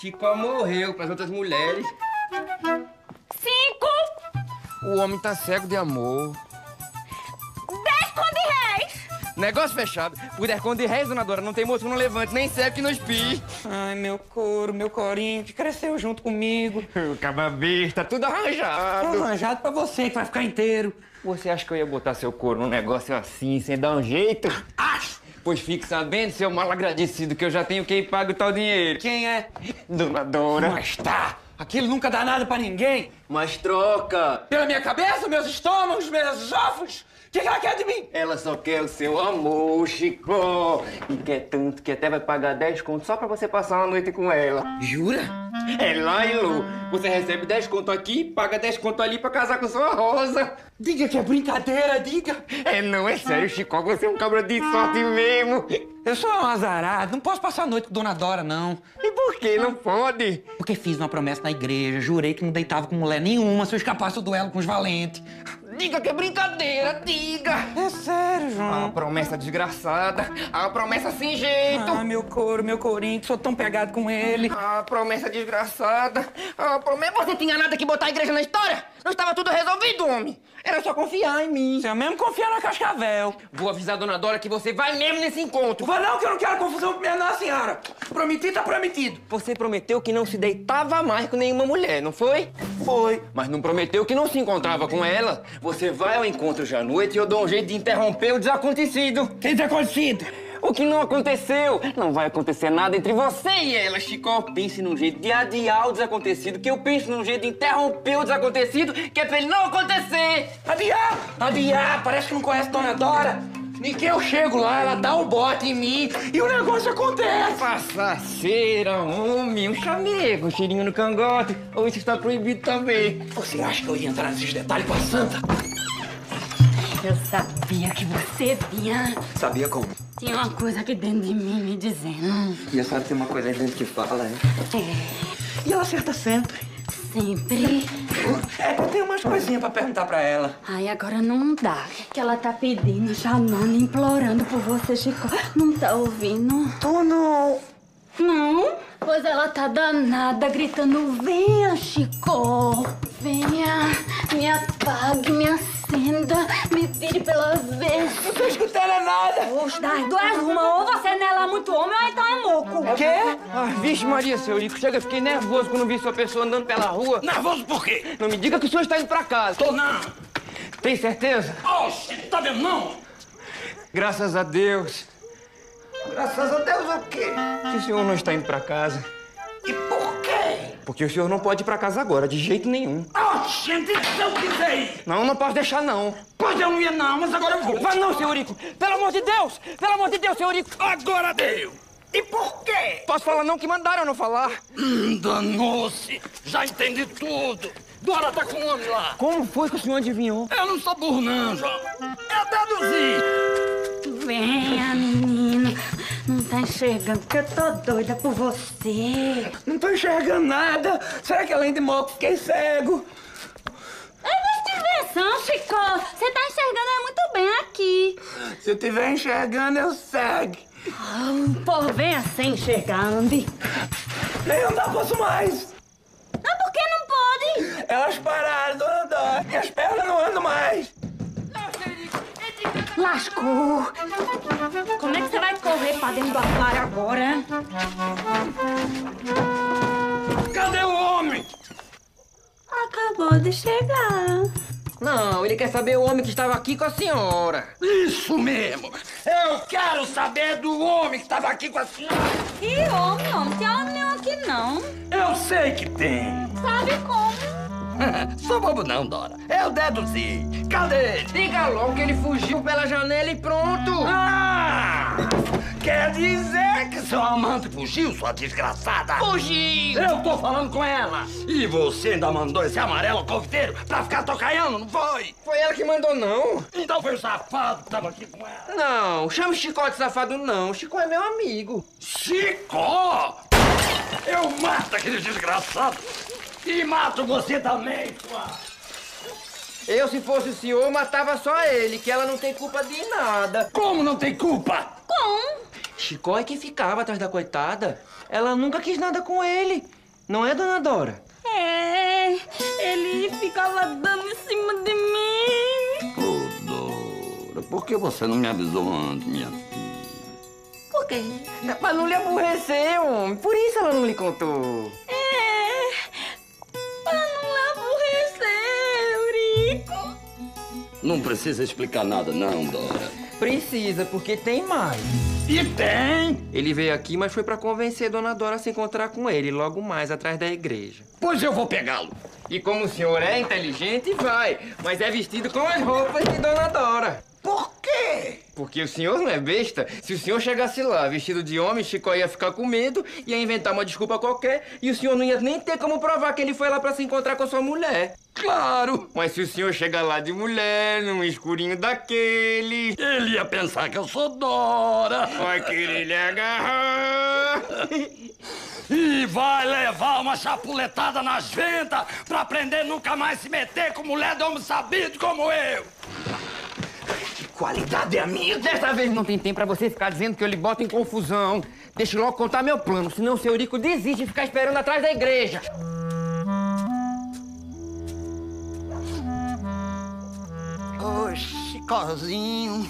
[SPEAKER 2] Chicó morreu pras outras mulheres.
[SPEAKER 8] Cinco.
[SPEAKER 2] O homem tá cego de amor.
[SPEAKER 8] Dez com de réis.
[SPEAKER 2] Negócio fechado. Por 10 conto de réis, dona Dora, não tem moço que não levante, nem serve que não espie.
[SPEAKER 45] Ai, meu couro, meu corinho, que cresceu junto comigo.
[SPEAKER 2] O cababista, tudo
[SPEAKER 45] Tá
[SPEAKER 2] arranjado.
[SPEAKER 45] arranjado pra você, que vai ficar inteiro.
[SPEAKER 2] Você acha que eu ia botar seu couro num negócio assim, sem dar um jeito? Acho! Pois fique sabendo, seu mal agradecido, que eu já tenho quem paga o tal dinheiro. Quem é? Dona Dora. Mas tá!
[SPEAKER 45] Aquilo nunca dá nada pra ninguém.
[SPEAKER 2] Mas troca!
[SPEAKER 45] Pela minha cabeça, meus estômagos, meus ossos,
[SPEAKER 2] que ela quer de mim? Ela só quer o seu amor, Chico. E quer tanto que até vai pagar 10 contos só pra você passar uma noite com ela. Jura? É lá, Elô. Você recebe 10 conto aqui e paga 10 conto ali pra casar com sua rosa. Diga que é brincadeira, diga. É, não, é sério, Chico. Você é um cabra de sorte mesmo.
[SPEAKER 4] Eu sou um azarado, não posso passar a noite com Dona Dora, não. Ah,
[SPEAKER 2] E por que não pode?
[SPEAKER 4] Porque fiz uma promessa na igreja, jurei que não deitava com mulher nenhuma se eu escapasse do duelo com os valentes.
[SPEAKER 2] Diga que é brincadeira, diga! É sério, João. A promessa desgraçada. A promessa sem jeito.
[SPEAKER 4] Ah, meu couro, meu corinho, que sou tão pegado com ele.
[SPEAKER 2] A Ah, promessa desgraçada. A promessa. Você tinha nada que botar a igreja na história? Não estava tudo resolvido, homem. Era só confiar em mim. Você
[SPEAKER 4] mesmo confia na Cascavel.
[SPEAKER 2] Vou avisar a dona Dora que você vai mesmo nesse encontro.
[SPEAKER 4] Vai não, que eu não quero confusão com minha nossa senhora. Prometido tá prometido.
[SPEAKER 2] Você prometeu que não se deitava mais com nenhuma mulher, não foi? Foi. Mas não prometeu que não se encontrava com ela. Você vai ao encontro já à noite e eu dou um jeito de interromper o desacontecido. Que desacontecido? O que não aconteceu? Não vai acontecer nada entre você e ela, Chico. Pense num jeito de adiar o desacontecido, que eu penso num jeito de interromper o desacontecido, que é pra ele não acontecer.
[SPEAKER 4] Adiar? Adiar? Parece que não conhece Dona Dora. E que eu chego lá, ela dá um bote em mim e o negócio acontece.
[SPEAKER 2] Passaceira, homem, um chamego, um cheirinho no cangote. Ou isso está proibido também.
[SPEAKER 4] Você acha que eu ia entrar nesses detalhes com a santa?
[SPEAKER 7] Eu sabia que você vinha.
[SPEAKER 4] Sabia como?
[SPEAKER 7] Tinha uma coisa aqui dentro de mim me dizendo.
[SPEAKER 4] E a senhora tem uma coisa aí dentro que fala, né?
[SPEAKER 7] É.
[SPEAKER 4] E ela acerta sempre.
[SPEAKER 7] Sempre.
[SPEAKER 4] É, eu tenho umas coisinhas pra perguntar pra ela.
[SPEAKER 7] Ai, agora não dá. Que ela tá pedindo, chamando, implorando por você, Chico. Não tá ouvindo?
[SPEAKER 4] Tô não.
[SPEAKER 7] Não? Pois ela tá danada, gritando: venha, Chico. Venha, me apague, me acenda, me vire pela vez.
[SPEAKER 4] Não tô escutando nada.
[SPEAKER 7] Poxa, das duas uma, ou você é nela muito homem, ou então é moco.
[SPEAKER 2] O quê? Ah, vixe, Maria, seu Rico, chega, eu fiquei nervoso quando vi sua pessoa andando pela rua.
[SPEAKER 1] Nervoso por quê?
[SPEAKER 2] Não me diga que o senhor está indo pra casa.
[SPEAKER 1] Tô não.
[SPEAKER 2] Tem certeza?
[SPEAKER 1] Oxe, tá vendo não?
[SPEAKER 2] Graças a Deus.
[SPEAKER 1] Graças a Deus o quê?
[SPEAKER 2] Que o senhor não está indo pra casa.
[SPEAKER 1] E por quê?
[SPEAKER 2] Porque o senhor não pode ir pra casa agora, de jeito nenhum.
[SPEAKER 1] Oxe, então se eu quiser ir?
[SPEAKER 2] Não, não posso deixar, não.
[SPEAKER 1] Pois eu não ia não, mas agora eu vou.
[SPEAKER 2] Vá não, senhorico. Pelo amor de Deus! Pelo amor de Deus, senhorico.
[SPEAKER 1] Agora deu. E por quê?
[SPEAKER 2] Posso falar não que mandaram eu não falar.
[SPEAKER 1] Hum, danou-se. Já entendi tudo. Dora tá com o homem lá.
[SPEAKER 2] Como foi que o senhor adivinhou?
[SPEAKER 1] Eu não sou burro não, João. Eu deduzi.
[SPEAKER 7] Venha, menino. Não tá enxergando que eu tô doida por você.
[SPEAKER 4] Não tô enxergando nada. Será que além de moco fiquei cego?
[SPEAKER 7] É diversão, Chico. Você tá enxergando é muito bem aqui.
[SPEAKER 4] Se eu tiver enxergando, eu cego.
[SPEAKER 7] Oh, por venha sem enxergar, Andy.
[SPEAKER 4] Nem andar posso mais.
[SPEAKER 7] Mas por que não pode?
[SPEAKER 1] É
[SPEAKER 4] Elas pararam, dona Dora. Minhas pernas não andam mais.
[SPEAKER 7] Lascou! Como é que você vai correr pra dentro do aquário agora?
[SPEAKER 1] Cadê o homem?
[SPEAKER 7] Acabou de chegar.
[SPEAKER 2] Não, ele quer saber o homem que estava aqui com a senhora.
[SPEAKER 1] Isso mesmo! É Eu quero saber do homem que estava aqui com a senhora!
[SPEAKER 7] Que homem, homem? Tem homem nenhum aqui, não.
[SPEAKER 1] Eu sei que tem!
[SPEAKER 7] Sabe como?
[SPEAKER 1] Sou bobo não, Dora. Eu deduzi. Cadê ele?
[SPEAKER 2] Diga logo que ele fugiu pela janela e pronto.
[SPEAKER 1] Ah! Quer dizer que seu amante fugiu, sua desgraçada?
[SPEAKER 2] Fugiu!
[SPEAKER 1] Eu tô falando com ela. E você ainda mandou esse amarelo confiteiro pra ficar tocaiando, não foi?
[SPEAKER 2] Foi ela que mandou, não.
[SPEAKER 1] Então foi o safado que tava aqui com ela.
[SPEAKER 2] Não, chama o Chicó de safado, não. Chico é meu amigo.
[SPEAKER 1] Chicó? Eu mato aquele desgraçado. E mato você também, sua!
[SPEAKER 2] Eu, se fosse o senhor, matava só ele, que ela não tem culpa de nada.
[SPEAKER 1] Como não tem culpa?
[SPEAKER 7] Como?
[SPEAKER 2] Chicó é que ficava atrás da coitada. Ela nunca quis nada com ele. Não é, dona Dora?
[SPEAKER 7] É, ele ficava dando em cima de mim.
[SPEAKER 3] Ô, Dora, por que você não me avisou antes, minha filha?
[SPEAKER 7] Por quê?
[SPEAKER 2] Mas não lhe aborreceu, homem. É um, Por isso ela não lhe contou.
[SPEAKER 7] É,
[SPEAKER 3] Não precisa explicar nada, não, Dora.
[SPEAKER 2] Precisa, porque tem mais. E tem! Ele veio aqui, mas foi pra convencer Dona Dora a se encontrar com ele logo mais atrás da igreja. Pois eu vou pegá-lo. E como o senhor é inteligente, vai. Mas é vestido com as roupas de Dona Dora. Por quê? Porque o senhor não é besta. Se o senhor chegasse lá vestido de homem, Chicó ia ficar com medo, ia inventar uma desculpa qualquer e o senhor não ia nem ter como provar que ele foi lá pra se encontrar com a sua mulher. Claro! Mas se o senhor chegar lá de mulher, num escurinho daquele. Ele ia pensar que eu sou Dora! Vai querer lhe agarrar!
[SPEAKER 3] E vai levar uma chapuletada nas ventas pra aprender a nunca mais se meter com mulher de homem sabido como eu.
[SPEAKER 2] Qualidade, amigo! Desta vez não tem tempo pra você ficar dizendo que eu lhe boto em confusão. Deixa eu logo contar meu plano, senão o seu Rico desiste de ficar esperando atrás da igreja.
[SPEAKER 10] Ô, Chicozinho.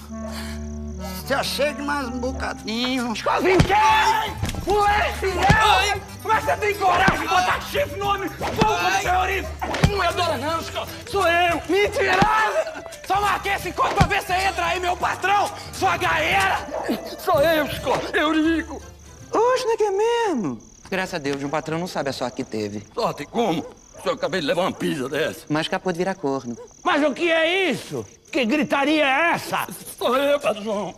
[SPEAKER 10] Se achegue mais um bocadinho.
[SPEAKER 1] Chicozinho,
[SPEAKER 10] quem?
[SPEAKER 1] Moleque,
[SPEAKER 10] Ai.
[SPEAKER 1] Mas você tem coragem de botar chifre no homem? Pouco, senhorita! Não é dona não, Chico. Sou eu! Mentirosa! Só marquei esse encontro pra ver se entra aí, meu patrão! Sua gaera!
[SPEAKER 2] Sou eu, Chico! Eurico! Oxe, não é que é mesmo? Graças a Deus, um patrão não sabe a sorte que teve.
[SPEAKER 3] Sorte como? Se eu acabei de levar uma pizza dessa.
[SPEAKER 2] Mas capô de virar corno.
[SPEAKER 3] Mas o que é isso? Que gritaria é essa? Sou eu, padrão.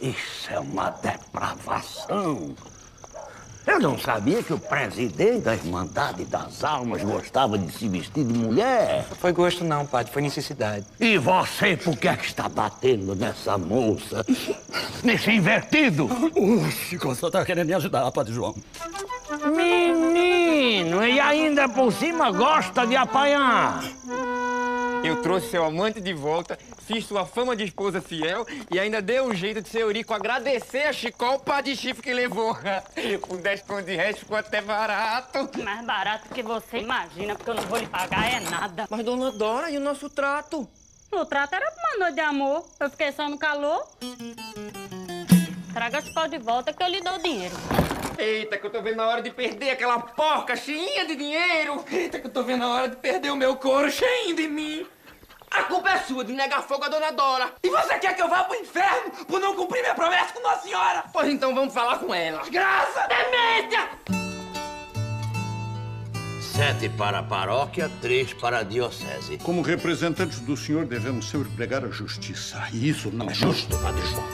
[SPEAKER 3] Isso é uma depravação. Eu não sabia que o presidente da Irmandade das Almas gostava de se vestir de mulher.
[SPEAKER 47] Foi gosto não, padre, foi necessidade.
[SPEAKER 3] E você, por que é que está batendo nessa moça? Nesse invertido? O Chico só tá querendo me ajudar, Padre João.
[SPEAKER 48] Menino, e ainda por cima gosta de apanhar.
[SPEAKER 2] Eu trouxe seu amante de volta, fiz sua fama de esposa fiel e ainda dei um jeito de seu Eurico agradecer a Chicó o par de chifre que levou. Com 10 contos de resto ficou até barato.
[SPEAKER 8] Tá Mais barato que você imagina, porque eu não vou lhe pagar é nada.
[SPEAKER 2] Mas, dona Dora, e o nosso trato?
[SPEAKER 8] O trato era pra uma noite de amor. Eu fiquei só no calor. Traga esse pau de volta que eu lhe dou o dinheiro.
[SPEAKER 2] Eita, que eu tô vendo a hora de perder aquela porca cheinha de dinheiro. Eita, que eu tô vendo a hora de perder o meu couro cheinho de mim. A culpa é sua de negar fogo à dona Dora.
[SPEAKER 10] E você quer que eu vá pro inferno por não cumprir minha promessa com Nossa Senhora?
[SPEAKER 2] Pois então vamos falar com ela.
[SPEAKER 10] Desgraça!
[SPEAKER 2] Demência!
[SPEAKER 3] Sete para a paróquia, três para a diocese.
[SPEAKER 19] Como representantes do senhor, devemos sempre pregar a justiça. E isso não é justo, Padre João.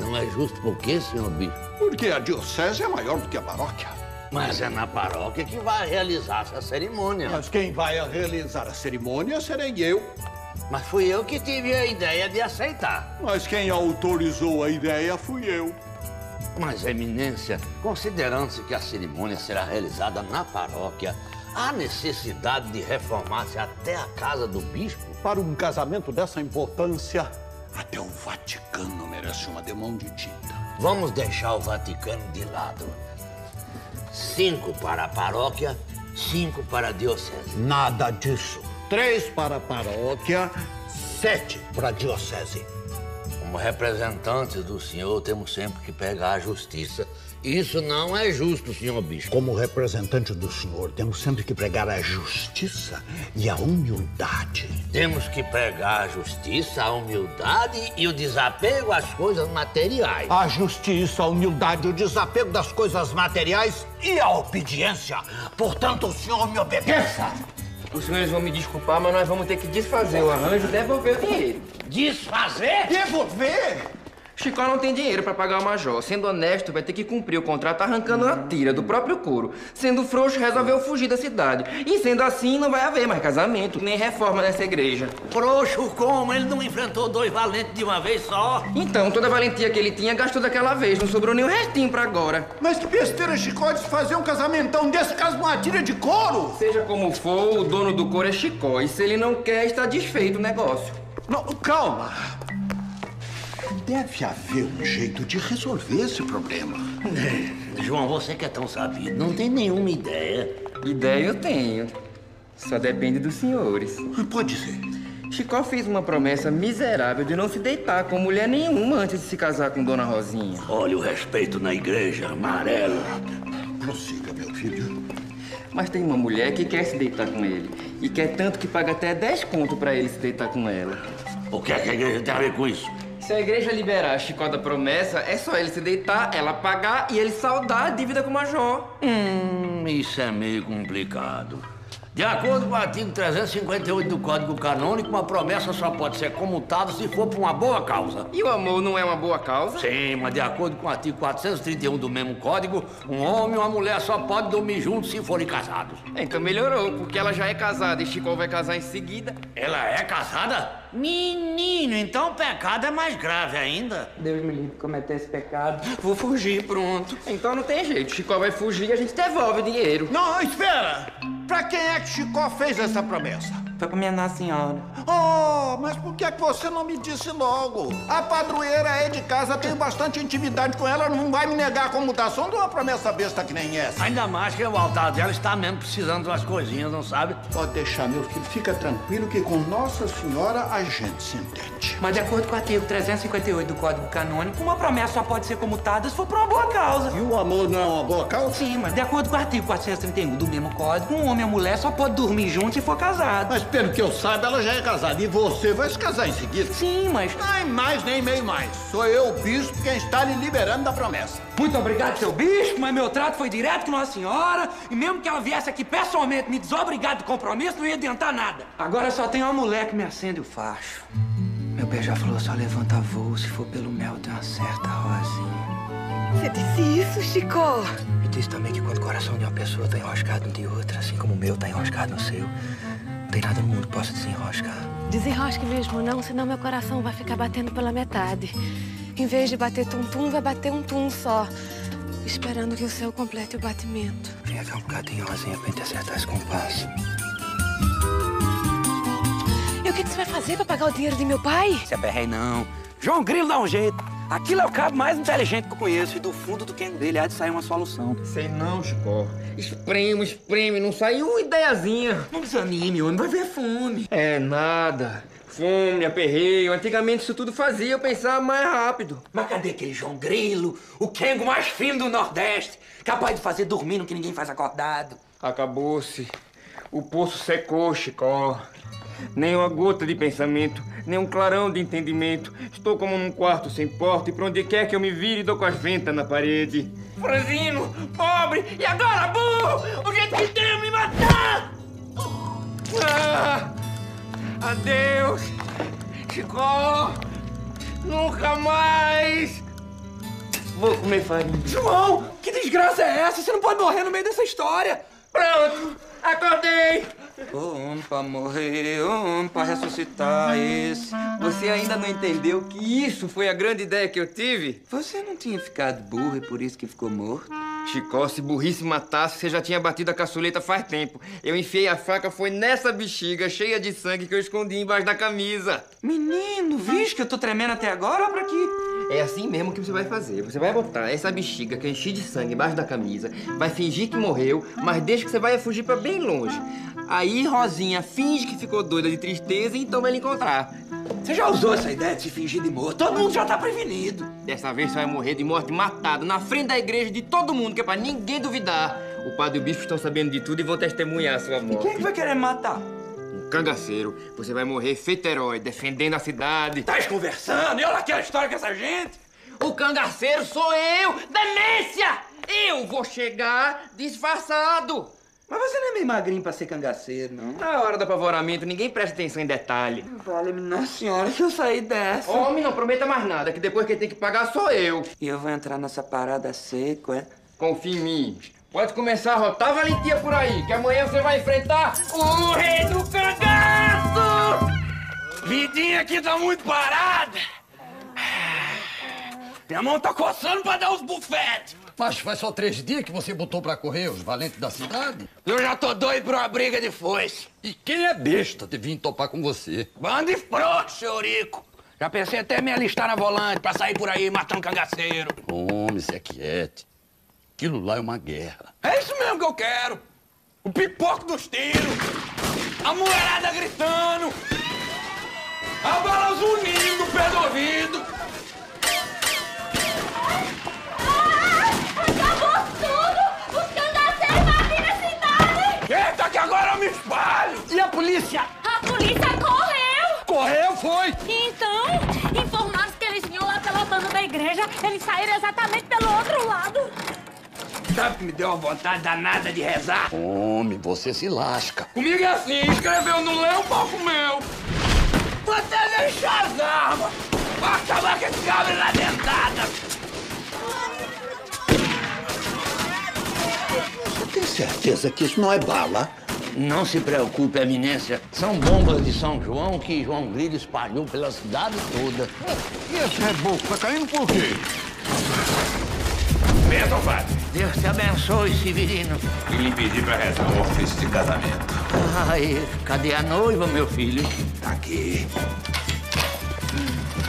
[SPEAKER 3] Não é justo por quê, senhor bispo?
[SPEAKER 19] Porque a diocese é maior do que a paróquia.
[SPEAKER 3] Mas é na paróquia que vai realizar essa cerimônia.
[SPEAKER 19] Mas quem vai realizar a cerimônia serei eu.
[SPEAKER 3] Mas fui eu que tive a ideia de aceitar.
[SPEAKER 19] Mas quem autorizou a ideia fui eu.
[SPEAKER 3] Mas, Eminência, considerando-se que a cerimônia será realizada na paróquia, há necessidade de reformar-se até a casa do bispo?
[SPEAKER 19] Para um casamento dessa importância, até o um Vaticano merece uma demão de tinta.
[SPEAKER 3] Vamos deixar o Vaticano de lado. Cinco para a paróquia, cinco para a diocese.
[SPEAKER 19] Nada disso. Três para a paróquia, sete para a diocese.
[SPEAKER 3] Como representantes do senhor, temos sempre que pegar a justiça. Isso não é justo, senhor bispo.
[SPEAKER 19] Como representante do senhor, temos sempre que pregar a justiça e a humildade.
[SPEAKER 3] Temos que pregar a justiça, a humildade e o desapego às coisas materiais.
[SPEAKER 19] A justiça, a humildade, o desapego das coisas materiais e a obediência. Portanto, o senhor me obedeça.
[SPEAKER 2] Os senhores vão me desculpar, mas nós vamos ter que desfazer o arranjo e devolver o dinheiro.
[SPEAKER 3] Desfazer?
[SPEAKER 19] Devolver?
[SPEAKER 2] Chicó não tem dinheiro pra pagar o major. Sendo honesto, vai ter que cumprir o contrato arrancando uma tira do próprio couro. Sendo frouxo, resolveu fugir da cidade. E sendo assim, não vai haver mais casamento, nem reforma nessa igreja.
[SPEAKER 3] Frouxo como? Ele não enfrentou dois valentes de uma vez só?
[SPEAKER 2] Então, toda a valentia que ele tinha, gastou daquela vez. Não sobrou nem um restinho pra agora.
[SPEAKER 19] Mas que besteira, Chicó, de fazer um casamentão desse caso uma tira de couro!
[SPEAKER 2] Seja como for, o dono do couro é Chicó. E se ele não quer, está desfeito o negócio.
[SPEAKER 19] Não, calma. Deve haver um jeito de resolver esse problema.
[SPEAKER 3] João, você que é tão sabido, não tem nenhuma ideia.
[SPEAKER 2] Ideia eu tenho. Só depende dos senhores.
[SPEAKER 19] Pode ser.
[SPEAKER 2] Chicó fez uma promessa miserável de não se deitar com mulher nenhuma antes de se casar com Dona Rosinha.
[SPEAKER 3] Olha o respeito na igreja, amarelo.
[SPEAKER 19] Prossiga, meu filho.
[SPEAKER 2] Mas tem uma mulher que quer se deitar com ele. E quer tanto que paga até 10 conto pra ele se deitar com ela.
[SPEAKER 3] O que é que a igreja tem a ver com isso?
[SPEAKER 2] Se a igreja liberar a Chicó da promessa, é só ele se deitar, ela pagar e ele saldar a dívida com o Major.
[SPEAKER 1] Hum,
[SPEAKER 3] isso é meio complicado. De acordo com o artigo 358 do Código Canônico, uma promessa só pode ser comutada se for por uma boa causa.
[SPEAKER 2] E o amor não é uma boa causa?
[SPEAKER 3] Sim, mas de acordo com o artigo 431 do mesmo Código, um homem e uma mulher só podem dormir juntos se forem casados.
[SPEAKER 2] Então melhorou, porque ela já é casada e Chicó vai casar em seguida.
[SPEAKER 3] Ela é casada?
[SPEAKER 49] Menino, então o pecado é mais grave ainda.
[SPEAKER 2] Deus me livre de cometer esse pecado. Vou fugir, pronto. Então não tem jeito. Chicó vai fugir e a gente devolve o dinheiro.
[SPEAKER 19] Não, espera! Pra quem é que Chicó fez essa promessa?
[SPEAKER 2] Foi pra minha Nossa Senhora.
[SPEAKER 19] Oh, mas por que é que você não me disse logo? A padroeira é de casa, tenho bastante intimidade com ela, não vai me negar a comutação de uma promessa besta que nem essa.
[SPEAKER 3] Ainda mais que o altar dela está mesmo precisando de umas coisinhas, não sabe? Pode deixar, meu filho.
[SPEAKER 19] Fica tranquilo que com Nossa Senhora a gente se entende.
[SPEAKER 2] Mas de acordo com o artigo 358 do Código Canônico, uma promessa só pode ser comutada se for por uma boa causa.
[SPEAKER 19] E o amor não é uma boa causa?
[SPEAKER 4] Sim, mas de acordo com o artigo 431 do mesmo código, um homem e uma mulher só podem dormir juntos se for casado.
[SPEAKER 19] Mas pelo que eu saiba, ela já é casada e você vai se casar em seguida.
[SPEAKER 4] Sim, mas...
[SPEAKER 19] Nem mais, nem meio mais. Sou eu, o bispo, quem está lhe liberando da promessa.
[SPEAKER 4] Muito obrigado, seu bispo, mas meu trato foi direto com Nossa Senhora. E mesmo que ela viesse aqui pessoalmente me desobrigar do compromisso, não ia adiantar nada. Agora só tem uma mulher que me acende o facho.
[SPEAKER 50] Meu beija-flor só levanta voo se for pelo mel de uma certa rosinha.
[SPEAKER 35] Você disse isso, Chicó?
[SPEAKER 50] E diz também que quando o coração de uma pessoa tá enroscado no de outra, assim como o meu tá enroscado no seu, não tem nada no mundo que possa desenroscar.
[SPEAKER 35] Desenrosque mesmo não, senão meu coração vai ficar batendo pela metade. Em vez de bater tum-tum, vai bater um tum só. Esperando que o seu complete o batimento.
[SPEAKER 50] Vem cá um bocadinho, rosinha, pra gente acertar esse compasso.
[SPEAKER 35] E o que, que você vai fazer pra pagar o dinheiro de meu pai?
[SPEAKER 4] Se aperrei, é não. João Grilo dá um jeito. Aquilo é o cabo mais inteligente que eu conheço e do fundo do quem dele há de sair uma solução.
[SPEAKER 2] Sei não, Chicó. Espreme, espreme, não saiu uma ideiazinha.
[SPEAKER 4] Não desanime, homem, vai ver fome.
[SPEAKER 2] É nada. Fome, aperreio. Antigamente isso tudo fazia eu pensar mais rápido.
[SPEAKER 4] Mas cadê aquele João Grilo, o Kengo mais fino do Nordeste, capaz de fazer dormindo que ninguém faz acordado?
[SPEAKER 2] Acabou-se. O poço secou, Chicó. Nem uma gota de pensamento, nem um clarão de entendimento. Estou como num quarto sem porta e pra onde quer que eu me vire, dou com as ventas na parede.
[SPEAKER 7] Franzino, pobre, e agora burro! O jeito que tem é me matar!
[SPEAKER 2] Ah, adeus, Chicó! Nunca mais! Vou comer farinha.
[SPEAKER 4] João, que desgraça é essa? Você não pode morrer no meio dessa história.
[SPEAKER 2] Pronto, acordei!
[SPEAKER 4] Ô homem pra morrer, ô homem pra ressuscitar esse.
[SPEAKER 2] Você ainda não entendeu que isso foi a grande ideia que eu tive?
[SPEAKER 4] Você não tinha ficado burro e por isso que ficou morto?
[SPEAKER 2] Chicó, se burrice matasse, você já tinha batido a caçuleta faz tempo. Eu enfiei a faca, foi nessa bexiga cheia de sangue que eu escondi embaixo da camisa.
[SPEAKER 4] Menino, vixe que eu tô tremendo até agora, olha pra aqui.
[SPEAKER 2] É assim mesmo que você vai fazer. Você vai botar essa bexiga que eu enchi de sangue embaixo da camisa, vai fingir que morreu, mas deixa que você vai fugir pra bem longe. Aí Rosinha finge que ficou doida de tristeza e então vai lhe encontrar.
[SPEAKER 4] Você já usou essa ideia de se fingir de morto? Todo mundo já tá prevenido.
[SPEAKER 2] Dessa vez você vai morrer de morte matada na frente da igreja de todo mundo, que é pra ninguém duvidar. O padre e o bispo estão sabendo de tudo e vão testemunhar a sua
[SPEAKER 4] E
[SPEAKER 2] morte.
[SPEAKER 4] quem é que vai querer me matar?
[SPEAKER 2] Um cangaceiro. Você vai morrer feito herói, defendendo a cidade.
[SPEAKER 4] Tá conversando? Eu lá quero história com essa gente?
[SPEAKER 2] O cangaceiro sou eu! Demência! Eu vou chegar disfarçado!
[SPEAKER 4] Mas você não é meio magrinho pra ser cangaceiro, não?
[SPEAKER 2] Na hora do apavoramento, ninguém presta atenção em detalhe.
[SPEAKER 4] Vale-me, nossa senhora, se eu sair dessa.
[SPEAKER 2] Homem, não prometa mais nada, que depois quem tem que pagar sou eu.
[SPEAKER 4] E eu vou entrar nessa parada seco, é?
[SPEAKER 2] Confia em mim. Pode começar a rotar valentia por aí, que amanhã você vai enfrentar o rei do cangaço!
[SPEAKER 1] Vidinha aqui tá muito parada! Minha mão tá coçando pra dar uns bufetes!
[SPEAKER 17] Mas faz só três dias que você botou pra correr os valentes da cidade.
[SPEAKER 1] Eu já tô doido pra uma briga de foice.
[SPEAKER 17] E quem é besta de vir topar com você?
[SPEAKER 1] Bando de frouxo, Eurico. Já pensei até me alistar na volante pra sair por aí matando cangaceiro.
[SPEAKER 17] Homem, se aquiete. Aquilo lá é uma guerra.
[SPEAKER 1] É isso mesmo que eu quero. O pipoco dos tiros. A mulherada gritando. A bala zunindo, pé do ouvido.
[SPEAKER 7] Acabou tudo! Os cangaceiros invadiram a cidade!
[SPEAKER 1] Eita, que agora eu me espalho!
[SPEAKER 7] E a polícia? A polícia correu!
[SPEAKER 51] correu, foi!
[SPEAKER 7] Então, informaram-se que eles vinham lá pela banda da igreja, eles saíram exatamente pelo outro lado.
[SPEAKER 52] Sabe que me deu uma vontade danada de rezar?
[SPEAKER 53] Homem, você se lasca.
[SPEAKER 52] Comigo é assim, escreveu no leão, palco meu. Você deixa as armas! Vai acabar com esse cabra lá dentada!
[SPEAKER 3] Tem certeza que isso não é bala? Não se preocupe, Eminência. São bombas de São João que João Grilo espalhou pela cidade toda.
[SPEAKER 54] E esse reboco tá caindo por quê?
[SPEAKER 3] Benção, padre. Deus te abençoe, Severino.
[SPEAKER 17] E lhe pedi pra rezar o ofício de casamento.
[SPEAKER 3] Ai, Ah, cadê a noiva, meu filho? Tá aqui.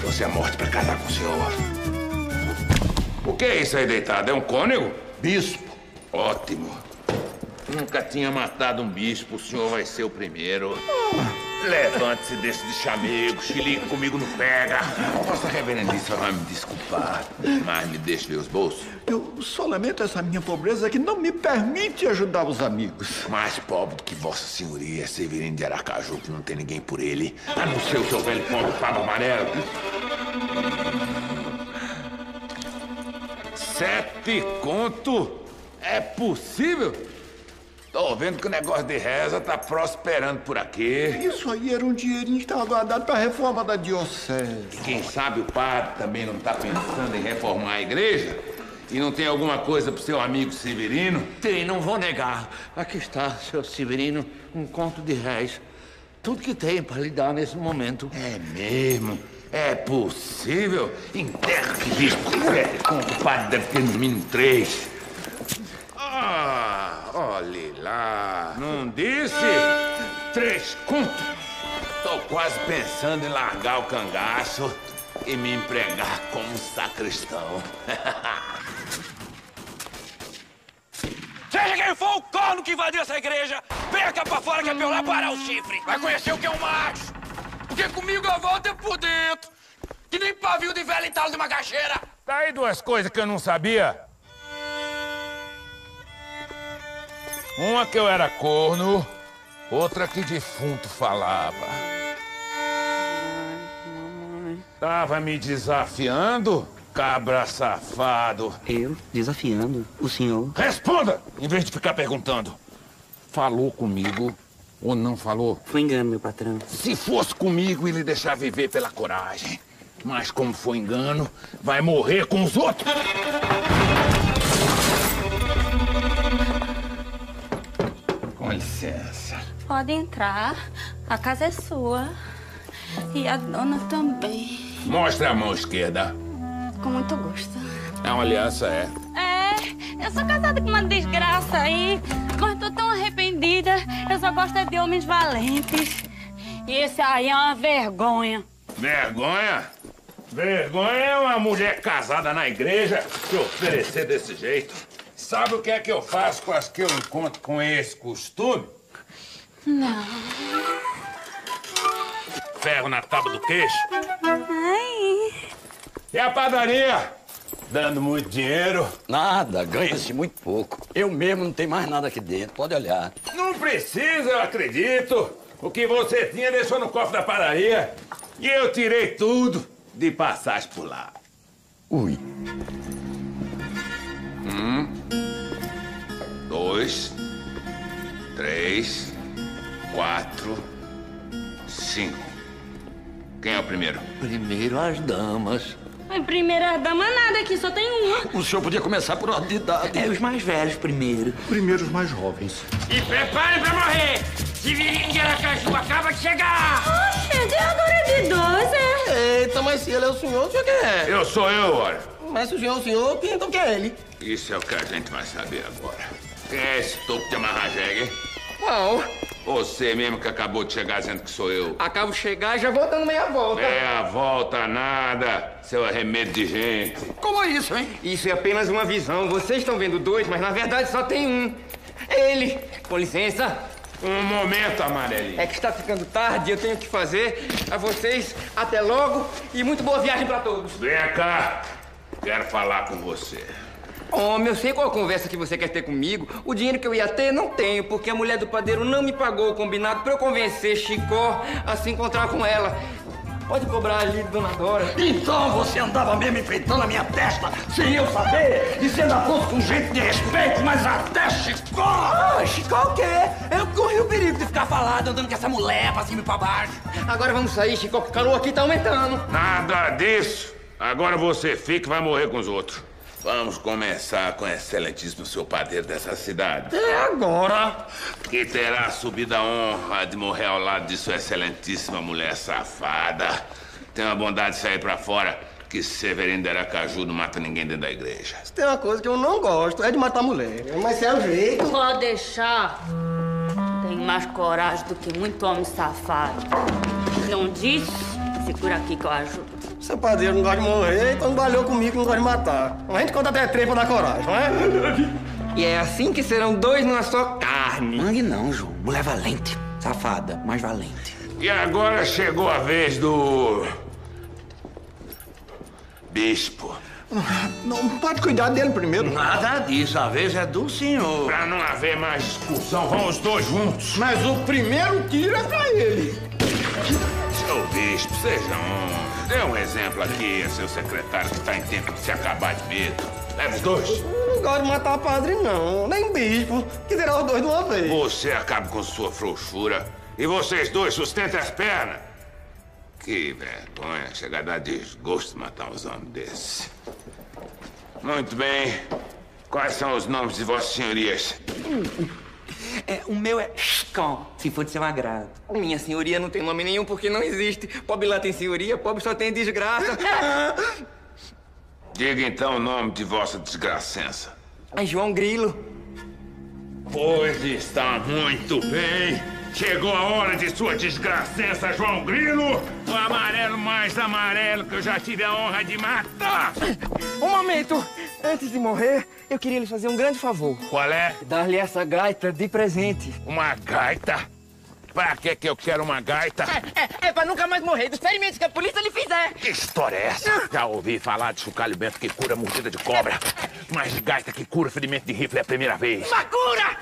[SPEAKER 17] Você é morto pra casar com o senhor. O que é isso aí deitado? É um cônego? Bispo. Ótimo.
[SPEAKER 3] Nunca tinha matado um bispo, o senhor vai ser o primeiro.
[SPEAKER 17] Levante-se desse de chamego, xilique comigo não pega. Vossa reverendíssima vai me desculpar, mas me deixe ver os bolsos.
[SPEAKER 19] Eu só lamento essa minha pobreza que não me permite ajudar os amigos.
[SPEAKER 17] Mais pobre do que Vossa Senhoria é Severino de Aracaju, que não tem ninguém por ele, a não ser o seu velho pão do pavo amarelo. Sete conto? É possível? Tô vendo que o negócio de reza tá prosperando por aqui.
[SPEAKER 19] Isso aí era um dinheirinho que estava guardado para a reforma da diocese.
[SPEAKER 17] Quem sabe o padre também não está pensando em reformar a igreja? E não tem alguma coisa pro seu amigo Severino?
[SPEAKER 3] Tem, não vou negar. Aqui está, seu Severino, um conto de réis. Tudo que tem para lhe dar nesse momento. É mesmo? É possível? Enterra que bispo quiser.
[SPEAKER 17] Com o padre deve ter no mínimo três. Ah, olhe lá. Não disse? Três contos. Tô quase pensando em largar o cangaço e me empregar como sacristão.
[SPEAKER 1] Seja quem for o corno que invadiu essa igreja, perca pra fora que é pra eu lá parar o chifre. Vai conhecer o que é um macho. Porque comigo eu volto é por dentro. Que nem pavio de velho e de macaxeira.
[SPEAKER 10] Tá aí duas coisas que eu não sabia. Uma que eu era corno, outra que defunto falava. Tava me desafiando, cabra safado.
[SPEAKER 55] Eu desafiando o senhor.
[SPEAKER 10] Responda, em vez de ficar perguntando. Falou comigo ou não falou?
[SPEAKER 55] Foi engano, meu patrão.
[SPEAKER 10] Se fosse comigo, ele deixar viver pela coragem. Mas como foi engano, vai morrer com os outros.
[SPEAKER 17] Com licença.
[SPEAKER 8] Pode entrar. A casa é sua. E a dona também.
[SPEAKER 10] Mostra a mão esquerda.
[SPEAKER 8] Com muito gosto.
[SPEAKER 10] É uma aliança, é.
[SPEAKER 8] É, eu sou casada com uma desgraça aí, mas tô tão arrependida. Eu só gosto é de homens valentes. E esse aí é uma vergonha.
[SPEAKER 10] Vergonha? Vergonha é uma mulher casada na igreja se oferecer desse jeito. Sabe o que é que eu faço com as que eu encontro com esse costume?
[SPEAKER 8] Não.
[SPEAKER 10] Ferro na tábua do queixo.
[SPEAKER 8] Ai.
[SPEAKER 10] E É a padaria? Dando muito dinheiro?
[SPEAKER 53] Nada, ganha-se muito pouco. Eu mesmo não tenho mais nada aqui dentro, pode olhar.
[SPEAKER 10] Não precisa, eu acredito. O que você tinha deixou no cofre da padaria. E eu tirei tudo de passagem por lá.
[SPEAKER 53] Ui.
[SPEAKER 17] Um, dois, três, quatro, cinco. Quem é o primeiro?
[SPEAKER 53] Primeiro as damas.
[SPEAKER 8] Mas Primeira dama nada aqui, só tem uma.
[SPEAKER 53] O senhor podia começar por ordem de idade. É, os mais velhos primeiro. Primeiro os mais jovens.
[SPEAKER 1] E prepare pra morrer. Severino de Aracaju acaba de chegar.
[SPEAKER 7] Oxente, agora de dois,
[SPEAKER 2] é? Eita, mas se ele é o senhor, o senhor quem é?
[SPEAKER 17] Eu sou eu, ora.
[SPEAKER 2] Mas se o senhor é o senhor, quem- então quem é ele?
[SPEAKER 17] Isso é o que a gente vai saber agora. Quem é esse topo de amarrar jegue, hein?
[SPEAKER 2] Qual?
[SPEAKER 17] Você mesmo que acabou de chegar dizendo que sou eu.
[SPEAKER 2] Acabo de chegar e já vou dando meia volta.
[SPEAKER 17] É a volta nada, seu arremedo de gente.
[SPEAKER 2] Como é isso, hein? Isso é apenas uma visão. Vocês estão vendo dois, mas na verdade só tem um. Ele. Com licença.
[SPEAKER 17] Um momento, amarelinho.
[SPEAKER 2] É que está ficando tarde, eu tenho que fazer. A vocês, até logo e muito boa viagem para todos.
[SPEAKER 17] Vem cá, quero falar com você.
[SPEAKER 20] Homem, eu sei qual conversa que você quer ter comigo. O dinheiro que eu ia ter, não tenho, porque a mulher do padeiro não me pagou o combinado pra eu convencer Chicó a se encontrar com ela. Pode cobrar ali, dona Dora.
[SPEAKER 1] Então você andava mesmo enfeitando a minha testa, sem eu saber, e sendo afonso com gente de respeito, mas até Chicó!
[SPEAKER 4] Ah, Chico o quê? Eu corri o perigo de ficar falado andando com essa mulher pra cima e pra baixo.
[SPEAKER 20] Agora vamos sair, Chico, que o calor aqui tá aumentando.
[SPEAKER 17] Nada disso. Agora você fica e vai morrer com os outros. Vamos começar com o excelentíssimo seu padeiro dessa cidade.
[SPEAKER 4] É agora.
[SPEAKER 17] Que terá subido a honra de morrer ao lado de sua excelentíssima mulher safada. Tenha a bondade de sair pra fora, que Severino de Aracaju não mata ninguém dentro da igreja.
[SPEAKER 33] Tem uma coisa que eu não gosto, é de matar mulher. Mas é o jeito.
[SPEAKER 56] Pode deixar. Tem mais coragem do que muito homem safado. Não disse? Segura aqui que eu ajudo.
[SPEAKER 33] Seu padeiro não gosta de morrer, então balhou comigo, não gosta de matar. A gente conta
[SPEAKER 20] É
[SPEAKER 33] até três pra dar coragem, não é?
[SPEAKER 20] E é assim que serão dois numa só carne.
[SPEAKER 45] Mangue não, João. Mulher valente. Safada, mas valente.
[SPEAKER 17] E agora chegou a vez do. Bispo.
[SPEAKER 19] Ah, Não pode cuidar dele primeiro.
[SPEAKER 17] Nada disso, a vez é do senhor. Pra não haver mais discussão, vão os dois juntos.
[SPEAKER 19] Mas o primeiro tiro é pra ele.
[SPEAKER 17] Seu bispo, seja um. Dê um exemplo aqui a seu secretário que tá em tempo de se acabar de medo. Leva os dois.
[SPEAKER 33] Não gosto de matar padre, não. Nem bispo. Que terá os dois de uma vez.
[SPEAKER 17] Você acaba com sua frouxura e vocês dois sustentem as pernas. Que vergonha, chega a dar desgosto matar uns homens desses. Muito bem. Quais são os nomes de vossas senhorias?
[SPEAKER 20] Um,
[SPEAKER 45] É, o meu é Chicão, se for de seu agrado.
[SPEAKER 20] Minha senhoria não tem nome nenhum porque não existe. Pobre lá tem senhoria, pobre só tem desgraça.
[SPEAKER 17] Diga então o nome de vossa desgracença.
[SPEAKER 20] Ai, João Grilo.
[SPEAKER 17] Pois está muito bem. Chegou a hora de sua desgracença, João Grilo. O amarelo mais amarelo que eu já tive a honra de matar.
[SPEAKER 2] Um momento! Antes de morrer, eu queria lhe fazer um grande favor.
[SPEAKER 17] Qual é?
[SPEAKER 2] Dar-lhe essa gaita de presente.
[SPEAKER 17] Uma gaita? Pra que que eu quero uma gaita?
[SPEAKER 2] É, é pra nunca mais morrer. Dos ferimentos que a polícia lhe fizer.
[SPEAKER 17] Que história é essa? Já ouvi falar de chocalho-bento que cura mordida de cobra. Mas de gaita que cura ferimento de rifle é a primeira vez.
[SPEAKER 2] Macura!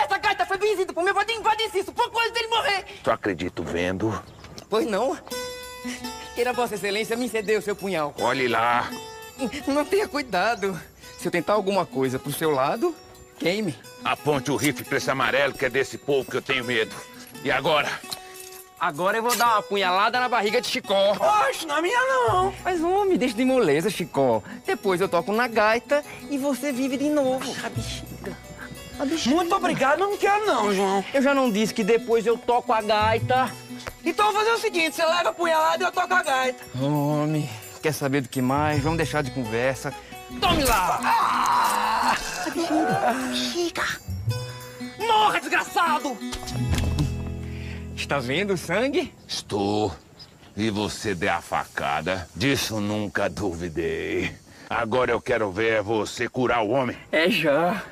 [SPEAKER 2] Essa gaita foi benzida por meu vadinho Vadicisso, pouco antes dele morrer.
[SPEAKER 17] Só acredito vendo.
[SPEAKER 2] Pois não? Queira Vossa Excelência me ceder o seu punhal.
[SPEAKER 17] Olhe lá.
[SPEAKER 2] Não tenha cuidado. Se eu tentar alguma coisa pro seu lado, queime.
[SPEAKER 17] Aponte o rifle pra esse amarelo que é desse povo que eu tenho medo. E agora?
[SPEAKER 20] Agora eu vou dar uma punhalada na barriga de Chicó.
[SPEAKER 2] Oxe, na minha não. Mas homem, deixa de moleza, Chicó. Depois eu toco na gaita e você vive de novo. A bexiga. A bexiga. Muito obrigado, mas não quero não, João. Eu já não disse que depois eu toco a gaita.
[SPEAKER 4] Então eu vou fazer o seguinte, você leva a punhalada e eu toco a gaita.
[SPEAKER 20] Homem, quer saber do que mais? Vamos deixar de conversa.
[SPEAKER 4] Tome lá!
[SPEAKER 1] Ah!
[SPEAKER 4] A bexiga, bexiga. Morra, desgraçado!
[SPEAKER 20] Está vendo o sangue?
[SPEAKER 17] Estou. E você der a facada? Disso nunca duvidei. Agora eu quero ver você curar o homem.
[SPEAKER 20] É já.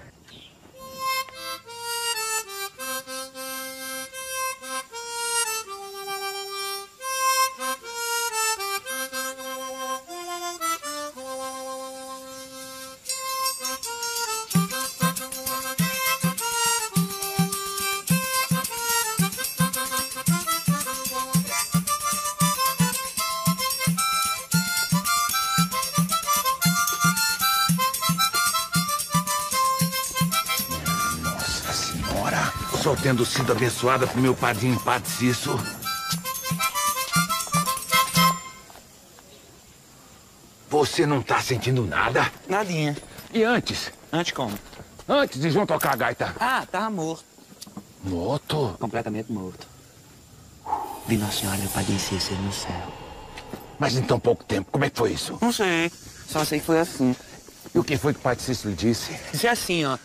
[SPEAKER 17] Ora, só tendo sido abençoada por meu padrinho Patrício. Você não tá sentindo nada?
[SPEAKER 45] Nadinha.
[SPEAKER 17] E antes?
[SPEAKER 45] Antes como?
[SPEAKER 17] Antes de João tocar a gaita.
[SPEAKER 45] Ah, tava morto.
[SPEAKER 17] Morto?
[SPEAKER 45] Completamente morto. Vi Nossa Senhora meu Padre Cícero é no céu.
[SPEAKER 17] Mas em tão pouco tempo, como é que foi isso?
[SPEAKER 45] Não sei. Só sei que foi assim.
[SPEAKER 17] E o que foi que o Padre Cícero disse?
[SPEAKER 7] é
[SPEAKER 45] Disse assim, ó.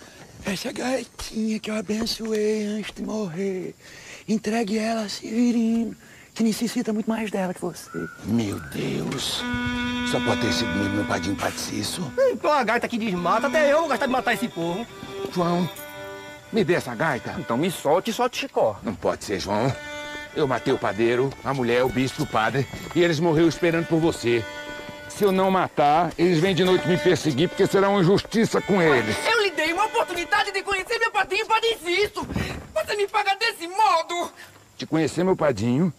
[SPEAKER 45] Essa gaitinha que eu abençoei antes de morrer, entregue ela a Severino, que necessita muito mais dela que você.
[SPEAKER 17] Meu Deus. Só pode ter sido mesmo meu padrinho Patrício.
[SPEAKER 33] Então a gaita que desmata, até eu vou gastar de matar esse povo.
[SPEAKER 17] João, me dê essa gaita.
[SPEAKER 20] Então me solte e solte Chicó.
[SPEAKER 17] Não pode ser, João. Eu matei o padeiro, a mulher, o bispo, o padre, e eles morreram esperando por você. Se eu não matar, eles vêm de noite me perseguir porque será uma injustiça com eles.
[SPEAKER 7] Eu lhe dei uma oportunidade de conhecer meu padrinho Padre Sisto. Você me paga desse modo?
[SPEAKER 17] Te conhecer, meu padinho.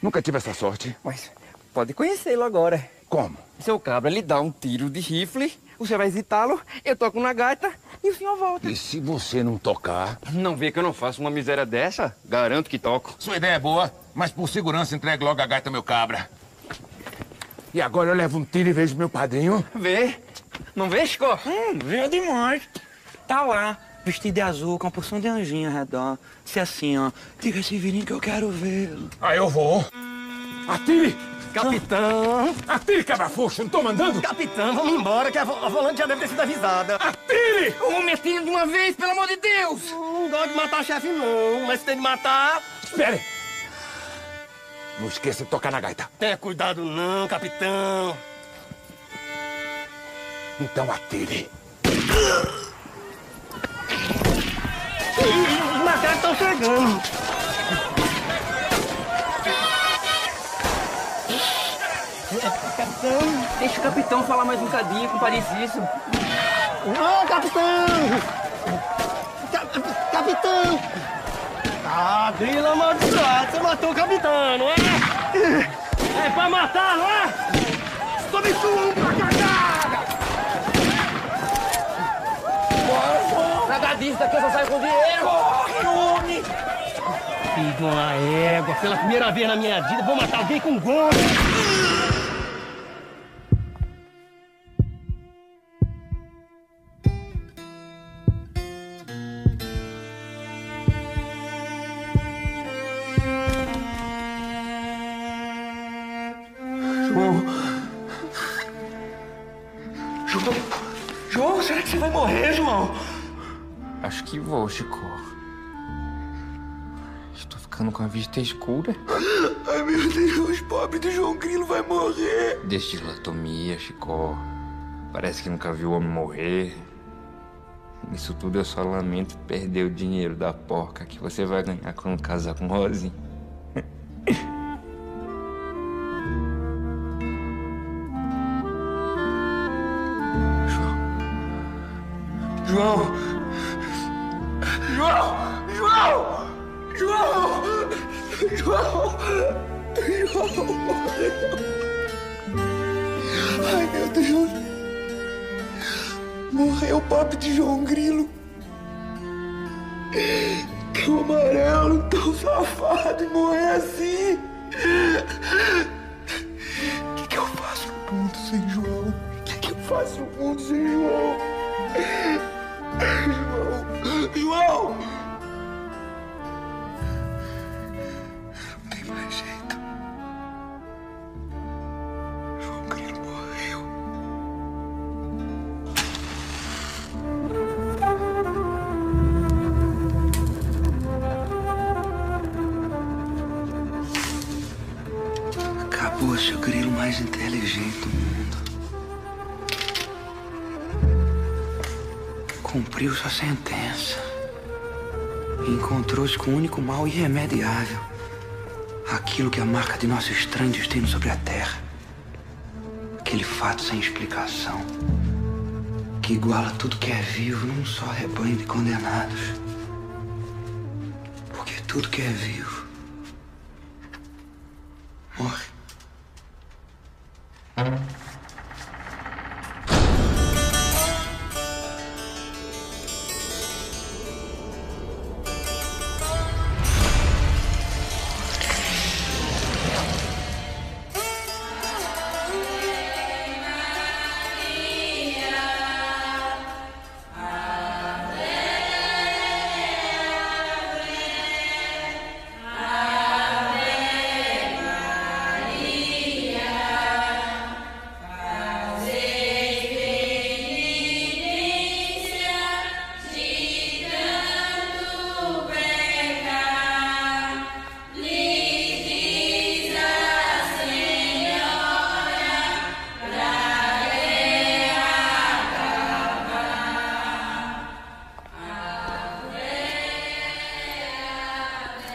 [SPEAKER 17] Nunca tive essa sorte.
[SPEAKER 7] Mas pode conhecê-lo agora.
[SPEAKER 17] Como?
[SPEAKER 7] Seu cabra lhe dá um tiro de rifle, você vai hesitá-lo, eu toco na gaita e o senhor volta.
[SPEAKER 17] E se você não tocar?
[SPEAKER 2] Não vê que eu não faço uma miséria dessa? Garanto que toco.
[SPEAKER 57] Sua ideia é boa, mas por segurança entregue logo a gaita, meu cabra.
[SPEAKER 17] E agora eu levo um tiro e vejo meu padrinho?
[SPEAKER 7] Vê? Não vê, Chico? Hum, vê demais.
[SPEAKER 4] Tá lá, vestido de azul, com uma porção de anjinho ao redor. Se assim, ó, diga esse virinho que eu quero vê-lo.
[SPEAKER 17] Ah, eu vou. Atire! Capitão! Atire, cabra frouxo, não tô mandando?
[SPEAKER 3] Capitão, vamos embora, que a, vo- a volante já deve ter sido avisada.
[SPEAKER 17] Atire!
[SPEAKER 7] O homem atira de uma vez, pelo amor de Deus!
[SPEAKER 3] Hum, Não gosto de matar chefe, não, mas se tem de matar...
[SPEAKER 17] Espere! Não esqueça de tocar na gaita.
[SPEAKER 3] Tenha cuidado não, capitão.
[SPEAKER 17] Então atire.
[SPEAKER 3] Ih, Os macacos estão chegando.
[SPEAKER 7] Capitão, deixa o capitão falar mais um cadinho com o Padre Sisto.
[SPEAKER 3] Ô, capitão! Cap- capitão! Ah, grila amaldiçoada, você matou o capitão, não é? É pra matar, não é? Sobe tudo pra cagada!
[SPEAKER 7] Nagadice daqui eu só saio com dinheiro!
[SPEAKER 3] Corre, homem! Filho de uma égua, pela primeira vez na minha vida, vou matar alguém com gosto!
[SPEAKER 1] João. João. João, será que você vai morrer, João?
[SPEAKER 2] Acho que vou, Chico. Estou ficando com a vista escura.
[SPEAKER 1] Ai, meu Deus, pobre do João Grilo vai morrer.
[SPEAKER 2] Destilatomia, Chico. Parece que nunca viu homem morrer. Isso tudo eu só lamento perder o dinheiro da porca que você vai ganhar quando casar com Rosinha.
[SPEAKER 1] João! João! João! João! João! João! Ai, meu Deus! Morreu o papo de João Grilo! Tão amarelo, tão safado e morrer assim! O que, que eu faço no mundo sem João? O que, que eu faço no mundo sem João? João! João! Não tem mais jeito. João Grilo morreu. Acabou-se o grilo mais inteligente do mundo. Cumpriu sua sentença. E Encontrou-se com o único mal irremediável. Aquilo que é a marca de nosso estranho destino sobre a Terra. Aquele fato sem explicação. Que iguala tudo que é vivo num só rebanho de condenados. Porque tudo que é vivo morre.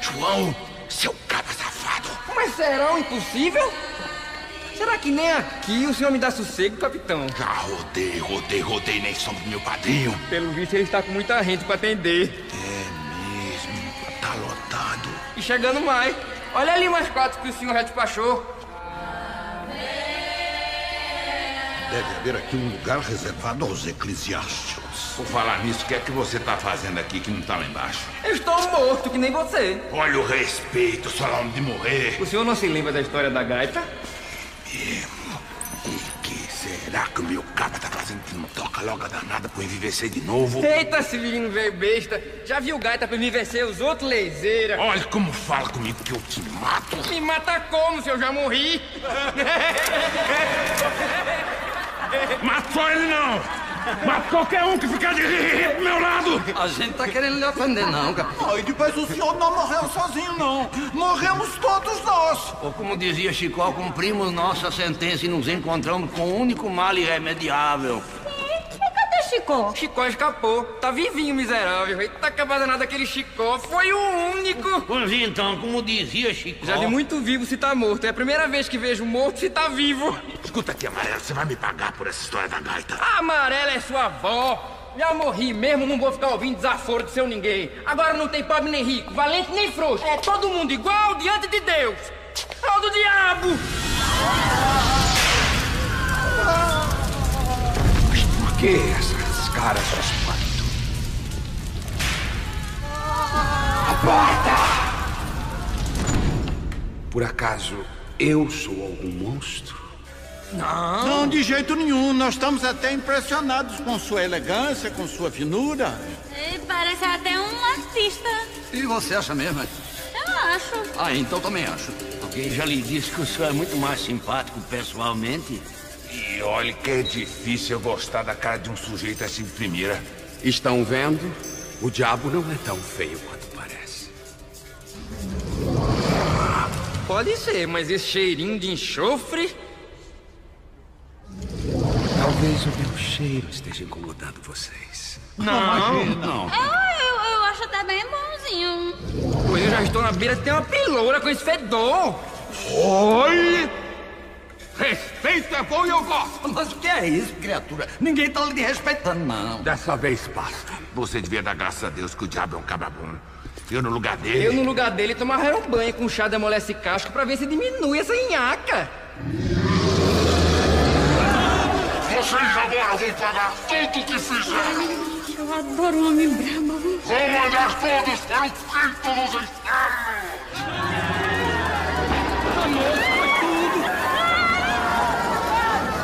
[SPEAKER 7] João, seu cabra safado! Mas será o impossível?
[SPEAKER 2] um Será que nem aqui o senhor me dá sossego, capitão?
[SPEAKER 16] Já rodei, rodei, rodei na edição do meu padrinho.
[SPEAKER 2] Pelo visto, ele está com muita gente para atender.
[SPEAKER 16] É Tá lotado.
[SPEAKER 2] E chegando mais. Olha ali mais quatro que o senhor já despachou.
[SPEAKER 16] Deve haver aqui um lugar reservado aos eclesiásticos.
[SPEAKER 17] Por falar nisso, o que é que você tá fazendo aqui que não tá lá embaixo?
[SPEAKER 2] Eu estou morto, que nem você.
[SPEAKER 17] Olha o respeito, só lá onde morrer.
[SPEAKER 2] O senhor não se lembra da história da gaita?
[SPEAKER 16] Será que o meu capa tá fazendo que não toca logo a danada pra eu envivecer de novo?
[SPEAKER 2] Eita, se menino veio besta. Já viu gaita pra me vencer os outros leiseira?
[SPEAKER 16] Olha como fala comigo que eu te mato.
[SPEAKER 2] Me mata como se eu já morri?
[SPEAKER 16] Matou ele não! Mata qualquer um que ficar de rir pro meu lado!
[SPEAKER 21] A gente tá querendo lhe ofender, não, cara.
[SPEAKER 19] Ai, Ah, depois o senhor não morreu sozinho, não. Morremos todos nós.
[SPEAKER 3] Ou como dizia Chicó, cumprimos nossa sentença e nos encontramos com o único mal irremediável.
[SPEAKER 2] Cadê Chicó? Chicó escapou. Tá vivinho, miserável. Eita, que danada daquele Chicó. Foi o único.
[SPEAKER 3] Pois então, como dizia Chicó...
[SPEAKER 2] Já vi muito vivo se tá morto. É a primeira vez que vejo morto se tá vivo.
[SPEAKER 16] Escuta aqui, amarelo, você vai me pagar por essa história da gaita.
[SPEAKER 2] A amarela é sua avó. Já morri mesmo, não vou ficar ouvindo desaforo de seu ninguém. Agora não tem pobre nem rico, valente nem frouxo. É todo mundo igual diante de Deus. É o do diabo.
[SPEAKER 4] Por que essas caras espanto? A porta! Por acaso eu sou algum monstro?
[SPEAKER 19] Não. Não, de jeito nenhum. Nós estamos até impressionados com sua elegância, com sua finura.
[SPEAKER 8] Ei, Parece até um artista.
[SPEAKER 21] E você acha mesmo? é?
[SPEAKER 8] Eu acho.
[SPEAKER 21] Ah, então também acho.
[SPEAKER 3] Alguém já lhe disse que o senhor é muito mais simpático pessoalmente?
[SPEAKER 17] E olha que é difícil eu gostar da cara de um sujeito assim de primeira.
[SPEAKER 4] Estão vendo? O diabo não é tão feio quanto parece.
[SPEAKER 2] Pode ser, mas esse cheirinho de enxofre.
[SPEAKER 4] Talvez o meu cheiro esteja incomodando vocês.
[SPEAKER 2] Não,
[SPEAKER 4] não.
[SPEAKER 8] É, Eu, eu, eu acho até bem bonzinho.
[SPEAKER 2] Pois eu já estou na beira de ter uma piloura com esse fedor. Oi!
[SPEAKER 16] Respeito é bom e eu gosto.
[SPEAKER 21] Mas o que é isso, criatura? Ninguém tá lhe respeitando, não.
[SPEAKER 16] Dessa vez basta. Você devia dar graças a Deus que o diabo é um cabra bom. Eu no lugar dele.
[SPEAKER 2] Eu, no lugar dele, tomava um banho com chá de amolece casco pra ver se diminui essa nhaca.
[SPEAKER 16] Vocês agora vão pagar tudo o que fizeram.
[SPEAKER 8] Eu adoro um homem brabo.
[SPEAKER 16] Vão mandar todos para o peito dos infernos. é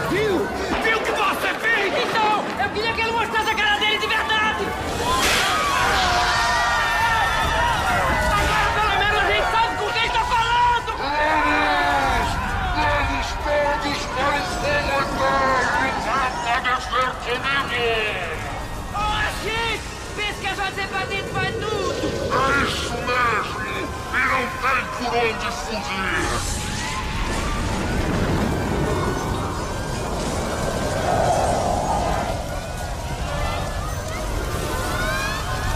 [SPEAKER 2] Viu? Viu o que você fez? Então, eu queria que ele mostrasse a cara dele de verdade. Agora pelo menos a gente sabe com quem está falando.
[SPEAKER 16] Eles todos parecem atrás e vai padecer comigo.
[SPEAKER 2] Oxi! Pensa que a José Patente vai tudo.
[SPEAKER 16] É isso mesmo. E não tem por onde fugir.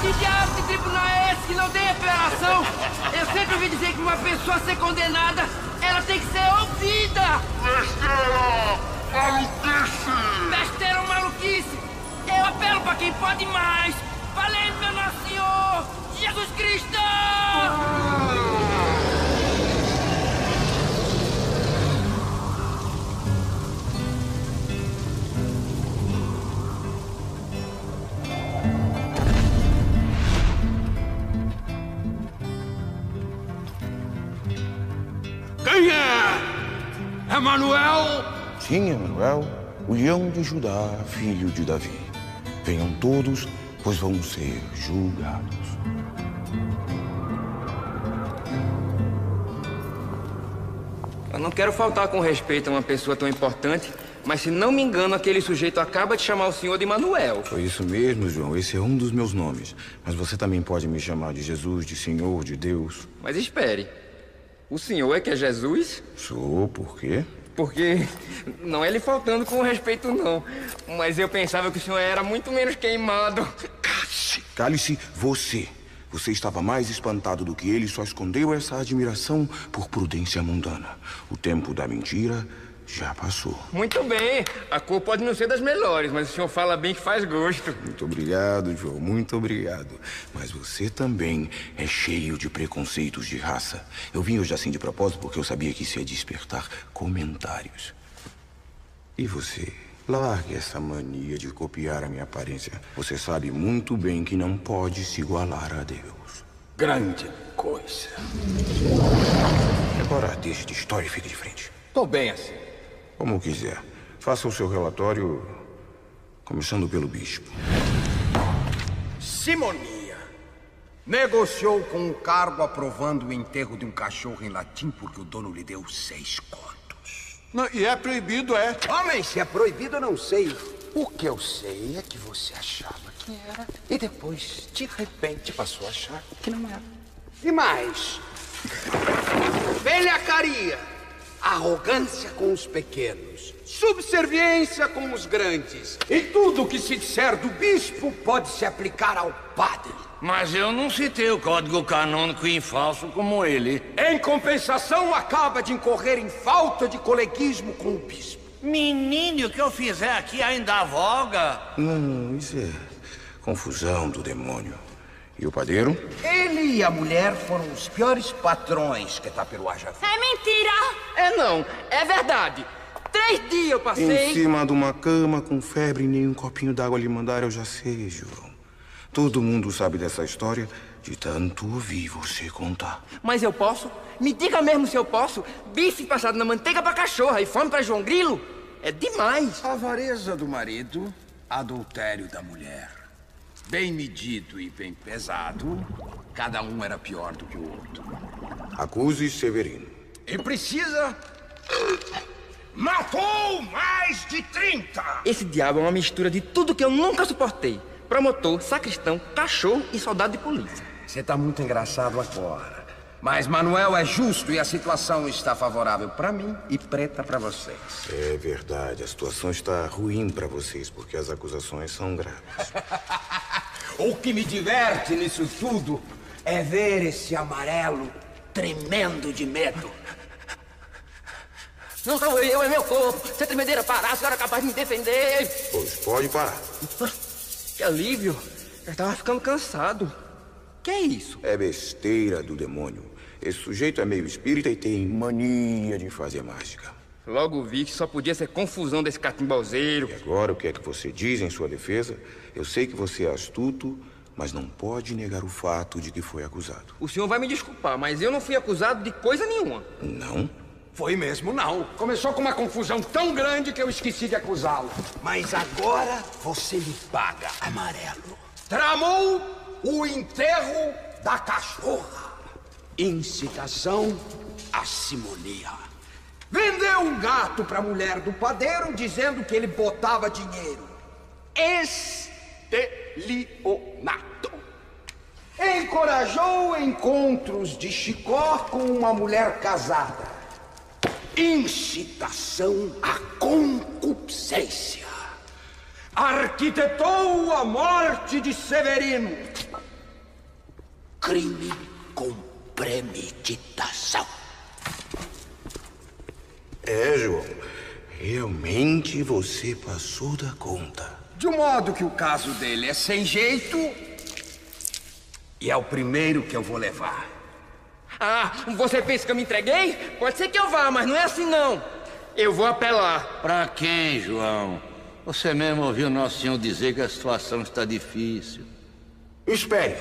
[SPEAKER 2] Que diabo de tribunal é esse que não tem apelação? Eu sempre ouvi dizer que uma pessoa a ser condenada, ela tem que ser ouvida.
[SPEAKER 16] Besteira! Maluquice!
[SPEAKER 2] Besteira ou é maluquice? Eu apelo pra quem pode mais. Valendo, meu Nosso Senhor! Jesus Cristo!
[SPEAKER 16] Quem é? É Manuel?
[SPEAKER 46] Sim, Emanuel, o leão de Judá, filho de Davi. Venham todos, pois vão ser julgados.
[SPEAKER 2] Eu não quero faltar com respeito a uma pessoa tão importante, mas se não me engano, aquele sujeito acaba de chamar o senhor de Manuel.
[SPEAKER 46] Foi isso mesmo, João. Esse é um dos meus nomes. Mas você também pode me chamar de Jesus, de Senhor, de Deus.
[SPEAKER 2] Mas espere. O senhor é que é Jesus?
[SPEAKER 46] Sou, por quê?
[SPEAKER 2] Porque não é lhe faltando com respeito, não. Mas eu pensava que o senhor era muito menos queimado.
[SPEAKER 46] Cale-se você. Você estava mais espantado do que ele e só escondeu essa admiração por prudência mundana. O tempo da mentira Já passou.
[SPEAKER 2] Muito bem, a cor pode não ser das melhores, mas o senhor fala bem que faz gosto.
[SPEAKER 46] Muito obrigado, João, muito obrigado. Mas você também é cheio de preconceitos de raça. Eu vim hoje assim de propósito porque eu sabia que isso ia despertar comentários. E você? Largue essa mania de copiar a minha aparência. Você sabe muito bem que não pode se igualar a Deus.
[SPEAKER 16] Grande coisa.
[SPEAKER 46] Agora deixe de história e fique de frente.
[SPEAKER 16] Tô bem assim.
[SPEAKER 46] Como quiser. Faça o seu relatório, começando pelo bispo.
[SPEAKER 3] Simonia negociou com um cargo aprovando o enterro de um cachorro em latim porque o dono lhe deu seis contos.
[SPEAKER 19] e é proibido, é?
[SPEAKER 3] Homem, se é proibido, eu não sei. O que eu sei é que você achava que era e depois, de repente, passou a achar que não é. era. E mais, velhacaria, arrogância com os pequenos, subserviência com os grandes. E tudo que se disser do bispo pode se aplicar ao padre.
[SPEAKER 16] Mas eu não citei o código canônico em falso como ele.
[SPEAKER 3] Em compensação, acaba de incorrer em falta de coleguismo com o bispo.
[SPEAKER 16] Menino, o que eu fizer aqui ainda voga.
[SPEAKER 46] Não, não, isso é confusão do demônio. E o padeiro?
[SPEAKER 3] Ele e a mulher foram os piores patrões que Tapiruá já viu.
[SPEAKER 58] É mentira!
[SPEAKER 2] É não, é verdade. Três dias eu
[SPEAKER 46] Em
[SPEAKER 2] passei.
[SPEAKER 46] cima de uma cama, com febre e nenhum copinho d'água lhe mandaram, eu já sei, João. Todo mundo sabe dessa história de tanto ouvir você contar.
[SPEAKER 2] Mas eu posso? Me diga mesmo se eu posso. Bife passado na manteiga pra cachorra e fome pra João Grilo? É demais.
[SPEAKER 3] Avareza do marido, adultério da mulher. Bem medido e bem pesado, cada um era pior do que o outro.
[SPEAKER 46] Acuse Severino.
[SPEAKER 3] E precisa.
[SPEAKER 2] Matou mais de 30! Esse diabo é uma mistura de tudo que eu nunca suportei. Promotor, sacristão, cachorro e soldado de polícia.
[SPEAKER 3] Você tá muito engraçado agora. Mas Manuel é justo e a situação está favorável pra mim e preta pra vocês.
[SPEAKER 46] É verdade, a situação está ruim pra vocês, porque as acusações são graves.
[SPEAKER 3] O que me diverte nisso tudo é ver esse amarelo tremendo de medo. tá
[SPEAKER 1] Não sou eu, é meu corpo. Se a tremedeira parar, a senhora é capaz de me defender.
[SPEAKER 46] Pois pode parar.
[SPEAKER 2] Que alívio. Eu tava ficando cansado. Que é isso?
[SPEAKER 46] É besteira do demônio. Esse sujeito é meio espírita e tem mania de fazer mágica.
[SPEAKER 2] Logo vi que só podia ser confusão desse catimbalzeiro.
[SPEAKER 46] Agora, o que é que você diz em sua defesa? Eu sei que você é astuto, mas não pode negar o fato de que foi acusado.
[SPEAKER 2] O senhor vai me desculpar, mas eu não fui acusado de coisa nenhuma.
[SPEAKER 46] Não?
[SPEAKER 3] Foi mesmo, não. Começou com uma confusão tão grande que eu esqueci de acusá-lo. Mas agora você me paga, amarelo. Tramou o enterro da cachorra. Incitação à simonia. Vendeu um gato pra mulher do padeiro dizendo que ele botava dinheiro. Estelionato. Encorajou encontros de Chicó com uma mulher casada. Incitação à concupiscência. Arquitetou a morte de Severino. Crime com premeditação.
[SPEAKER 46] É, João. Realmente você passou da conta.
[SPEAKER 3] De modo que o caso dele é sem jeito. E é o primeiro que eu vou levar.
[SPEAKER 2] Ah, você pensa que eu me entreguei? Pode ser que eu vá, mas não é assim não. Eu vou apelar.
[SPEAKER 16] Pra quem, João? Você mesmo ouviu Nosso Senhor dizer que a situação está difícil.
[SPEAKER 46] Espere.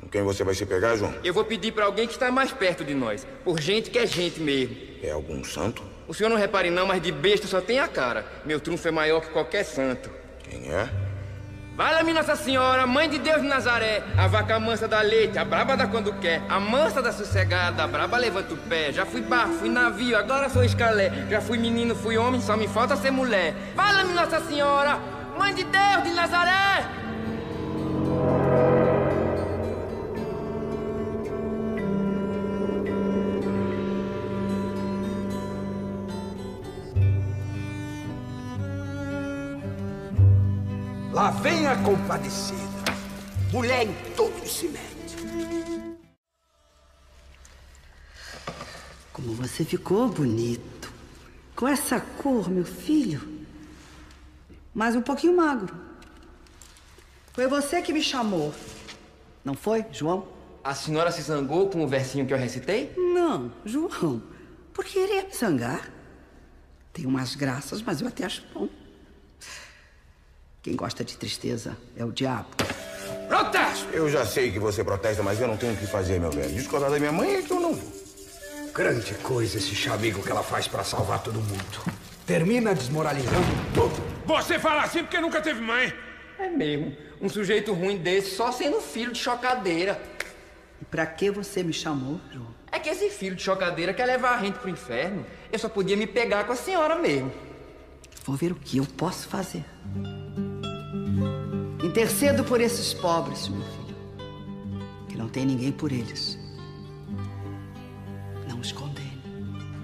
[SPEAKER 46] Com quem você vai se pegar, João?
[SPEAKER 2] Eu vou pedir pra alguém que está mais perto de nós. Por gente que é gente mesmo.
[SPEAKER 46] É algum santo?
[SPEAKER 2] O senhor não repare não, mas de besta só tem a cara. Meu trunfo é maior que qualquer santo.
[SPEAKER 46] Quem é?
[SPEAKER 2] Valha-me Nossa Senhora, Mãe de Deus de Nazaré, a vaca mansa da leite, a braba da quando quer, a mansa da sossegada, a braba levanta o pé. Já fui barco, fui navio, agora sou escalé. Já fui menino, fui homem, só me falta ser mulher. Valha-me Nossa Senhora, Mãe de Deus de Nazaré!
[SPEAKER 3] Lá vem a compadecida. Mulher em todos se mete.
[SPEAKER 15] Como você ficou bonito. Com essa cor, meu filho. Mas um pouquinho magro. Foi você que me chamou. Não foi, João?
[SPEAKER 2] A senhora se zangou com o versinho que eu recitei?
[SPEAKER 15] Não, João. Por que iria me zangar? Tem umas graças, mas eu até acho bom. Quem gosta de tristeza é o diabo.
[SPEAKER 46] Protesto! Eu já sei que você protesta, mas eu não tenho o que fazer, meu velho. Discordar da minha mãe é que eu não vou.
[SPEAKER 59] Grande coisa esse chamigo que ela faz pra salvar todo mundo. Termina desmoralizando todo.
[SPEAKER 60] Você fala assim porque nunca teve mãe. É mesmo.
[SPEAKER 2] Um sujeito ruim desse só sendo filho de chocadeira.
[SPEAKER 15] E pra que você me chamou, João?
[SPEAKER 2] É que esse filho de chocadeira quer levar a gente pro inferno. Eu só podia me pegar com a senhora mesmo.
[SPEAKER 15] Vou ver o que eu posso fazer. Intercedo por esses pobres, meu filho. Que não tem ninguém por eles. Não os condene.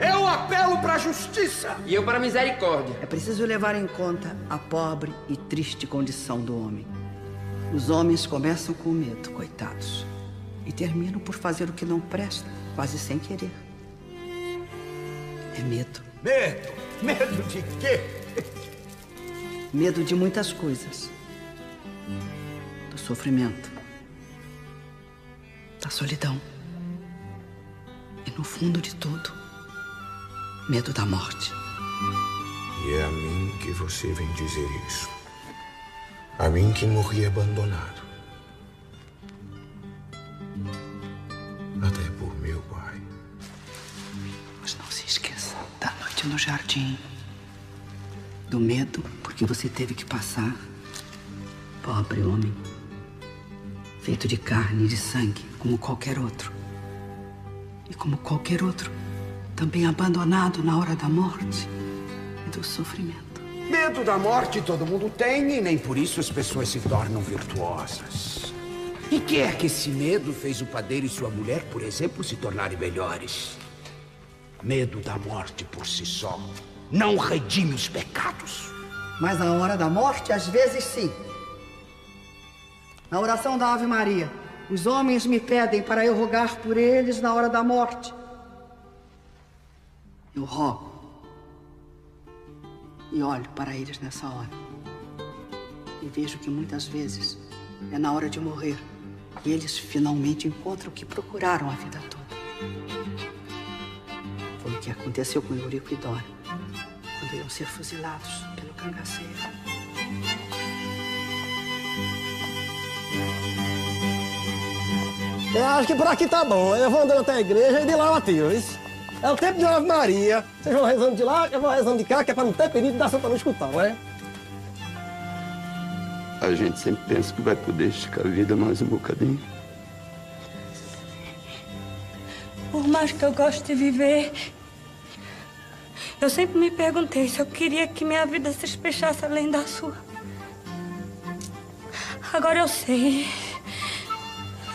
[SPEAKER 3] Eu apelo pra justiça!
[SPEAKER 2] E eu para misericórdia.
[SPEAKER 15] É preciso levar em conta a pobre e triste condição do homem. Os homens começam com medo, coitados. E terminam por fazer o que não presta, quase sem querer. É medo.
[SPEAKER 59] Medo? Medo de quê?
[SPEAKER 15] Medo de muitas coisas. Do sofrimento.
[SPEAKER 35] Tá
[SPEAKER 15] Da solidão. E no fundo de tudo, medo da morte.
[SPEAKER 46] E é a mim que você vem dizer isso. A mim que morri abandonado. Até por meu pai.
[SPEAKER 15] Mas não se esqueça da noite no jardim. Do medo porque você teve que passar. Pobre homem. Feito de carne e de sangue, como qualquer outro. E como qualquer outro, também abandonado na hora da morte e do sofrimento.
[SPEAKER 3] Medo da morte todo mundo tem e nem por isso as pessoas se tornam virtuosas. E que é que esse medo fez o padeiro e sua mulher, por exemplo, se tornarem melhores? Medo da morte por si só não redime os pecados.
[SPEAKER 15] Mas na hora da morte, às vezes sim. Na oração da Ave Maria, os homens me pedem para eu rogar por eles na hora da morte. Eu rogo e olho para eles nessa hora. E vejo que muitas vezes é na hora de morrer que eles finalmente encontram o que procuraram a vida toda. Foi o que aconteceu com Eurico e Dora quando iam ser fuzilados pelo cangaceiro.
[SPEAKER 1] Eu acho que por aqui tá bom. Eu vou andando até a igreja e de lá eu atiro. isso. É o tempo de uma Ave Maria. Vocês vão rezando de lá, eu vou rezando de cá, que é pra não ter perigo da Santa não escutar, né?
[SPEAKER 36] A gente sempre pensa que vai poder esticar a vida mais um bocadinho.
[SPEAKER 8] Por mais que eu goste de viver, eu sempre me perguntei se eu queria que minha vida se despechasse além da sua. Agora eu sei.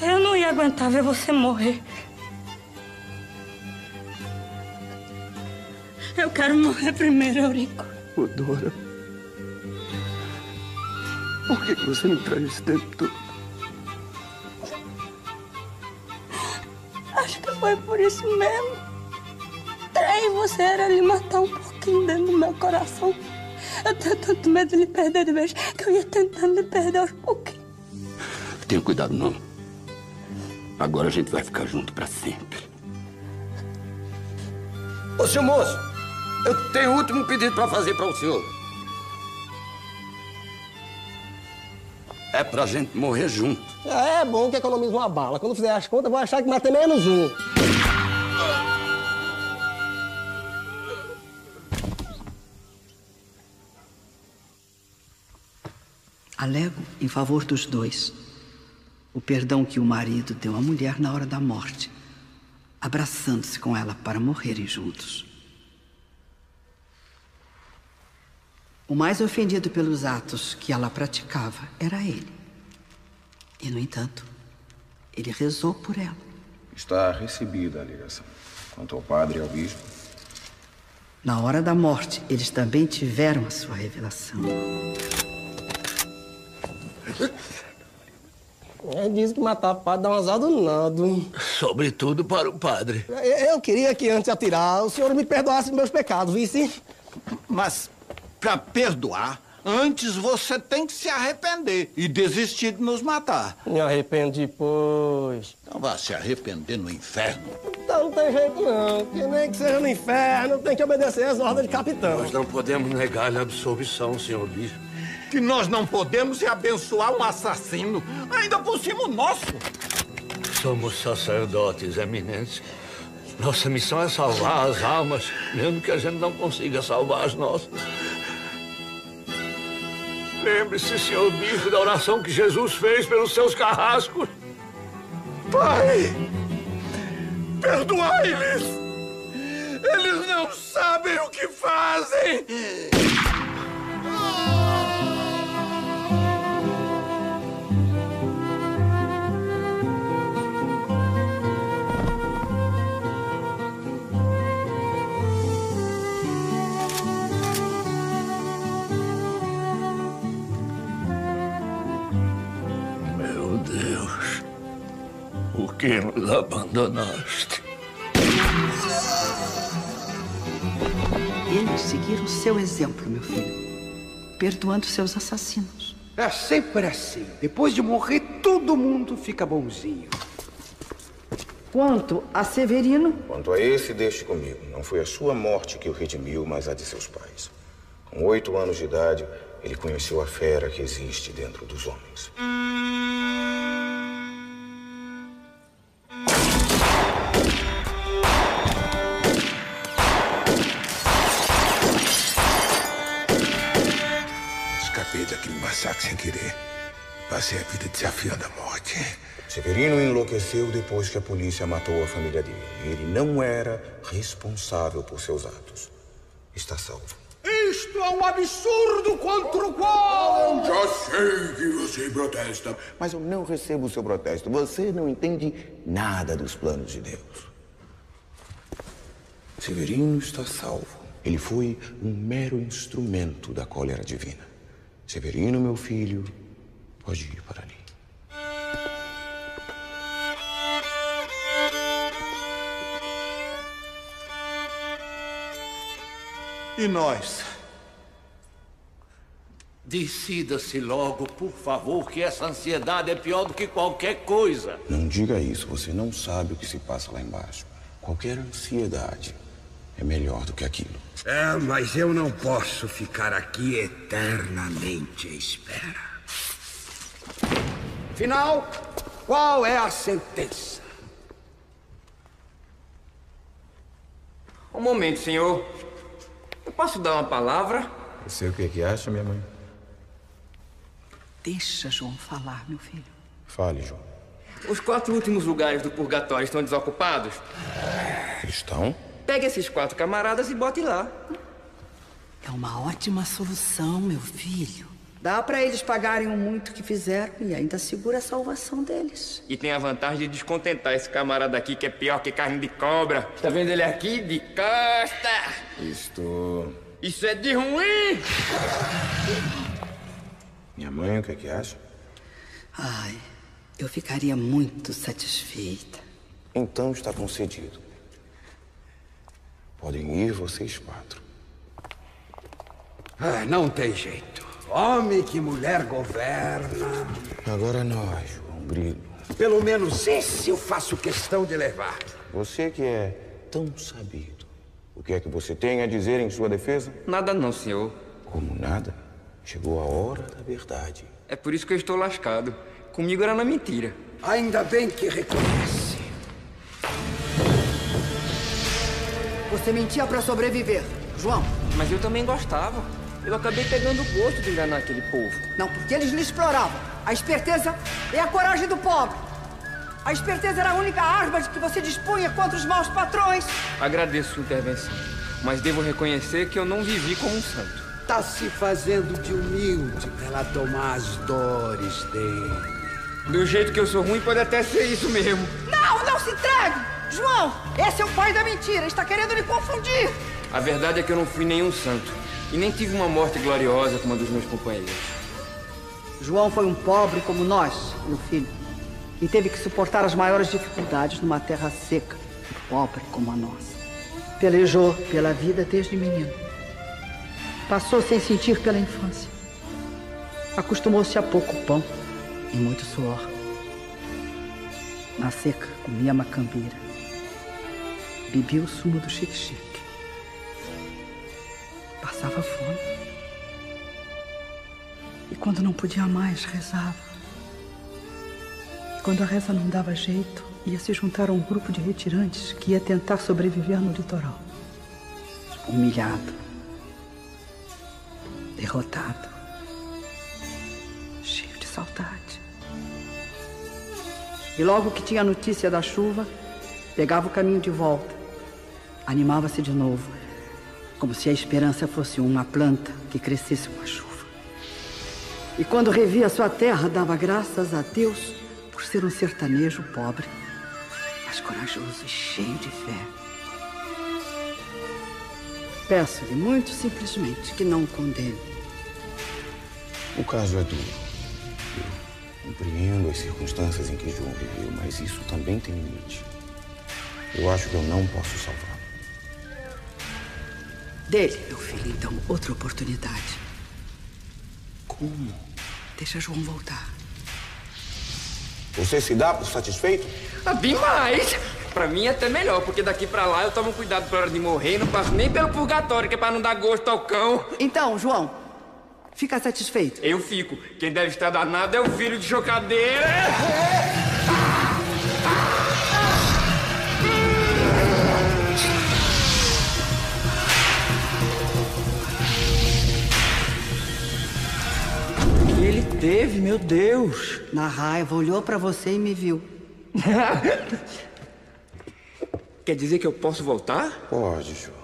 [SPEAKER 8] Eu não ia aguentar ver você morrer. Eu quero morrer primeiro, Eurico.
[SPEAKER 36] Ô, Dora. Por que que você me traz esse tempo todo?
[SPEAKER 8] Acho que foi por isso mesmo. Trem, você era lhe matar um pouquinho dentro do meu coração. Eu tenho tanto medo de lhe perder de vez que eu ia tentando lhe perder aos pouquinhos.
[SPEAKER 36] Tenha cuidado, não. Agora a gente vai ficar junto pra sempre.
[SPEAKER 3] Ô, seu moço, eu tenho o último pedido pra fazer para o senhor.
[SPEAKER 36] É pra gente morrer junto.
[SPEAKER 1] É bom que economiza uma bala. Quando fizer as contas, eu vou achar que matei menos um.
[SPEAKER 15] Alego em favor dos dois o perdão que o marido deu à mulher na hora da morte, abraçando-se com ela para morrerem juntos. O mais ofendido pelos atos que ela praticava era ele. E, no entanto, ele rezou por ela.
[SPEAKER 46] Está recebida a ligação. Quanto ao padre e ao bispo,
[SPEAKER 15] Na hora da morte, eles também tiveram a sua revelação.
[SPEAKER 1] Ele disse que matar padre dá um azar danado.
[SPEAKER 61] Sobretudo para o padre.
[SPEAKER 1] Eu queria que antes de atirar, o senhor me perdoasse meus pecados, vice.
[SPEAKER 19] Mas, pra perdoar, antes você tem que se arrepender e desistir de nos matar.
[SPEAKER 1] Me arrependo depois.
[SPEAKER 19] Então vá se arrepender no inferno.
[SPEAKER 1] Então não tem jeito não, que nem que seja no inferno, tem que obedecer às ordens de capitão.
[SPEAKER 3] Nós não podemos negar-lhe a absolvição, senhor bispo.
[SPEAKER 19] Que nós não podemos é abençoar um assassino, ainda por cima o nosso.
[SPEAKER 3] Somos sacerdotes, eminentes. Nossa missão é salvar as almas, mesmo que a gente não consiga salvar as nossas. Lembre-se, senhor bispo, da oração que Jesus fez pelos seus carrascos.
[SPEAKER 19] Pai, perdoai-lhes. Eles não sabem o que fazem.
[SPEAKER 3] Meu Deus, por que nos abandonaste?
[SPEAKER 62] Eles seguiram seu exemplo, meu filho, perdoando seus assassinos.
[SPEAKER 16] É sempre assim. Depois de morrer, todo mundo fica bonzinho.
[SPEAKER 15] Quanto a Severino,
[SPEAKER 46] Quanto a esse, deixe comigo. Não foi a sua morte que o redimiu, mas a de seus pais. Com oito anos de idade, ele conheceu a fera que existe dentro dos homens.
[SPEAKER 17] Escapei daquele massacre sem querer. Passei a vida desafiando a morte.
[SPEAKER 46] Severino enlouqueceu depois que a polícia matou a família dele. Ele não era responsável por seus atos. Está salvo.
[SPEAKER 16] Isto é um absurdo contra o qual...
[SPEAKER 46] Já sei que você protesta. Mas eu não recebo o seu protesto. Você não entende nada dos planos de Deus. Severino está salvo. Ele foi um mero instrumento da cólera divina. Severino, meu filho, pode ir para ali.
[SPEAKER 19] E nós?
[SPEAKER 3] Decida-se logo, por favor, que essa ansiedade é pior do que qualquer coisa.
[SPEAKER 46] Não diga isso. Você não sabe o que se passa lá embaixo. Qualquer ansiedade é melhor do que aquilo.
[SPEAKER 16] É, mas eu não posso ficar aqui eternamente à espera. Final, qual é a sentença?
[SPEAKER 2] Um momento, senhor. Eu posso dar uma palavra?
[SPEAKER 46] Eu sei o que, que acha, minha mãe.
[SPEAKER 62] Deixa João falar, meu filho.
[SPEAKER 46] Fale, João.
[SPEAKER 2] Os quatro últimos lugares do purgatório estão desocupados?
[SPEAKER 46] Estão?
[SPEAKER 2] Pegue esses quatro camaradas e bote lá.
[SPEAKER 62] É uma ótima solução, meu filho.
[SPEAKER 15] dá pra eles pagarem o muito que fizeram e ainda segura a salvação deles.
[SPEAKER 2] E tem a vantagem de descontentar esse camarada aqui que é pior que carne de cobra. Tá vendo ele aqui? De costa!
[SPEAKER 46] Isto.
[SPEAKER 2] Isso é de ruim!
[SPEAKER 46] Minha mãe, o que, que acha?
[SPEAKER 62] Ai, eu ficaria muito satisfeita.
[SPEAKER 46] Então está concedido. Podem ir vocês quatro.
[SPEAKER 16] Ah, não tem jeito. Homem que mulher governa.
[SPEAKER 46] Agora nós, João Grilo.
[SPEAKER 16] Pelo menos esse eu faço questão de levar.
[SPEAKER 46] Você que é tão sabido, o que é que você tem a dizer em sua defesa?
[SPEAKER 2] Nada não, senhor.
[SPEAKER 46] Como nada? Chegou a hora da verdade.
[SPEAKER 2] É por isso que eu estou lascado. Comigo era na mentira.
[SPEAKER 16] Ainda bem que reconhece.
[SPEAKER 15] Você mentia pra sobreviver. João,
[SPEAKER 2] Mas eu também gostava. Eu acabei pegando o gosto de enganar aquele povo.
[SPEAKER 15] não, porque eles lhe exploravam. A esperteza é a coragem do pobre. A esperteza era a única arma de que você dispunha contra os maus patrões.
[SPEAKER 2] Agradeço sua intervenção, mas devo reconhecer que eu não vivi como um santo.
[SPEAKER 16] Tá se fazendo de humilde pra ela tomar as dores dele.
[SPEAKER 2] Do jeito que eu sou ruim, pode até ser isso mesmo.
[SPEAKER 15] Não, não se entregue! João, esse é o pai da mentira. Está querendo lhe confundir.
[SPEAKER 2] A verdade é que eu não fui nenhum santo e nem tive uma morte gloriosa como a dos meus companheiros.
[SPEAKER 15] João foi um pobre como nós, meu filho. e teve que suportar as maiores dificuldades numa terra seca e pobre como a nossa. Pelejou pela vida desde menino. Passou sem sentir pela infância. Acostumou-se a pouco pão e muito suor. Na seca, comia macambira. Bebia o sumo do xique-xique. Passava fome. E quando não podia mais, rezava. E quando a reza não dava jeito, ia se juntar a um grupo de retirantes que ia tentar sobreviver no litoral. Humilhado. Derrotado. Cheio de saudade. E logo que tinha notícia da chuva, pegava o caminho de volta. Animava-se de novo, como se a esperança fosse uma planta que crescesse com a chuva. E quando revia sua terra, dava graças a Deus por ser um sertanejo pobre, mas corajoso e cheio de fé. Peço-lhe muito simplesmente que não o condene.
[SPEAKER 46] O caso é duro. Eu compreendo as circunstâncias em que João viveu, mas isso também tem limite. Eu acho que eu não posso salvá-lo.
[SPEAKER 63] Dele, meu filho, então, outra oportunidade.
[SPEAKER 46] Como?
[SPEAKER 63] Deixa João voltar.
[SPEAKER 46] Você se dá por satisfeito?
[SPEAKER 2] Ah, demais! Pra mim é até melhor, porque daqui pra lá eu tomo cuidado pra hora de morrer e não passo nem pelo purgatório, que é pra não dar gosto ao cão.
[SPEAKER 15] Então, João, fica satisfeito.
[SPEAKER 2] Eu fico. Quem deve estar danado é o filho de chocadeira.
[SPEAKER 15] Ele teve, meu Deus. Na raiva, olhou pra você e me viu.
[SPEAKER 2] Quer dizer que eu posso voltar?
[SPEAKER 46] Pode, João.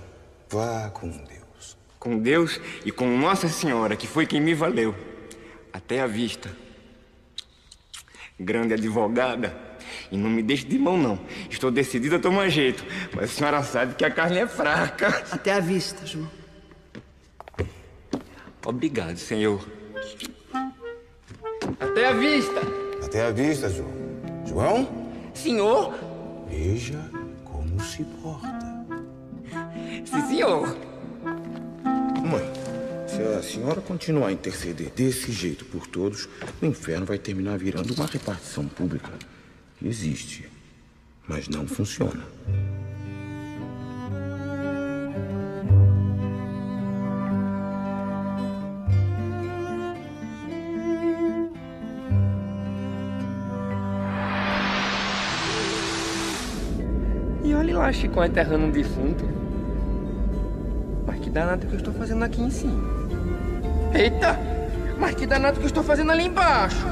[SPEAKER 46] Vá com Deus.
[SPEAKER 2] Com Deus e com Nossa Senhora, que foi quem me valeu. Até a vista. Grande advogada. E não me deixe de mão, não. Estou decidida a tomar jeito. Mas a senhora sabe que a carne é fraca.
[SPEAKER 15] Até a vista, João.
[SPEAKER 2] Obrigado, senhor. Até a vista.
[SPEAKER 46] Até a vista, João. João,
[SPEAKER 2] Senhor?
[SPEAKER 46] veja como se porta.
[SPEAKER 2] Sim, senhor.
[SPEAKER 46] Mãe, se a senhora continuar a interceder desse jeito por todos, o inferno vai terminar virando uma repartição pública. que Existe, mas não funciona.
[SPEAKER 2] E olhe lá, Chicó enterrando um defunto. Mas que danado que eu estou fazendo aqui em cima. Eita! Mas que danado que eu estou fazendo ali embaixo.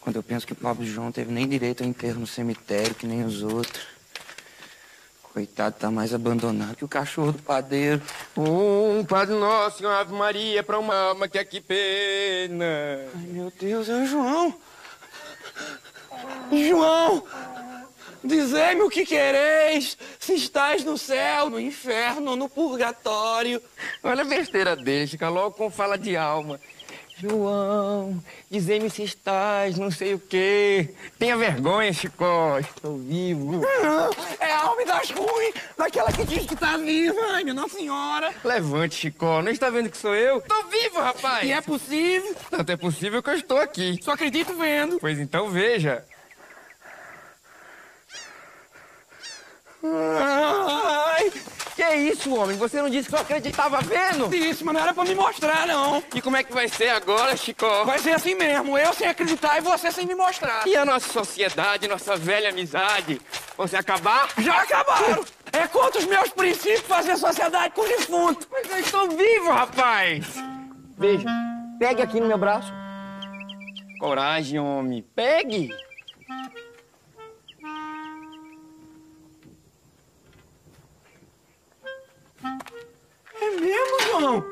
[SPEAKER 4] Quando eu penso que o Pablo João teve nem direito a enterro no cemitério, que nem os outros. Coitado, tá mais abandonado que o cachorro do padeiro.
[SPEAKER 2] Um Padre Nosso e uma Ave Maria pra uma alma que é que pena.
[SPEAKER 4] Ai, meu Deus, é o João. João! Dizei-me o que quereis, se estás no céu, no inferno, no purgatório.
[SPEAKER 2] Olha a besteira dele, fica logo com fala de alma. João, dizei-me se estás, não sei o quê. Tenha vergonha, Chicó, estou vivo.
[SPEAKER 4] Não, É a alma das ruins, daquela que diz que tá viva, ai, minha Nossa Senhora.
[SPEAKER 2] Levante, Chicó, não está vendo que sou eu? Tô vivo, rapaz!
[SPEAKER 4] E é possível,
[SPEAKER 2] Tanto é possível que eu estou aqui.
[SPEAKER 4] só acredito vendo.
[SPEAKER 2] Pois então veja.
[SPEAKER 4] Ai,
[SPEAKER 2] Que é isso, homem? Você não disse que eu acreditava vendo?
[SPEAKER 4] isso, mas não era pra me mostrar, não.
[SPEAKER 2] E como é que vai ser agora, Chicó?
[SPEAKER 4] Vai ser assim mesmo, eu sem acreditar e você sem me mostrar.
[SPEAKER 2] E a nossa sociedade, nossa velha amizade? Vão se acabar?
[SPEAKER 4] Já acabaram! É contra os meus princípios fazer sociedade com o defunto.
[SPEAKER 2] Mas eu estou vivo, rapaz! Veja, pegue aqui no meu braço. Coragem, homem. Pegue!
[SPEAKER 4] É mesmo, João?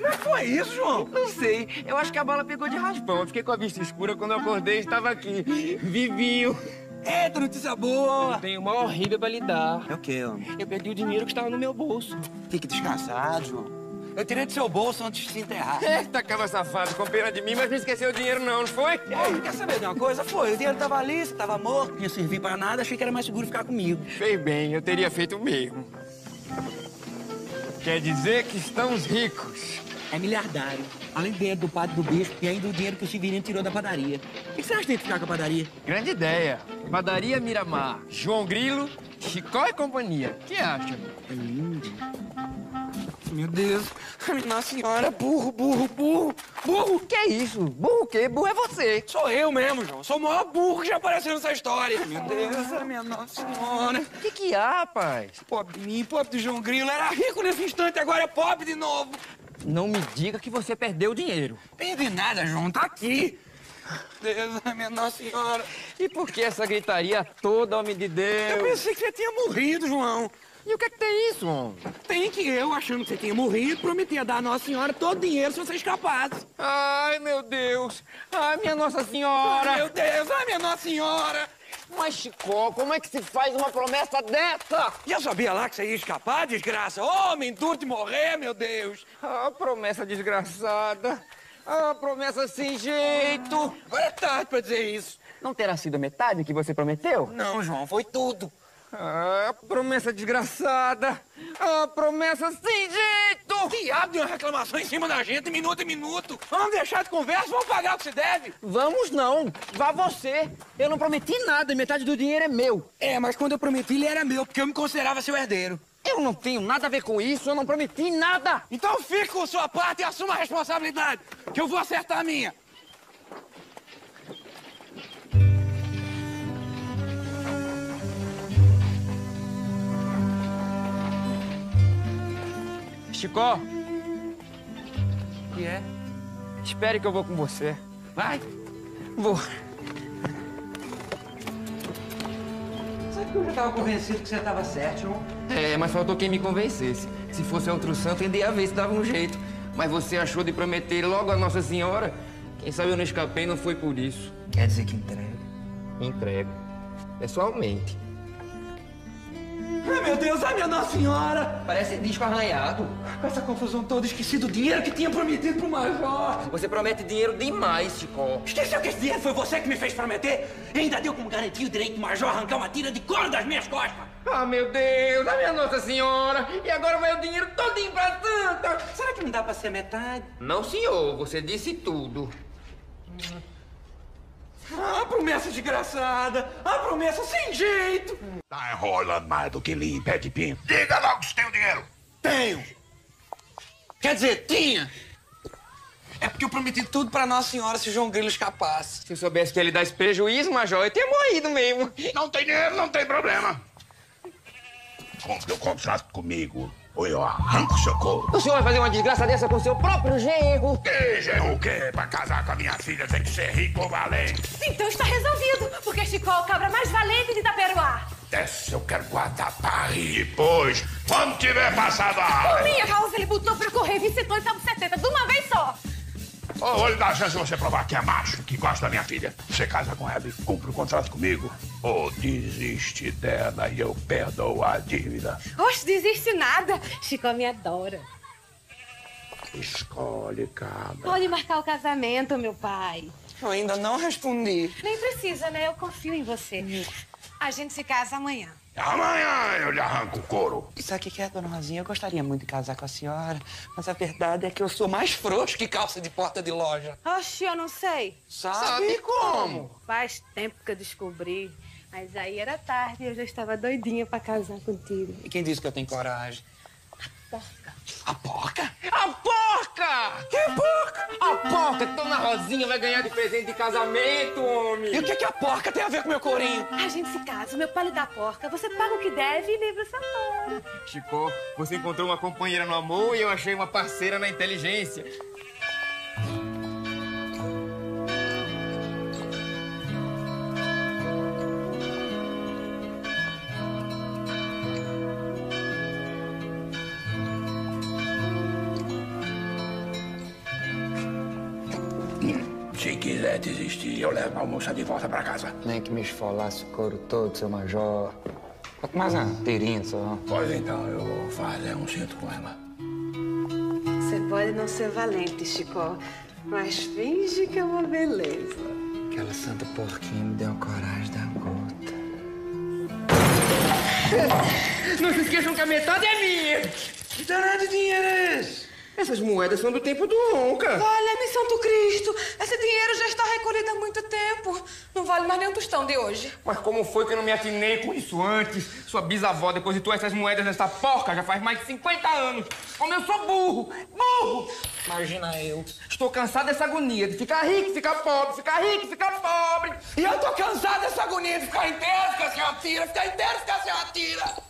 [SPEAKER 2] Mas foi isso, João? Não sei. Eu acho que a bala pegou de raspão. Eu fiquei com a vista escura quando eu acordei e estava aqui. Vivinho.
[SPEAKER 1] Eita, notícia boa!
[SPEAKER 2] Eu tenho uma horrível pra lhe dar.
[SPEAKER 1] É o quê,
[SPEAKER 2] Eu perdi o dinheiro que estava no meu bolso.
[SPEAKER 1] Fique descansado, João. Eu tirei do seu bolso antes de se enterrar.
[SPEAKER 2] Eita, cabra safado, com pena de mim, mas não esqueceu o dinheiro não, não foi?
[SPEAKER 1] Ei, quer saber de uma coisa? Foi, o dinheiro tava ali, você tava morto, não ia servir pra nada, achei que era mais seguro ficar comigo.
[SPEAKER 2] Fez bem, eu teria feito o mesmo. Quer dizer que estamos ricos.
[SPEAKER 1] É milhardário. Além do dinheiro do padre do bispo e ainda o dinheiro que o Severino tirou da padaria. O que você acha de ficar com a padaria?
[SPEAKER 2] Grande ideia. Padaria Miramar, João Grilo, Chicó e companhia. O que acha?
[SPEAKER 1] É lindo.
[SPEAKER 2] Meu Deus. Nossa senhora, burro, burro, burro. Burro, que é isso? Burro o quê? Burro é você.
[SPEAKER 1] Sou eu mesmo, João. Sou o maior burro que já apareceu nessa história. Meu Deus, né?
[SPEAKER 2] minha nossa
[SPEAKER 1] senhora.
[SPEAKER 2] O que, que há, rapaz?
[SPEAKER 1] Pobre de mim, pobre do João Grilo. Era rico nesse instante, agora é pobre de novo.
[SPEAKER 2] Não me diga que você perdeu o dinheiro.
[SPEAKER 1] Perdi nada, João. Tá aqui. Deus, minha Nossa Senhora.
[SPEAKER 2] E por que essa gritaria toda, homem de Deus?
[SPEAKER 1] Eu pensei que você tinha morrido, João.
[SPEAKER 2] E o que é que tem isso, homem?
[SPEAKER 1] Tem que eu, achando que você tinha morrido, prometia dar à Nossa Senhora todo o dinheiro se você escapasse.
[SPEAKER 2] Ai, meu Deus. Ai, minha Nossa Senhora.
[SPEAKER 1] Ai, meu Deus. Ai, minha Nossa Senhora.
[SPEAKER 2] Mas, Chicó, como é que se faz uma promessa dessa?
[SPEAKER 1] E eu sabia lá que você ia escapar, desgraça. Homem duro de morrer, meu Deus.
[SPEAKER 2] Ah, promessa desgraçada. Ah, promessa sem jeito.
[SPEAKER 1] Agora é tarde pra dizer isso.
[SPEAKER 2] Não terá sido a metade que você prometeu?
[SPEAKER 1] Não, João, foi tudo.
[SPEAKER 2] Ah, promessa desgraçada. Ah, promessa sem jeito.
[SPEAKER 1] Diabo de uma reclamação em cima da gente, minuto em minuto. Vamos deixar de conversa, vamos pagar o que se deve.
[SPEAKER 2] Vamos não, vá você. Eu não prometi nada, metade do dinheiro é meu.
[SPEAKER 1] É, mas quando eu prometi, ele era meu, porque eu me considerava seu herdeiro.
[SPEAKER 2] Eu não tenho nada a ver com isso, eu não prometi nada.
[SPEAKER 1] Então fique com sua parte e assuma a responsabilidade, que eu vou acertar a minha.
[SPEAKER 2] é Chicó?
[SPEAKER 1] O que é?
[SPEAKER 2] Espere que eu vou com você.
[SPEAKER 1] Vai?
[SPEAKER 2] Vou.
[SPEAKER 1] Sabe que eu já tava convencido que você tava certo, João?
[SPEAKER 2] É, mas faltou quem me convencesse. Se fosse outro santo, ainda ia ver se dava um jeito. Mas você achou de prometer logo a Nossa Senhora? Quem sabe eu não escapei não foi por isso. É
[SPEAKER 1] Quer dizer que entrega?
[SPEAKER 2] Entrego. Pessoalmente.
[SPEAKER 1] Ai, meu Deus, ai, minha Nossa Senhora! Parece disco arranhado. Com essa confusão toda, esqueci do dinheiro que tinha prometido pro Major.
[SPEAKER 2] Você promete dinheiro demais, Chicó.
[SPEAKER 1] Esqueceu que esse dinheiro foi você que me fez prometer? E ainda deu como garantia o direito do Major arrancar uma tira de couro das minhas costas.
[SPEAKER 2] Ah, meu Deus, a minha Nossa Senhora! E agora vai o dinheiro todinho pra santa!
[SPEAKER 1] Será que não dá pra ser metade?
[SPEAKER 2] Não, senhor, você disse tudo. Hum.
[SPEAKER 1] Ah, promessa desgraçada! Ah, promessa sem jeito!
[SPEAKER 16] Tá enrolando mais do que limpa, pé de pinto. Diga logo se tem o dinheiro.
[SPEAKER 1] Tenho! Quer dizer, tinha! É porque eu prometi tudo pra Nossa Senhora se o João Grilo escapasse.
[SPEAKER 2] Se eu soubesse que ele dá esse prejuízo, Major, eu teria morrido mesmo.
[SPEAKER 16] Não tem dinheiro, não tem problema. Cumpre o contrato comigo. Ou eu arranco o seu couro.
[SPEAKER 2] O senhor vai fazer uma desgraça dessa com seu próprio genro.
[SPEAKER 16] Que genro o quê? Pra casar com a minha filha tem que ser rico ou valente.
[SPEAKER 17] Então está resolvido, porque Chico é o cabra mais valente de Itaperuá.
[SPEAKER 16] Essa eu quero guardar pra rir depois, quando tiver passado a
[SPEAKER 17] Por minha causa, ele botou pra correr 25 e 70 de uma vez só.
[SPEAKER 16] Ô, vou lhe dar a chance de você provar que é macho, que gosta da minha filha. Você casa com ela e cumpre o contrato comigo, ou desiste dela e eu perdoo a dívida.
[SPEAKER 17] Oxe, desiste nada. Chico me adora.
[SPEAKER 16] Escolhe, cabra.
[SPEAKER 17] Pode marcar o casamento, meu pai.
[SPEAKER 1] Eu ainda não respondi.
[SPEAKER 17] Nem precisa, né? Eu confio em você. A gente se casa amanhã.
[SPEAKER 16] Amanhã eu lhe arranco o couro.
[SPEAKER 1] Sabe o que é, dona Rosinha? Eu gostaria muito de casar com a senhora, mas a verdade é que eu sou mais frouxo que calça de porta de loja.
[SPEAKER 17] Oxi, eu não sei.
[SPEAKER 1] Sabe, Sabe como?
[SPEAKER 17] Faz tempo que eu descobri. Mas aí era tarde e eu já estava doidinha pra casar contigo.
[SPEAKER 1] E quem disse que eu tenho coragem?
[SPEAKER 17] Porca.
[SPEAKER 1] A porca?
[SPEAKER 2] A porca!
[SPEAKER 1] Que porca?
[SPEAKER 2] A porca! Dona Rosinha vai ganhar de presente de casamento, homem!
[SPEAKER 1] E o que, é que a porca tem a ver com meu corinho?
[SPEAKER 17] A gente se casa, o meu pai lhe dá porca, você paga o que deve e livra o salário.
[SPEAKER 2] Chico, você encontrou uma companheira no amor e eu achei uma parceira na inteligência.
[SPEAKER 16] Se quiser desistir, eu levo a moça de volta pra casa.
[SPEAKER 4] Nem que me esfolasse o couro todo, seu major. Quanto mais uma tirinha só.
[SPEAKER 16] Pois então, eu vou fazer um cinto com ela.
[SPEAKER 64] Você pode não ser valente, Chico, mas finge que é uma beleza.
[SPEAKER 4] Aquela santa porquinha me deu um coragem da gota.
[SPEAKER 2] Não se esqueçam que a metade é minha. Que danado dinheiro é esse? Essas moedas são do tempo do Onca.
[SPEAKER 35] Olha-me, Santo Cristo! Esse dinheiro já está recolhido há muito tempo. Não vale mais nem um tostão de hoje.
[SPEAKER 2] Mas como foi que eu não me atinei com isso antes? Sua bisavó depositou essas moedas nessa porca já faz mais de 50 anos. Como eu sou burro, burro! Imagina eu. Estou cansado dessa agonia de ficar rico, ficar pobre, ficar rico, ficar pobre. E eu tô cansado dessa agonia de ficar inteiro, ficar sem uma tira, ficar inteiro, ficar sem uma tira.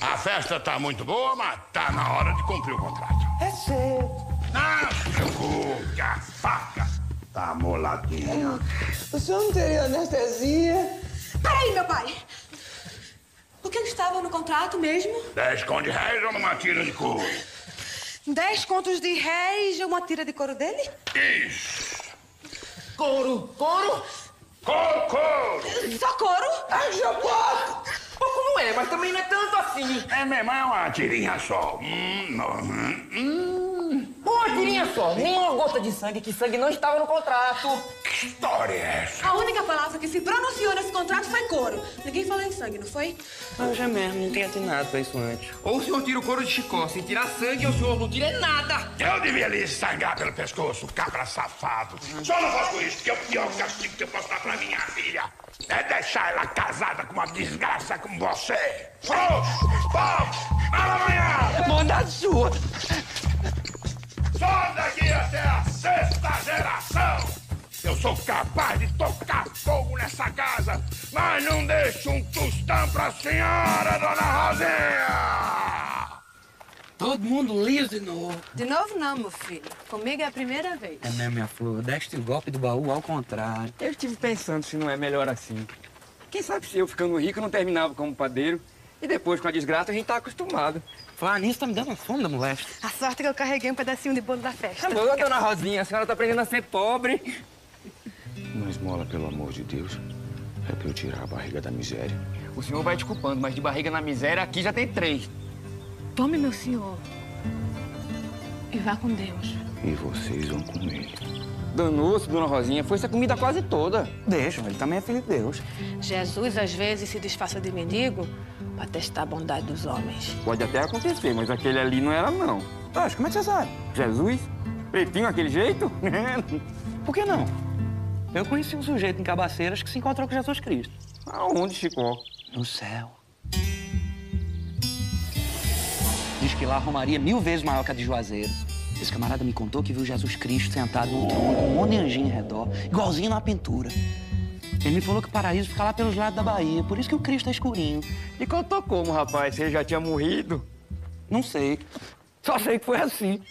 [SPEAKER 16] A festa tá muito boa, mas tá na hora de cumprir o contrato.
[SPEAKER 2] É cedo.
[SPEAKER 16] Ah, Xangô, que a faca tá moladinha.
[SPEAKER 35] O senhor não teria anestesia? Peraí, meu pai! O que estava no contrato mesmo?
[SPEAKER 16] Dez contos de réis ou uma tira de couro?
[SPEAKER 35] Dez contos de réis e uma tira de couro dele?
[SPEAKER 16] Isso.
[SPEAKER 2] Couro, couro?
[SPEAKER 16] Couro, couro!
[SPEAKER 35] Só couro?
[SPEAKER 2] Ai, já Pouco não é, mas também não é tanto assim.
[SPEAKER 16] É mesmo, é uma tirinha só. Hum, não, hum, hum.
[SPEAKER 2] Uma tirinha só, uma gota de sangue, que sangue não estava no contrato.
[SPEAKER 16] Que história é essa?
[SPEAKER 35] A única palavra que se pronunciou nesse contrato foi couro. Ninguém falou em sangue, não foi?
[SPEAKER 4] Hoje é mesmo, não tinha atinado pra isso antes.
[SPEAKER 2] Ou o senhor tira o couro de Chicó, se tirar sangue, ou o senhor não tira nada.
[SPEAKER 16] Eu devia lhe sangar pelo pescoço, cabra safado. Só não faço isso, que é o pior castigo que eu posso dar pra minha filha. É deixar ela casada com uma desgraça como você. Frouxo, pobre, amanhã!
[SPEAKER 2] Manda É sua.
[SPEAKER 16] Só daqui até a sexta geração! Eu sou capaz de tocar fogo nessa casa, mas não deixo um tostão pra senhora, dona Rosinha!
[SPEAKER 65] Todo mundo liso de novo.
[SPEAKER 64] De novo não, meu filho. Comigo é a primeira vez.
[SPEAKER 4] É mesmo, minha flor. Deste o golpe do baú ao contrário.
[SPEAKER 2] Eu estive pensando se não é melhor assim. Quem sabe se eu ficando rico não terminava como padeiro e depois com a desgraça a gente tá acostumado.
[SPEAKER 4] Falar nisso tá me dando uma fome da mulher.
[SPEAKER 64] A sorte é que eu carreguei um pedacinho de bolo da festa.
[SPEAKER 2] Tá boa, dona Rosinha. A senhora tá aprendendo a ser pobre.
[SPEAKER 46] Não esmola, pelo amor de Deus. É pra eu tirar a barriga da miséria.
[SPEAKER 2] O senhor vai desculpando, mas de barriga na miséria aqui já tem três.
[SPEAKER 64] Tome, meu senhor. E vá com Deus.
[SPEAKER 46] E vocês vão com ele.
[SPEAKER 2] Danou-se, dona Rosinha. Foi essa comida quase toda.
[SPEAKER 4] Deixa, ele também é filho de Deus.
[SPEAKER 64] Jesus às vezes se disfarça de mendigo pra testar a bondade dos homens.
[SPEAKER 2] Pode até acontecer, mas aquele ali não era, não.
[SPEAKER 4] Mas como é que você sabe?
[SPEAKER 2] Jesus? Pretinho, aquele jeito?
[SPEAKER 4] Por que não? Eu conheci um sujeito em Cabaceiras que se encontrou com Jesus Cristo.
[SPEAKER 2] Aonde, Chico?
[SPEAKER 4] No céu. Diz que lá a Romaria é mil vezes maior que a de Juazeiro. Esse camarada me contou que viu Jesus Cristo sentado num trono com um monte de anjinho em redor, igualzinho na pintura. Ele me falou que o paraíso fica lá pelos lados da Bahia, por isso que o Cristo é escurinho.
[SPEAKER 2] E contou como, rapaz? Você já tinha morrido?
[SPEAKER 4] Não sei. Só sei que foi assim.